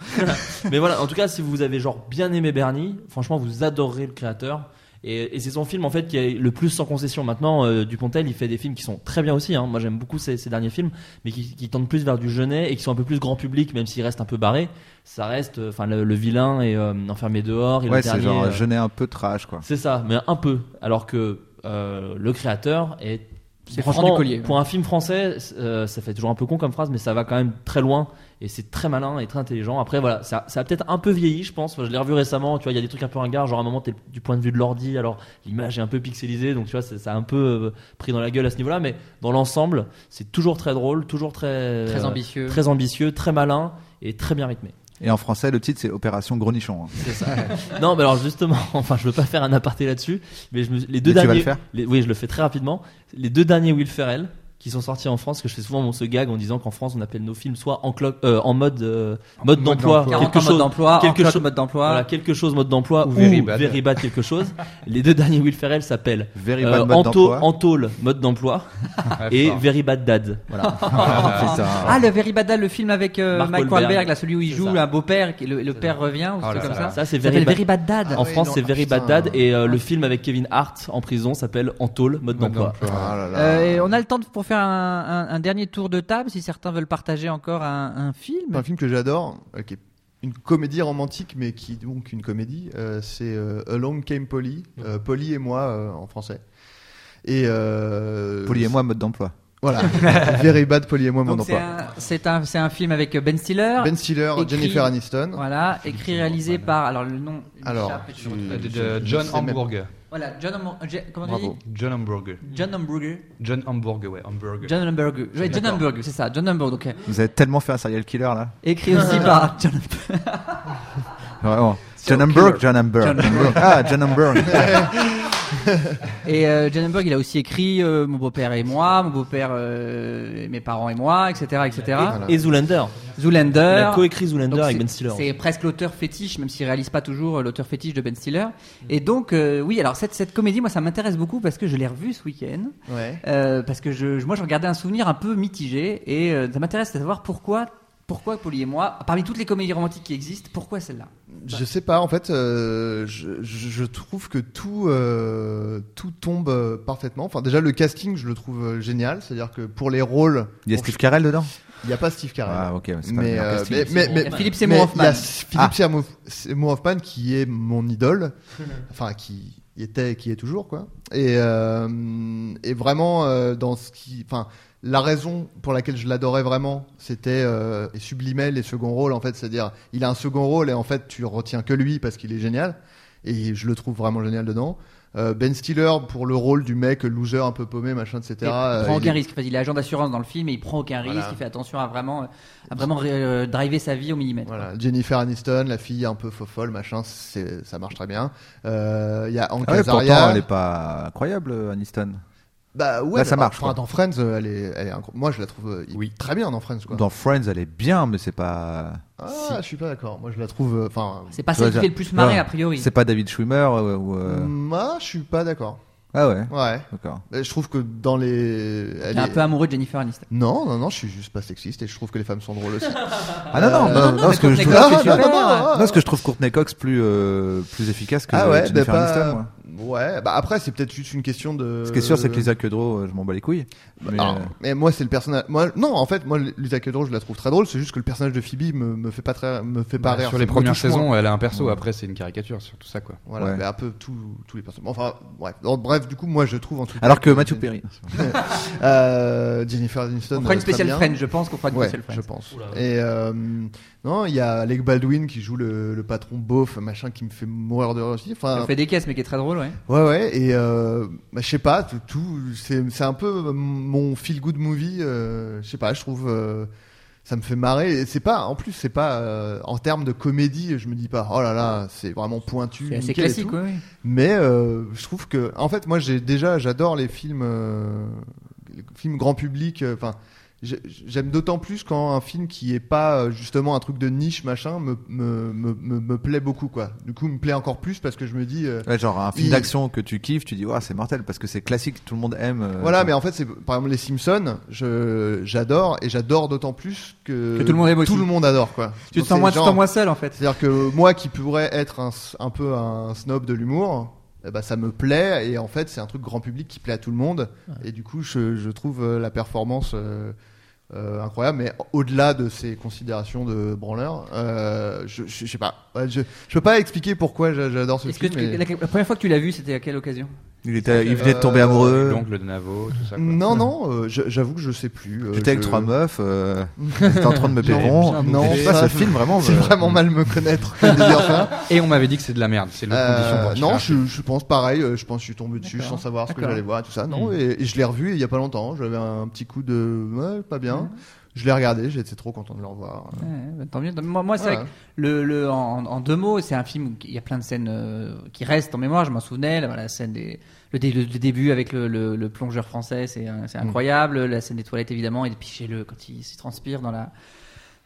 F: Mais voilà, en tout cas, si vous avez genre bien aimé Bernie, franchement, vous adorerez le créateur. Et, et c'est son film en fait qui est le plus sans concession. Maintenant, euh, Dupontel, il fait des films qui sont très bien aussi. Hein. Moi, j'aime beaucoup ses, ses derniers films, mais qui, qui tendent plus vers du jeunet et qui sont un peu plus grand public, même s'ils restent un peu barrés. Ça reste, euh, enfin, le, le vilain et euh, enfermé dehors. Et
C: Ouais,
F: le
C: c'est
F: dernier,
C: genre,
F: euh,
C: je n'ai un peu trash, quoi.
F: C'est ça, mais un peu. Alors que euh, le créateur est.
A: C'est
F: franchement,
A: franc du collier.
F: pour un film français, euh, ça fait toujours un peu con comme phrase, mais ça va quand même très loin et c'est très malin et très intelligent. Après, voilà, ça, ça a peut-être un peu vieilli, je pense. Moi, je l'ai revu récemment. Tu vois, il y a des trucs un peu ringards. Genre, à un moment, t'es du point de vue de l'ordi, alors l'image est un peu pixelisée, donc tu vois, c'est- ça a un peu euh, pris dans la gueule à ce niveau-là. Mais dans l'ensemble, c'est toujours très drôle, toujours très
A: Très
F: euh,
A: ambitieux.
F: très ambitieux, très malin et très bien rythmé.
C: Et en français, le titre, c'est Opération Grenichon. hein.
F: Non, mais alors justement, enfin, je veux pas faire un aparté là-dessus, mais je me- les deux
C: Mais tu vas
F: derniers.
C: le faire
F: les- oui, je le fais très rapidement. Les deux derniers Will Ferrell qui sont sortis en France, que je fais souvent mon ce gag en disant qu'en France on appelle nos films soit en, cloque- euh, en mode euh, mode, d'emploi,
A: 40
F: quelque
A: ans mode
F: chose,
A: d'emploi,
F: quelque
A: quelque
F: chose-
A: chose mode d'emploi.
F: voilà, quelque chose mode d'emploi ou,
E: very bad.
F: very bad quelque chose. les deux derniers Will Ferrell s'appellent
C: Very
F: euh,
C: bad mode
F: Anto-
C: d'emploi.
F: Antôle mode d'emploi et Very Bad Dad. Voilà.
C: Ah, putain.
A: Ah, le Very Bad Dad, le film avec euh,
F: Mark
A: Mike
F: Wahlberg.
A: Wahlberg, là, celui où il
F: C'est
A: joue
F: ça.
A: un beau-père, qui- le, le père revient, ou
E: Oh
A: c'est
E: là
A: comme
E: là.
A: ça.
F: Ça c'est
A: Ça
F: very
A: s'appelle
F: bad.
A: Very Bad Dad.
F: en
D: oui,
F: France,
D: non,
F: c'est
D: ah,
F: Very Bad
D: putain.
F: Dad et euh, le film avec Kevin Hart en prison s'appelle Antôle, mode d'emploi.
C: Oh
D: Ah là là.
A: Euh, et on a le temps de- pour faire un, un- un dernier tour de table si certains veulent partager encore un, un film.
D: un film que j'adore, euh, qui est une comédie romantique, mais qui est donc une comédie, euh, c'est euh, Along Came Polly, euh, Polly et moi euh, en français. Et euh,
C: Poli et moi, mode d'emploi.
D: Voilà, Very Bad Polly et moi, mon
A: Donc, c'est
D: emploi.
A: un- c'est un, c'est un film avec Ben Stiller.
D: Ben Stiller,
A: écrit-
D: Jennifer Aniston.
A: Voilà, écrit réalisé par alors le nom. il
D: Alors,
A: m'échappe, je
D: tu-
A: retrouve.
E: Euh, De- de-
D: Je- je
E: John
D: sais même.
E: Hamburger.
A: Voilà, John Hamburger. Comment tu
D: Bravo.
A: dis
E: John Hamburger.
A: John Hamburger.
E: John Hamburger, ouais, Hamburger.
A: John Hamburger. Ouais, John
E: D'accord.
A: Hamburger, c'est ça. John Hamburger. Donc, euh,
C: Vous avez tellement fait un serial killer, là.
A: écrit aussi par John.
C: Vraiment. John Hamburg, John Hamburg.
A: John
C: Ah, John Hamburg.
A: Et euh, John Hamburg, il a aussi écrit euh, Mon beau-père et moi, Mon beau-père, euh, et mes parents et moi, etc., etc.
D: Voilà.
F: Et Zoolander. Il
A: Zoolander.
F: a coécrit Zoolander
A: Euh, Donc,
F: avec
A: c'est-
F: Ben Stiller.
A: C'est presque l'auteur fétiche, même s'il réalise pas toujours euh, l'auteur fétiche de Ben Stiller. Et donc, euh, oui, alors cette, cette comédie, moi, ça m'intéresse beaucoup parce que je l'ai revue ce week-end.
D: Ouais.
A: Euh, parce que je, je- moi, j'en gardais un souvenir un peu mitigé. Et euh, ça m'intéresse de savoir pourquoi, pourquoi Polly et moi, parmi toutes les comédies romantiques qui existent, pourquoi celle-là
D: Je sais pas, en fait, euh, je, je- je trouve que tout, euh, tout tombe euh, parfaitement. Enfin, déjà, le casting, je le trouve euh, génial. C'est-à-dire que pour les rôles,
C: Il y a Steve Carell dedans
D: il n'y a pas Steve Carell.
C: Ah, ok, c'est pas le
D: mais,
C: meilleur
D: euh,
C: casting.
D: mais, mais, mais-
A: Il y a Philippe
D: mais
A: Seymour Hoffman.
D: Il y a Philippe
C: Ah.
D: Seymour- Seymour Hoffman qui est mon idole, enfin qui était, qui est toujours quoi. Et, euh, et vraiment euh, dans ce qui, enfin la raison pour laquelle je l'adorais vraiment, c'était euh, il sublimait les seconds rôles en fait, c'est-à-dire il a un second rôle et en fait tu retiens que lui parce qu'il est génial et je le trouve vraiment génial dedans. Euh, ben Stiller pour le rôle du mec loser un peu paumé machin etc.
A: Il
D: Euh,
A: prend aucun
D: il-
A: risque. Enfin, il est agent d'assurance dans le film et il prend aucun
D: Voilà.
A: risque. Il fait attention à vraiment, à vraiment euh, driver sa vie au millimètre.
D: Voilà, Jennifer Aniston, la fille un peu fofolle, machin, c'est, ça marche très bien. Euh, Il y a Hank
C: Ah ouais,
D: Azaria.
C: pourtant, elle est pas incroyable, euh, Aniston.
D: Bah ouais,
C: Là,
D: mais
C: ça
D: dans-
C: marche,
D: enfin,
C: quoi.
D: dans Friends, euh, elle est, elle est incro- Moi, je la trouve euh, il- très bien dans Friends. Quoi.
C: Dans Friends, elle est bien, mais c'est pas.
D: Ah, je suis pas d'accord. Moi, je la trouve. euh, Enfin,
A: C'est pas
C: Tu vois,
A: celle qui
C: ça-
A: fait le plus marrer,
C: Ouais.
A: a priori.
C: C'est pas David Schwimmer euh, ou. euh,
D: moi, mm, je suis pas d'accord.
C: Ah ouais,
D: Ouais.
C: d'accord.
D: Euh, Je trouve que dans les.
A: Il
D: elle
A: est un
D: est-
A: peu amoureux de Jennifer Aniston.
D: Non, non, non, je suis juste pas sexiste et je trouve que les femmes sont drôles aussi.
C: Ah non, non,
D: Euh,
C: non,
D: non,
C: non,
D: non,
C: parce que je
A: Courtney
C: trouve.
A: Cox,
C: Non,
A: c'est
C: non,
A: super.
C: non, parce que je trouve Courtney Cox plus, euh, plus efficace que
D: ah ouais,
C: Jennifer
D: bah, pas-
C: Aniston, moi.
D: Ouais, bah après, c'est peut-être juste une question de.
C: Ce qui est sûr, c'est que Lisa Kudrow, euh, je m'en bats les couilles. Mais,
D: Ah,
C: euh,
D: mais moi, c'est le personnage. Moi, non, en fait, moi, Lisa Kudrow, je la trouve très drôle. C'est juste que le personnage de Phoebe me, me fait pas très, me fait pas
E: Bah,
D: rire.
E: sur les
D: Ça me
E: premières
D: touche moins.
E: saisons, elle a un perso. Après, c'est une caricature sur tout ça, quoi.
D: Voilà,
C: Ouais.
D: mais un peu tous tous les personnages. Enfin, bref. En bref, du coup, moi, je trouve en tout cas.
C: Alors que Matthew Perry.
D: Euh, Jennifer Aniston.
A: On fera une
D: euh, très
A: spéciale
D: bien.
A: Friends, je pense qu'on fera une
D: Ouais,
A: spéciale
D: je
A: Friends.
D: pense.
B: Oula.
D: Et euh, non, il y a Alec Baldwin qui joue le, le patron beauf, machin, qui me fait mourir de rire aussi. Enfin,
A: On fait des caisses, mais qui est très drôle, ouais.
D: Ouais, ouais, et euh, bah, je sais pas, tout, tout c'est c'est un peu mon feel good movie, euh, je sais pas, je trouve euh, ça me fait marrer. Et c'est pas, en plus, c'est pas euh, en termes de comédie, je me dis pas, oh là là, c'est vraiment pointu,
A: C'est assez
D: nickel et
A: classique,
D: tout.
A: ouais. ouais.
D: Mais euh, je trouve que, en fait, moi, j'ai déjà, j'adore les films, euh, les films grand public. euh, Enfin, j'ai- j'aime d'autant plus quand un film qui est pas euh, justement un truc de niche machin me me me, me, me plaît beaucoup quoi. Du coup, me plaît encore plus parce que je me dis. euh,
C: Ouais, genre un film
D: Il-
C: d'action que tu kiffes, tu dis, Ouah, c'est mortel parce que c'est classique, tout le monde aime. euh,
D: Voilà,
C: ça.
D: mais en fait, c'est par exemple les Simpsons, je j'adore et j'adore d'autant plus que,
A: Que tout le monde aime aussi.
D: Tout le monde adore quoi.
A: Tu te
D: Donc,
A: sens
D: c'est
A: moins, tu te
D: genre-
A: sens moins seul, en fait.
D: C'est-à-dire que moi qui pourrais être un, s- un peu un snob de l'humour, eh ben, ça me plaît et en fait c'est un truc grand public qui plaît à tout le monde et du coup je, je trouve euh, la performance euh, euh, incroyable mais au-delà de ces considérations de branleur, euh, je, je, je sais pas, Ouais, je, je peux pas expliquer pourquoi j'a- j'adore ce
A: Est-ce que
D: film.
A: tu-
D: mais-
A: la, la première fois que tu l'as vu, c'était à quelle occasion
C: Il, était, il venait de
D: Euh,
C: tomber amoureux.
E: L'oncle de Navo, tout ça. quoi.
D: Non non, euh, je- j'avoue que je sais plus. euh,
C: J'étais avec
D: je-
C: trois meufs, euh, j'étais en train de me péron.
D: non,
C: Je sais pas,
D: ça,
C: ce film vraiment. euh, ah
D: C'est
C: me-
D: vraiment mal me connaître que de dire ça.
E: Et on m'avait dit que c'est de la merde. C'est l'autre condition.
D: Euh,
E: pour acheter
D: non, je,
E: un
D: je pense pareil. euh, Je pense que je suis tombé dessus sans savoir ce que
A: D'accord.
D: j'allais voir, tout ça. Non, et, et je l'ai revu il y a pas longtemps. J'avais un petit coup de ouais, pas bien. Je l'ai regardé. J'étais trop content de le revoir.
A: Ouais, bah, Tant mieux. tant mieux. Moi, moi, c'est
D: Voilà.
A: vrai que le, le- en, en deux mots, c'est un film où il y a plein de scènes euh, qui restent en mémoire. Je m'en souvenais. La, la scène des, le, dé- le début avec le, le- le plongeur français, c'est euh,
D: Mm.
A: c'est incroyable. La scène des toilettes, évidemment, et puis chez le quand il s'y transpire dans la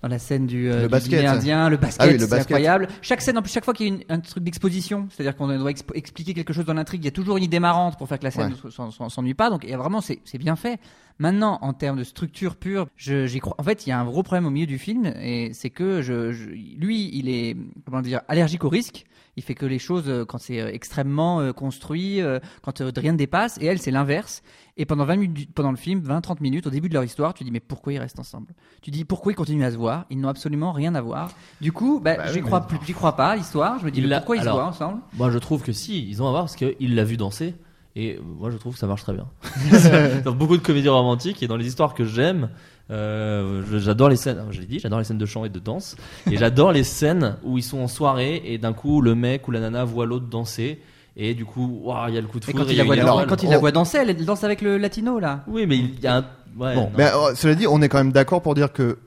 A: dans la scène du, euh,
D: Le
A: du
D: basket.
A: dîner indien, le
D: Ah oui,
A: basket,
D: le
A: c'est
D: basket.
A: incroyable. Chaque scène, en plus, chaque fois qu'il y a une- un truc d'exposition, c'est-à-dire qu'on doit expo- expliquer quelque chose dans l'intrigue, il y a toujours une idée marrante pour faire que la scène ne s'en- s'en- s'ennuie pas. Donc, il y a vraiment, c'est c'est bien fait. Maintenant, en termes de structure pure, je, j'y crois. En fait, il y a un gros problème au milieu du film, et c'est que je, je- lui, il est comment dire allergique au risque. Il fait que les choses euh, quand c'est euh, extrêmement euh, construit, euh, quand euh, rien ne dépasse. Et elle, c'est l'inverse. Et pendant 20 minutes, pendant le film, 20-30 minutes, au début de leur histoire, tu dis mais pourquoi ils restent ensemble Tu dis pourquoi ils continuent à se voir Ils n'ont absolument rien à voir. Du coup, bah,
D: Bah oui,
A: j'y crois plus, j'y crois pas. L'histoire, je me dis
F: Il
A: mais
F: l'a-
A: pourquoi ils
F: alors-
A: se voient ensemble
F: Moi, je trouve que si, ils ont à voir parce qu'il l'a vu danser. Et euh, moi, je trouve que ça marche très bien. dans beaucoup de comédies romantiques et dans les histoires que j'aime, euh, je- j'adore les scènes. Je l'ai dit, j'adore les scènes de chant et de danse. Et j'adore les scènes où ils sont en soirée et d'un coup, le mec ou la nana voit l'autre danser. Et du coup, waouh, il y a le coup de
A: Et
F: foudre.
A: quand il
F: y a
A: la voit
F: une
A: danser,
D: alors,
F: étoile.
A: quand il la
D: on-
A: voit danser, elle elle danse avec le latino là.
F: Oui, mais il y a un. Ouais,
D: Bon,
F: non.
D: mais euh, cela dit, on est quand même d'accord pour dire que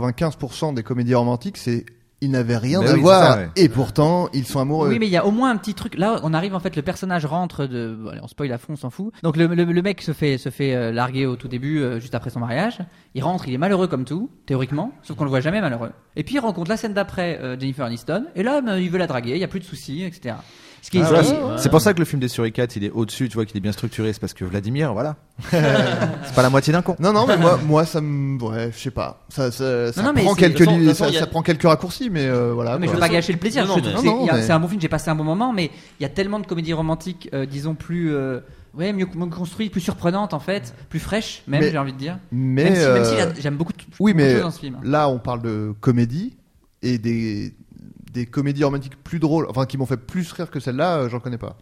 D: 95% des comédies romantiques, c'est ils n'avaient rien
C: Bah
D: à
C: oui,
D: voir
C: c'est ça, ouais.
D: et pourtant ils sont amoureux.
A: Oui, mais il y a au moins un petit truc. Là, on arrive en fait, le personnage rentre de. bon, allez, on spoil à fond, on s'en fout. Donc le, le- le mec se fait, se fait euh, larguer au tout début, euh, juste après son mariage. Il rentre, il est malheureux comme tout, théoriquement, sauf qu'on le voit jamais malheureux. Et puis il rencontre la scène d'après euh, Jennifer Aniston, et là, ben, il veut la draguer, il y a plus de soucis, etc. Ce qui
C: Ah,
A: est.
C: voilà,
A: ce qui-
C: c'est- C'est pour ça que le film des Suricates, il est au-dessus, tu vois, qu'il est bien structuré. C'est parce que Vladimir, voilà. c'est pas la moitié d'un con.
D: Non, non, mais moi, moi, ça me, ouais, je sais pas, ça, ça, ça
A: non, mais
D: prend
A: c'est-
D: quelques,
F: de toute façon-
D: li-
F: de toute
D: ça,
F: façon, il y a-
D: ça prend quelques raccourcis, mais euh, voilà.
A: Non, mais je
D: quoi.
A: veux pas gâcher le plaisir.
F: Non,
A: je trouve
F: non,
D: mais-
A: que c'est-
D: non, non,
A: il y a-
D: mais-
A: C'est un bon film, j'ai passé un bon moment, mais il y a tellement de comédies romantiques, euh, disons plus, euh, ouais, mieux mieux construites, plus surprenantes en fait, plus fraîches même,
D: Mais-
A: j'ai envie de dire.
D: mais
A: même si, même si
D: euh,
A: là, j'aime beaucoup, de-
D: oui,
A: beaucoup de
D: mais-
A: choses dans ce film.
D: Là, on parle de comédie et des, des comédies romantiques plus drôles, enfin qui m'ont fait plus rire que celle-là, euh, j'en connais pas.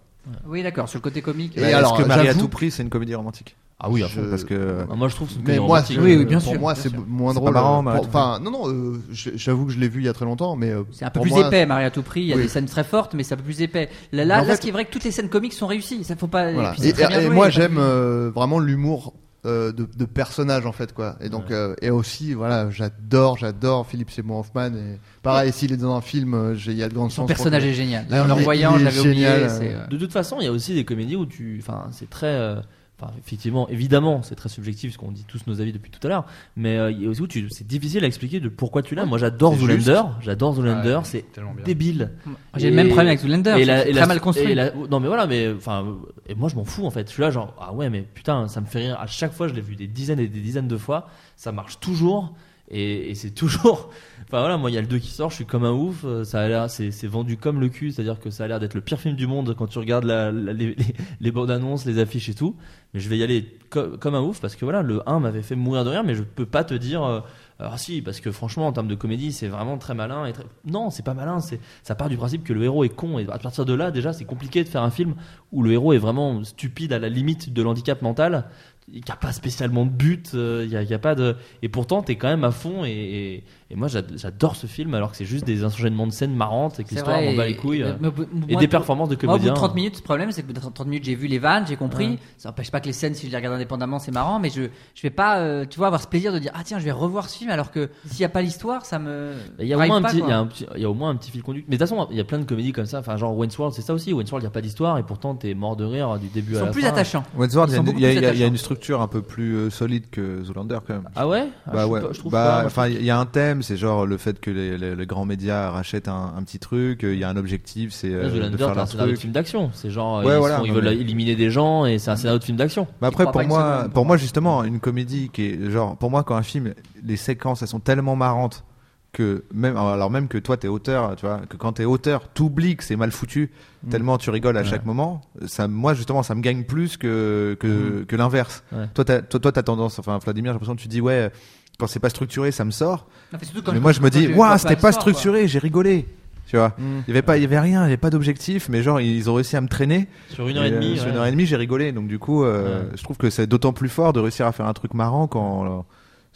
A: Oui, d'accord, sur le côté comique.
D: Et
C: Bah,
D: alors,
C: Est-ce que Marie à
D: j'avoue- Euh,
C: tout prix, c'est une comédie romantique
F: Ah oui, à
D: Je-
F: fond.
C: Parce que.
F: Ah, Moi, je trouve que c'est une
D: Mais
F: comédie
D: moi,
F: romantique.
D: c'est-
A: Oui, oui, bien
D: pour
A: sûr,
D: moi,
A: bien
D: c'est
A: sûr.
D: b- moins
C: C'est
D: drôle.
C: pas marrant,
D: Pour-
C: Marie à tout prix.
D: Enfin, non, non, euh, j- j'avoue que je l'ai vu il y a très longtemps, mais euh,
A: C'est un peu
D: pour
A: plus
D: moi,
A: épais, Marie à tout prix. Il y a
D: Oui.
A: des scènes très fortes, mais c'est un peu plus épais. Là,
D: Mais
A: là,
D: en
A: là,
D: fait-
A: ce qui est vrai, que toutes les scènes comiques sont réussies. Ça faut pas.
D: Voilà.
A: puis
D: Et,
A: c'est très bien
D: et
A: joué,
D: moi,
A: y a pas de-
D: j'aime euh, vraiment l'humour euh, de, de personnage en fait quoi. Et donc euh, et aussi voilà, j'adore, j'adore Philippe Seymour Hoffman. Et pareil, s'il est dans un film, euh, j'ai- il y a de grandes chances.
A: Son
D: pour
A: personnage
D: que-
A: est génial.
D: Là,
A: en le
D: il est-
A: revoyant,
D: il
A: je
D: est
A: l'avais oublié.
D: génial,
A: c'est, euh,
F: De toute façon, il y a aussi des comédies où tu. Enfin, c'est très. euh, Enfin, effectivement, évidemment, c'est très subjectif ce qu'on dit tous nos avis depuis tout à l'heure. Mais euh, il y a aussi où tu- c'est difficile à expliquer de pourquoi tu l'aimes. Moi, j'adore
D: C'est
F: Zoolander. J'adore Zoolander.
E: Ouais,
F: c'est
E: tellement bien.
F: débile.
A: euh, J'ai
F: Et-
A: le même problème avec Zoolander.
F: la-
A: c'est
F: la-
A: très mal construit.
F: et la- non, mais voilà, mais enfin, euh, et moi, je m'en fous en fait. Je suis là, genre, ah ouais, mais putain, ça me fait rire. À chaque fois, je l'ai vu des dizaines et des dizaines de fois. Ça marche toujours. Et, et c'est toujours. Enfin voilà, moi il y a le 2 qui sort, je suis comme un ouf. euh, Ça a l'air, c'est c'est vendu comme le cul, c'est-à-dire que ça a l'air d'être le pire film du monde quand tu regardes la- la- les, les- les bandes annonces, les affiches et tout. Mais je vais y aller co- comme un ouf parce que voilà, le 1 m'avait fait mourir de rire, mais je peux pas te dire. euh, alors si, parce que franchement, en termes de comédie, c'est vraiment très malin. Et très... Non, c'est pas malin. C'est ça part du principe que le héros est con. Et à partir de là, déjà, c'est compliqué de faire un film où le héros est vraiment stupide à la limite de l'handicap mental. Il n'y a pas spécialement de but. euh, Il y a, il y a pas de. Et pourtant, t'es quand même à fond. Et, et- et moi, j'ad- j'adore ce film alors que c'est juste des enchaînements de scènes marrantes et que
A: C'est
F: l'histoire
A: vrai,
F: m'en bat
A: et-
F: les couilles.
A: et-
F: euh,
A: mais au bout-
F: Et,
A: moi,
F: des
A: au bout-
F: performances de
A: Moi, au bout de
F: comédiens.
A: 30 minutes, le problème, c'est que au bout de 30 minutes, j'ai vu les vannes, j'ai compris.
F: hein. Ouais.
A: Ça n'empêche pas que les scènes, si je les regarde indépendamment, c'est marrant, mais je ne vais pas, euh, tu vois, avoir ce plaisir de dire Ah, tiens, je vais revoir ce film, alors que s'il n'y a pas l'histoire, ça me.
F: Il y, a au
A: drive
F: moins un
A: pas,
F: petit, il,
A: quoi.
F: y a un petit- il y a au moins un petit fil conducteur. Mais de toute façon, il y a plein de comédies comme ça. Enfin, genre Wentworld, c'est ça aussi. Wentworld, il n'y a pas d'histoire et pourtant, t'es mort de rire du début
A: Ils
F: à
A: sont
F: la
A: plus
F: fin.
A: attachants. Ils
C: Wentworth, il y a
A: sont
C: une-
A: beaucoup
C: il y, a-
A: plus
C: il y a
A: attachants.
C: une structure un peu plus euh, solide que Zoolander quand même.
F: Ah ouais Ah,
C: Bah
F: je
C: ouais,
F: trouve pas- je trouve
C: bah,
F: pas, moi, je
C: enfin, il y a un thème, c'est genre le fait que les, les- les grands médias rachètent un, un petit truc, euh, il y a un objectif, c'est euh,
F: Là,
C: de
F: Zoolander,
C: faire
F: c'est un
C: leur
F: scénario de
C: truc.
F: film d'action. C'est genre,
C: Ouais,
F: ils,
C: voilà,
F: sont- ils
C: non,
F: veulent
C: mais-
F: éliminer des gens et c'est un scénario de film d'action.
C: Mais
A: crois
C: Bah après,
A: pas
C: pour
A: une
C: moi,
A: seconde,
C: pour moi justement, une comédie qui est genre, pour moi, quand un film, les séquences, elles sont tellement marrantes que même, alors même que toi, t'es auteur, tu vois, que quand t'es auteur, t'oublies que c'est mal foutu, tellement tu rigoles à chaque moment. Ça, moi, justement, ça me gagne plus que que, que l'inverse.
F: Ouais.
C: Toi, t'as, toi, toi, t'as tendance, enfin, Vladimir, j'ai l'impression que tu dis ouais. Quand c'est pas structuré, ça me sort.
A: Enfin, surtout quand
C: mais moi, je me
A: quand
C: dis,
A: je
C: waouh,
A: vois
C: c'était pas
A: l'histoire, quoi.
C: structuré, j'ai rigolé. Tu vois, il y avait pas, il y avait rien, il y avait pas d'objectif, mais genre ils ont réussi à me traîner.
F: Sur une heure et
C: euh,
F: demie.
C: sur
F: ouais.
C: une heure et demie, j'ai rigolé. Donc du coup, euh, je trouve que c'est d'autant plus fort de réussir à faire un truc marrant quand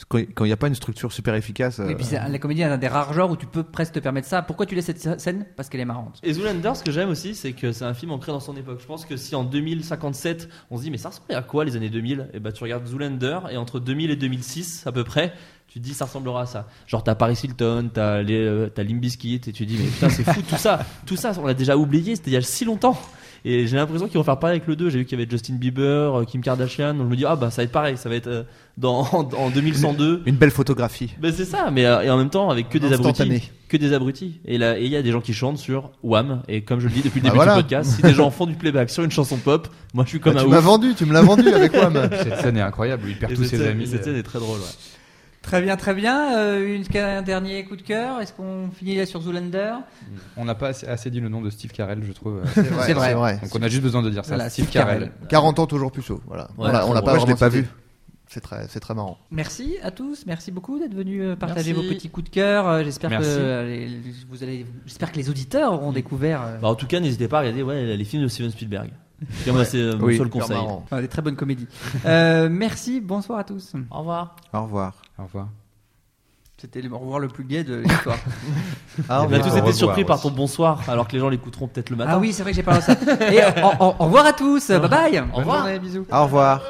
C: quand il n'y a pas une structure super efficace.
A: Oui,
C: euh,
A: et puis c'est un- la comédie est un des rares genres où tu peux presque te permettre ça. Pourquoi tu laisses cette sc- scène Parce qu'elle est marrante.
F: Et Zoolander, ce que j'aime aussi, c'est que c'est un film ancré dans son époque. Je pense que si en 2057, on se dit, mais ça ressemblait à quoi les années 2000 Et bah, tu regardes Zoolander, et entre 2000 et 2006, à peu près, tu te dis, ça ressemblera à ça. Genre, t'as Paris Hilton, t'as les, euh, t'as Limbiskit, et tu te dis, mais putain, c'est fou, tout ça, tout ça, on l'a déjà oublié, c'était il y a si longtemps. Et j'ai l'impression qu'ils vont faire pareil avec le 2. J'ai vu qu'il y avait Justin Bieber, euh, Kim Kardashian, donc je me dis, ah bah, ça va être pareil, ça va être euh, dans, en, en 2102.
C: une belle photographie.
F: Ben c'est ça, mais euh, et en même temps avec que des
D: Instantané.
F: abrutis, que des abrutis. Et là, et il y a des gens qui chantent sur Wham. Et comme je le dis depuis le
D: Bah
F: début
D: voilà.
F: du podcast, si des gens font du playback sur une chanson pop, moi je suis comme
D: Bah,
F: un
D: tu m'as
F: ouf.
D: vendu, tu me l'as vendu avec Wham.
E: Cette scène est incroyable, où il perd
F: Et
E: tous
F: cette
E: ses
F: scène-
E: amis.
F: Cette scène est très drôle. ouais.
A: Très bien, très bien. Euh, une- un dernier coup de cœur. Est-ce qu'on finit là sur Zoolander
E: On n'a pas assez, assez dit le nom de Steve Carell, je trouve. euh.
A: C'est vrai.
E: Donc on a juste besoin de dire ça.
A: Voilà,
E: Steve,
A: Steve
E: Carell.
A: Carell.
D: 40 ans toujours puceau. Voilà. On
F: Ouais,
D: l'a-
F: très
D: on l'a
F: bon.
D: pas
C: Moi, je l'ai
D: vraiment
C: pas
D: cité.
C: vu.
D: C'est très, c'est très marrant.
A: Merci à tous, merci beaucoup d'être venus euh, partager
F: Merci.
A: vos petits coups de cœur. Euh, J'espère que
E: Merci.
A: euh, les- vous allez, j'espère que les auditeurs
C: Mm.
A: auront découvert euh,
F: Bah, en tout cas, n'hésitez pas à regarder ouais, les films de Steven Spielberg. C'est quand même assez, euh, mon
C: Oui,
F: seul
D: Super
F: conseil.
D: marrant.
A: enfin, des très bonnes comédies. Euh, merci, bonsoir à tous.
F: Au revoir.
C: Au revoir.
E: Au revoir.
A: C'était le au revoir le plus gai de l'histoire.
F: On a Eh ben, tous
C: Au
F: été
C: revoir,
F: surpris par
C: ouais.
F: ton bonsoir, alors que les gens l'écouteront peut-être le matin.
A: ah oui, euh, c'est vrai que j'ai parlé de ça. Et au, au- au revoir à tous, bye bye.
F: Au revoir.
A: Bonne journée, bisous.
C: Au revoir.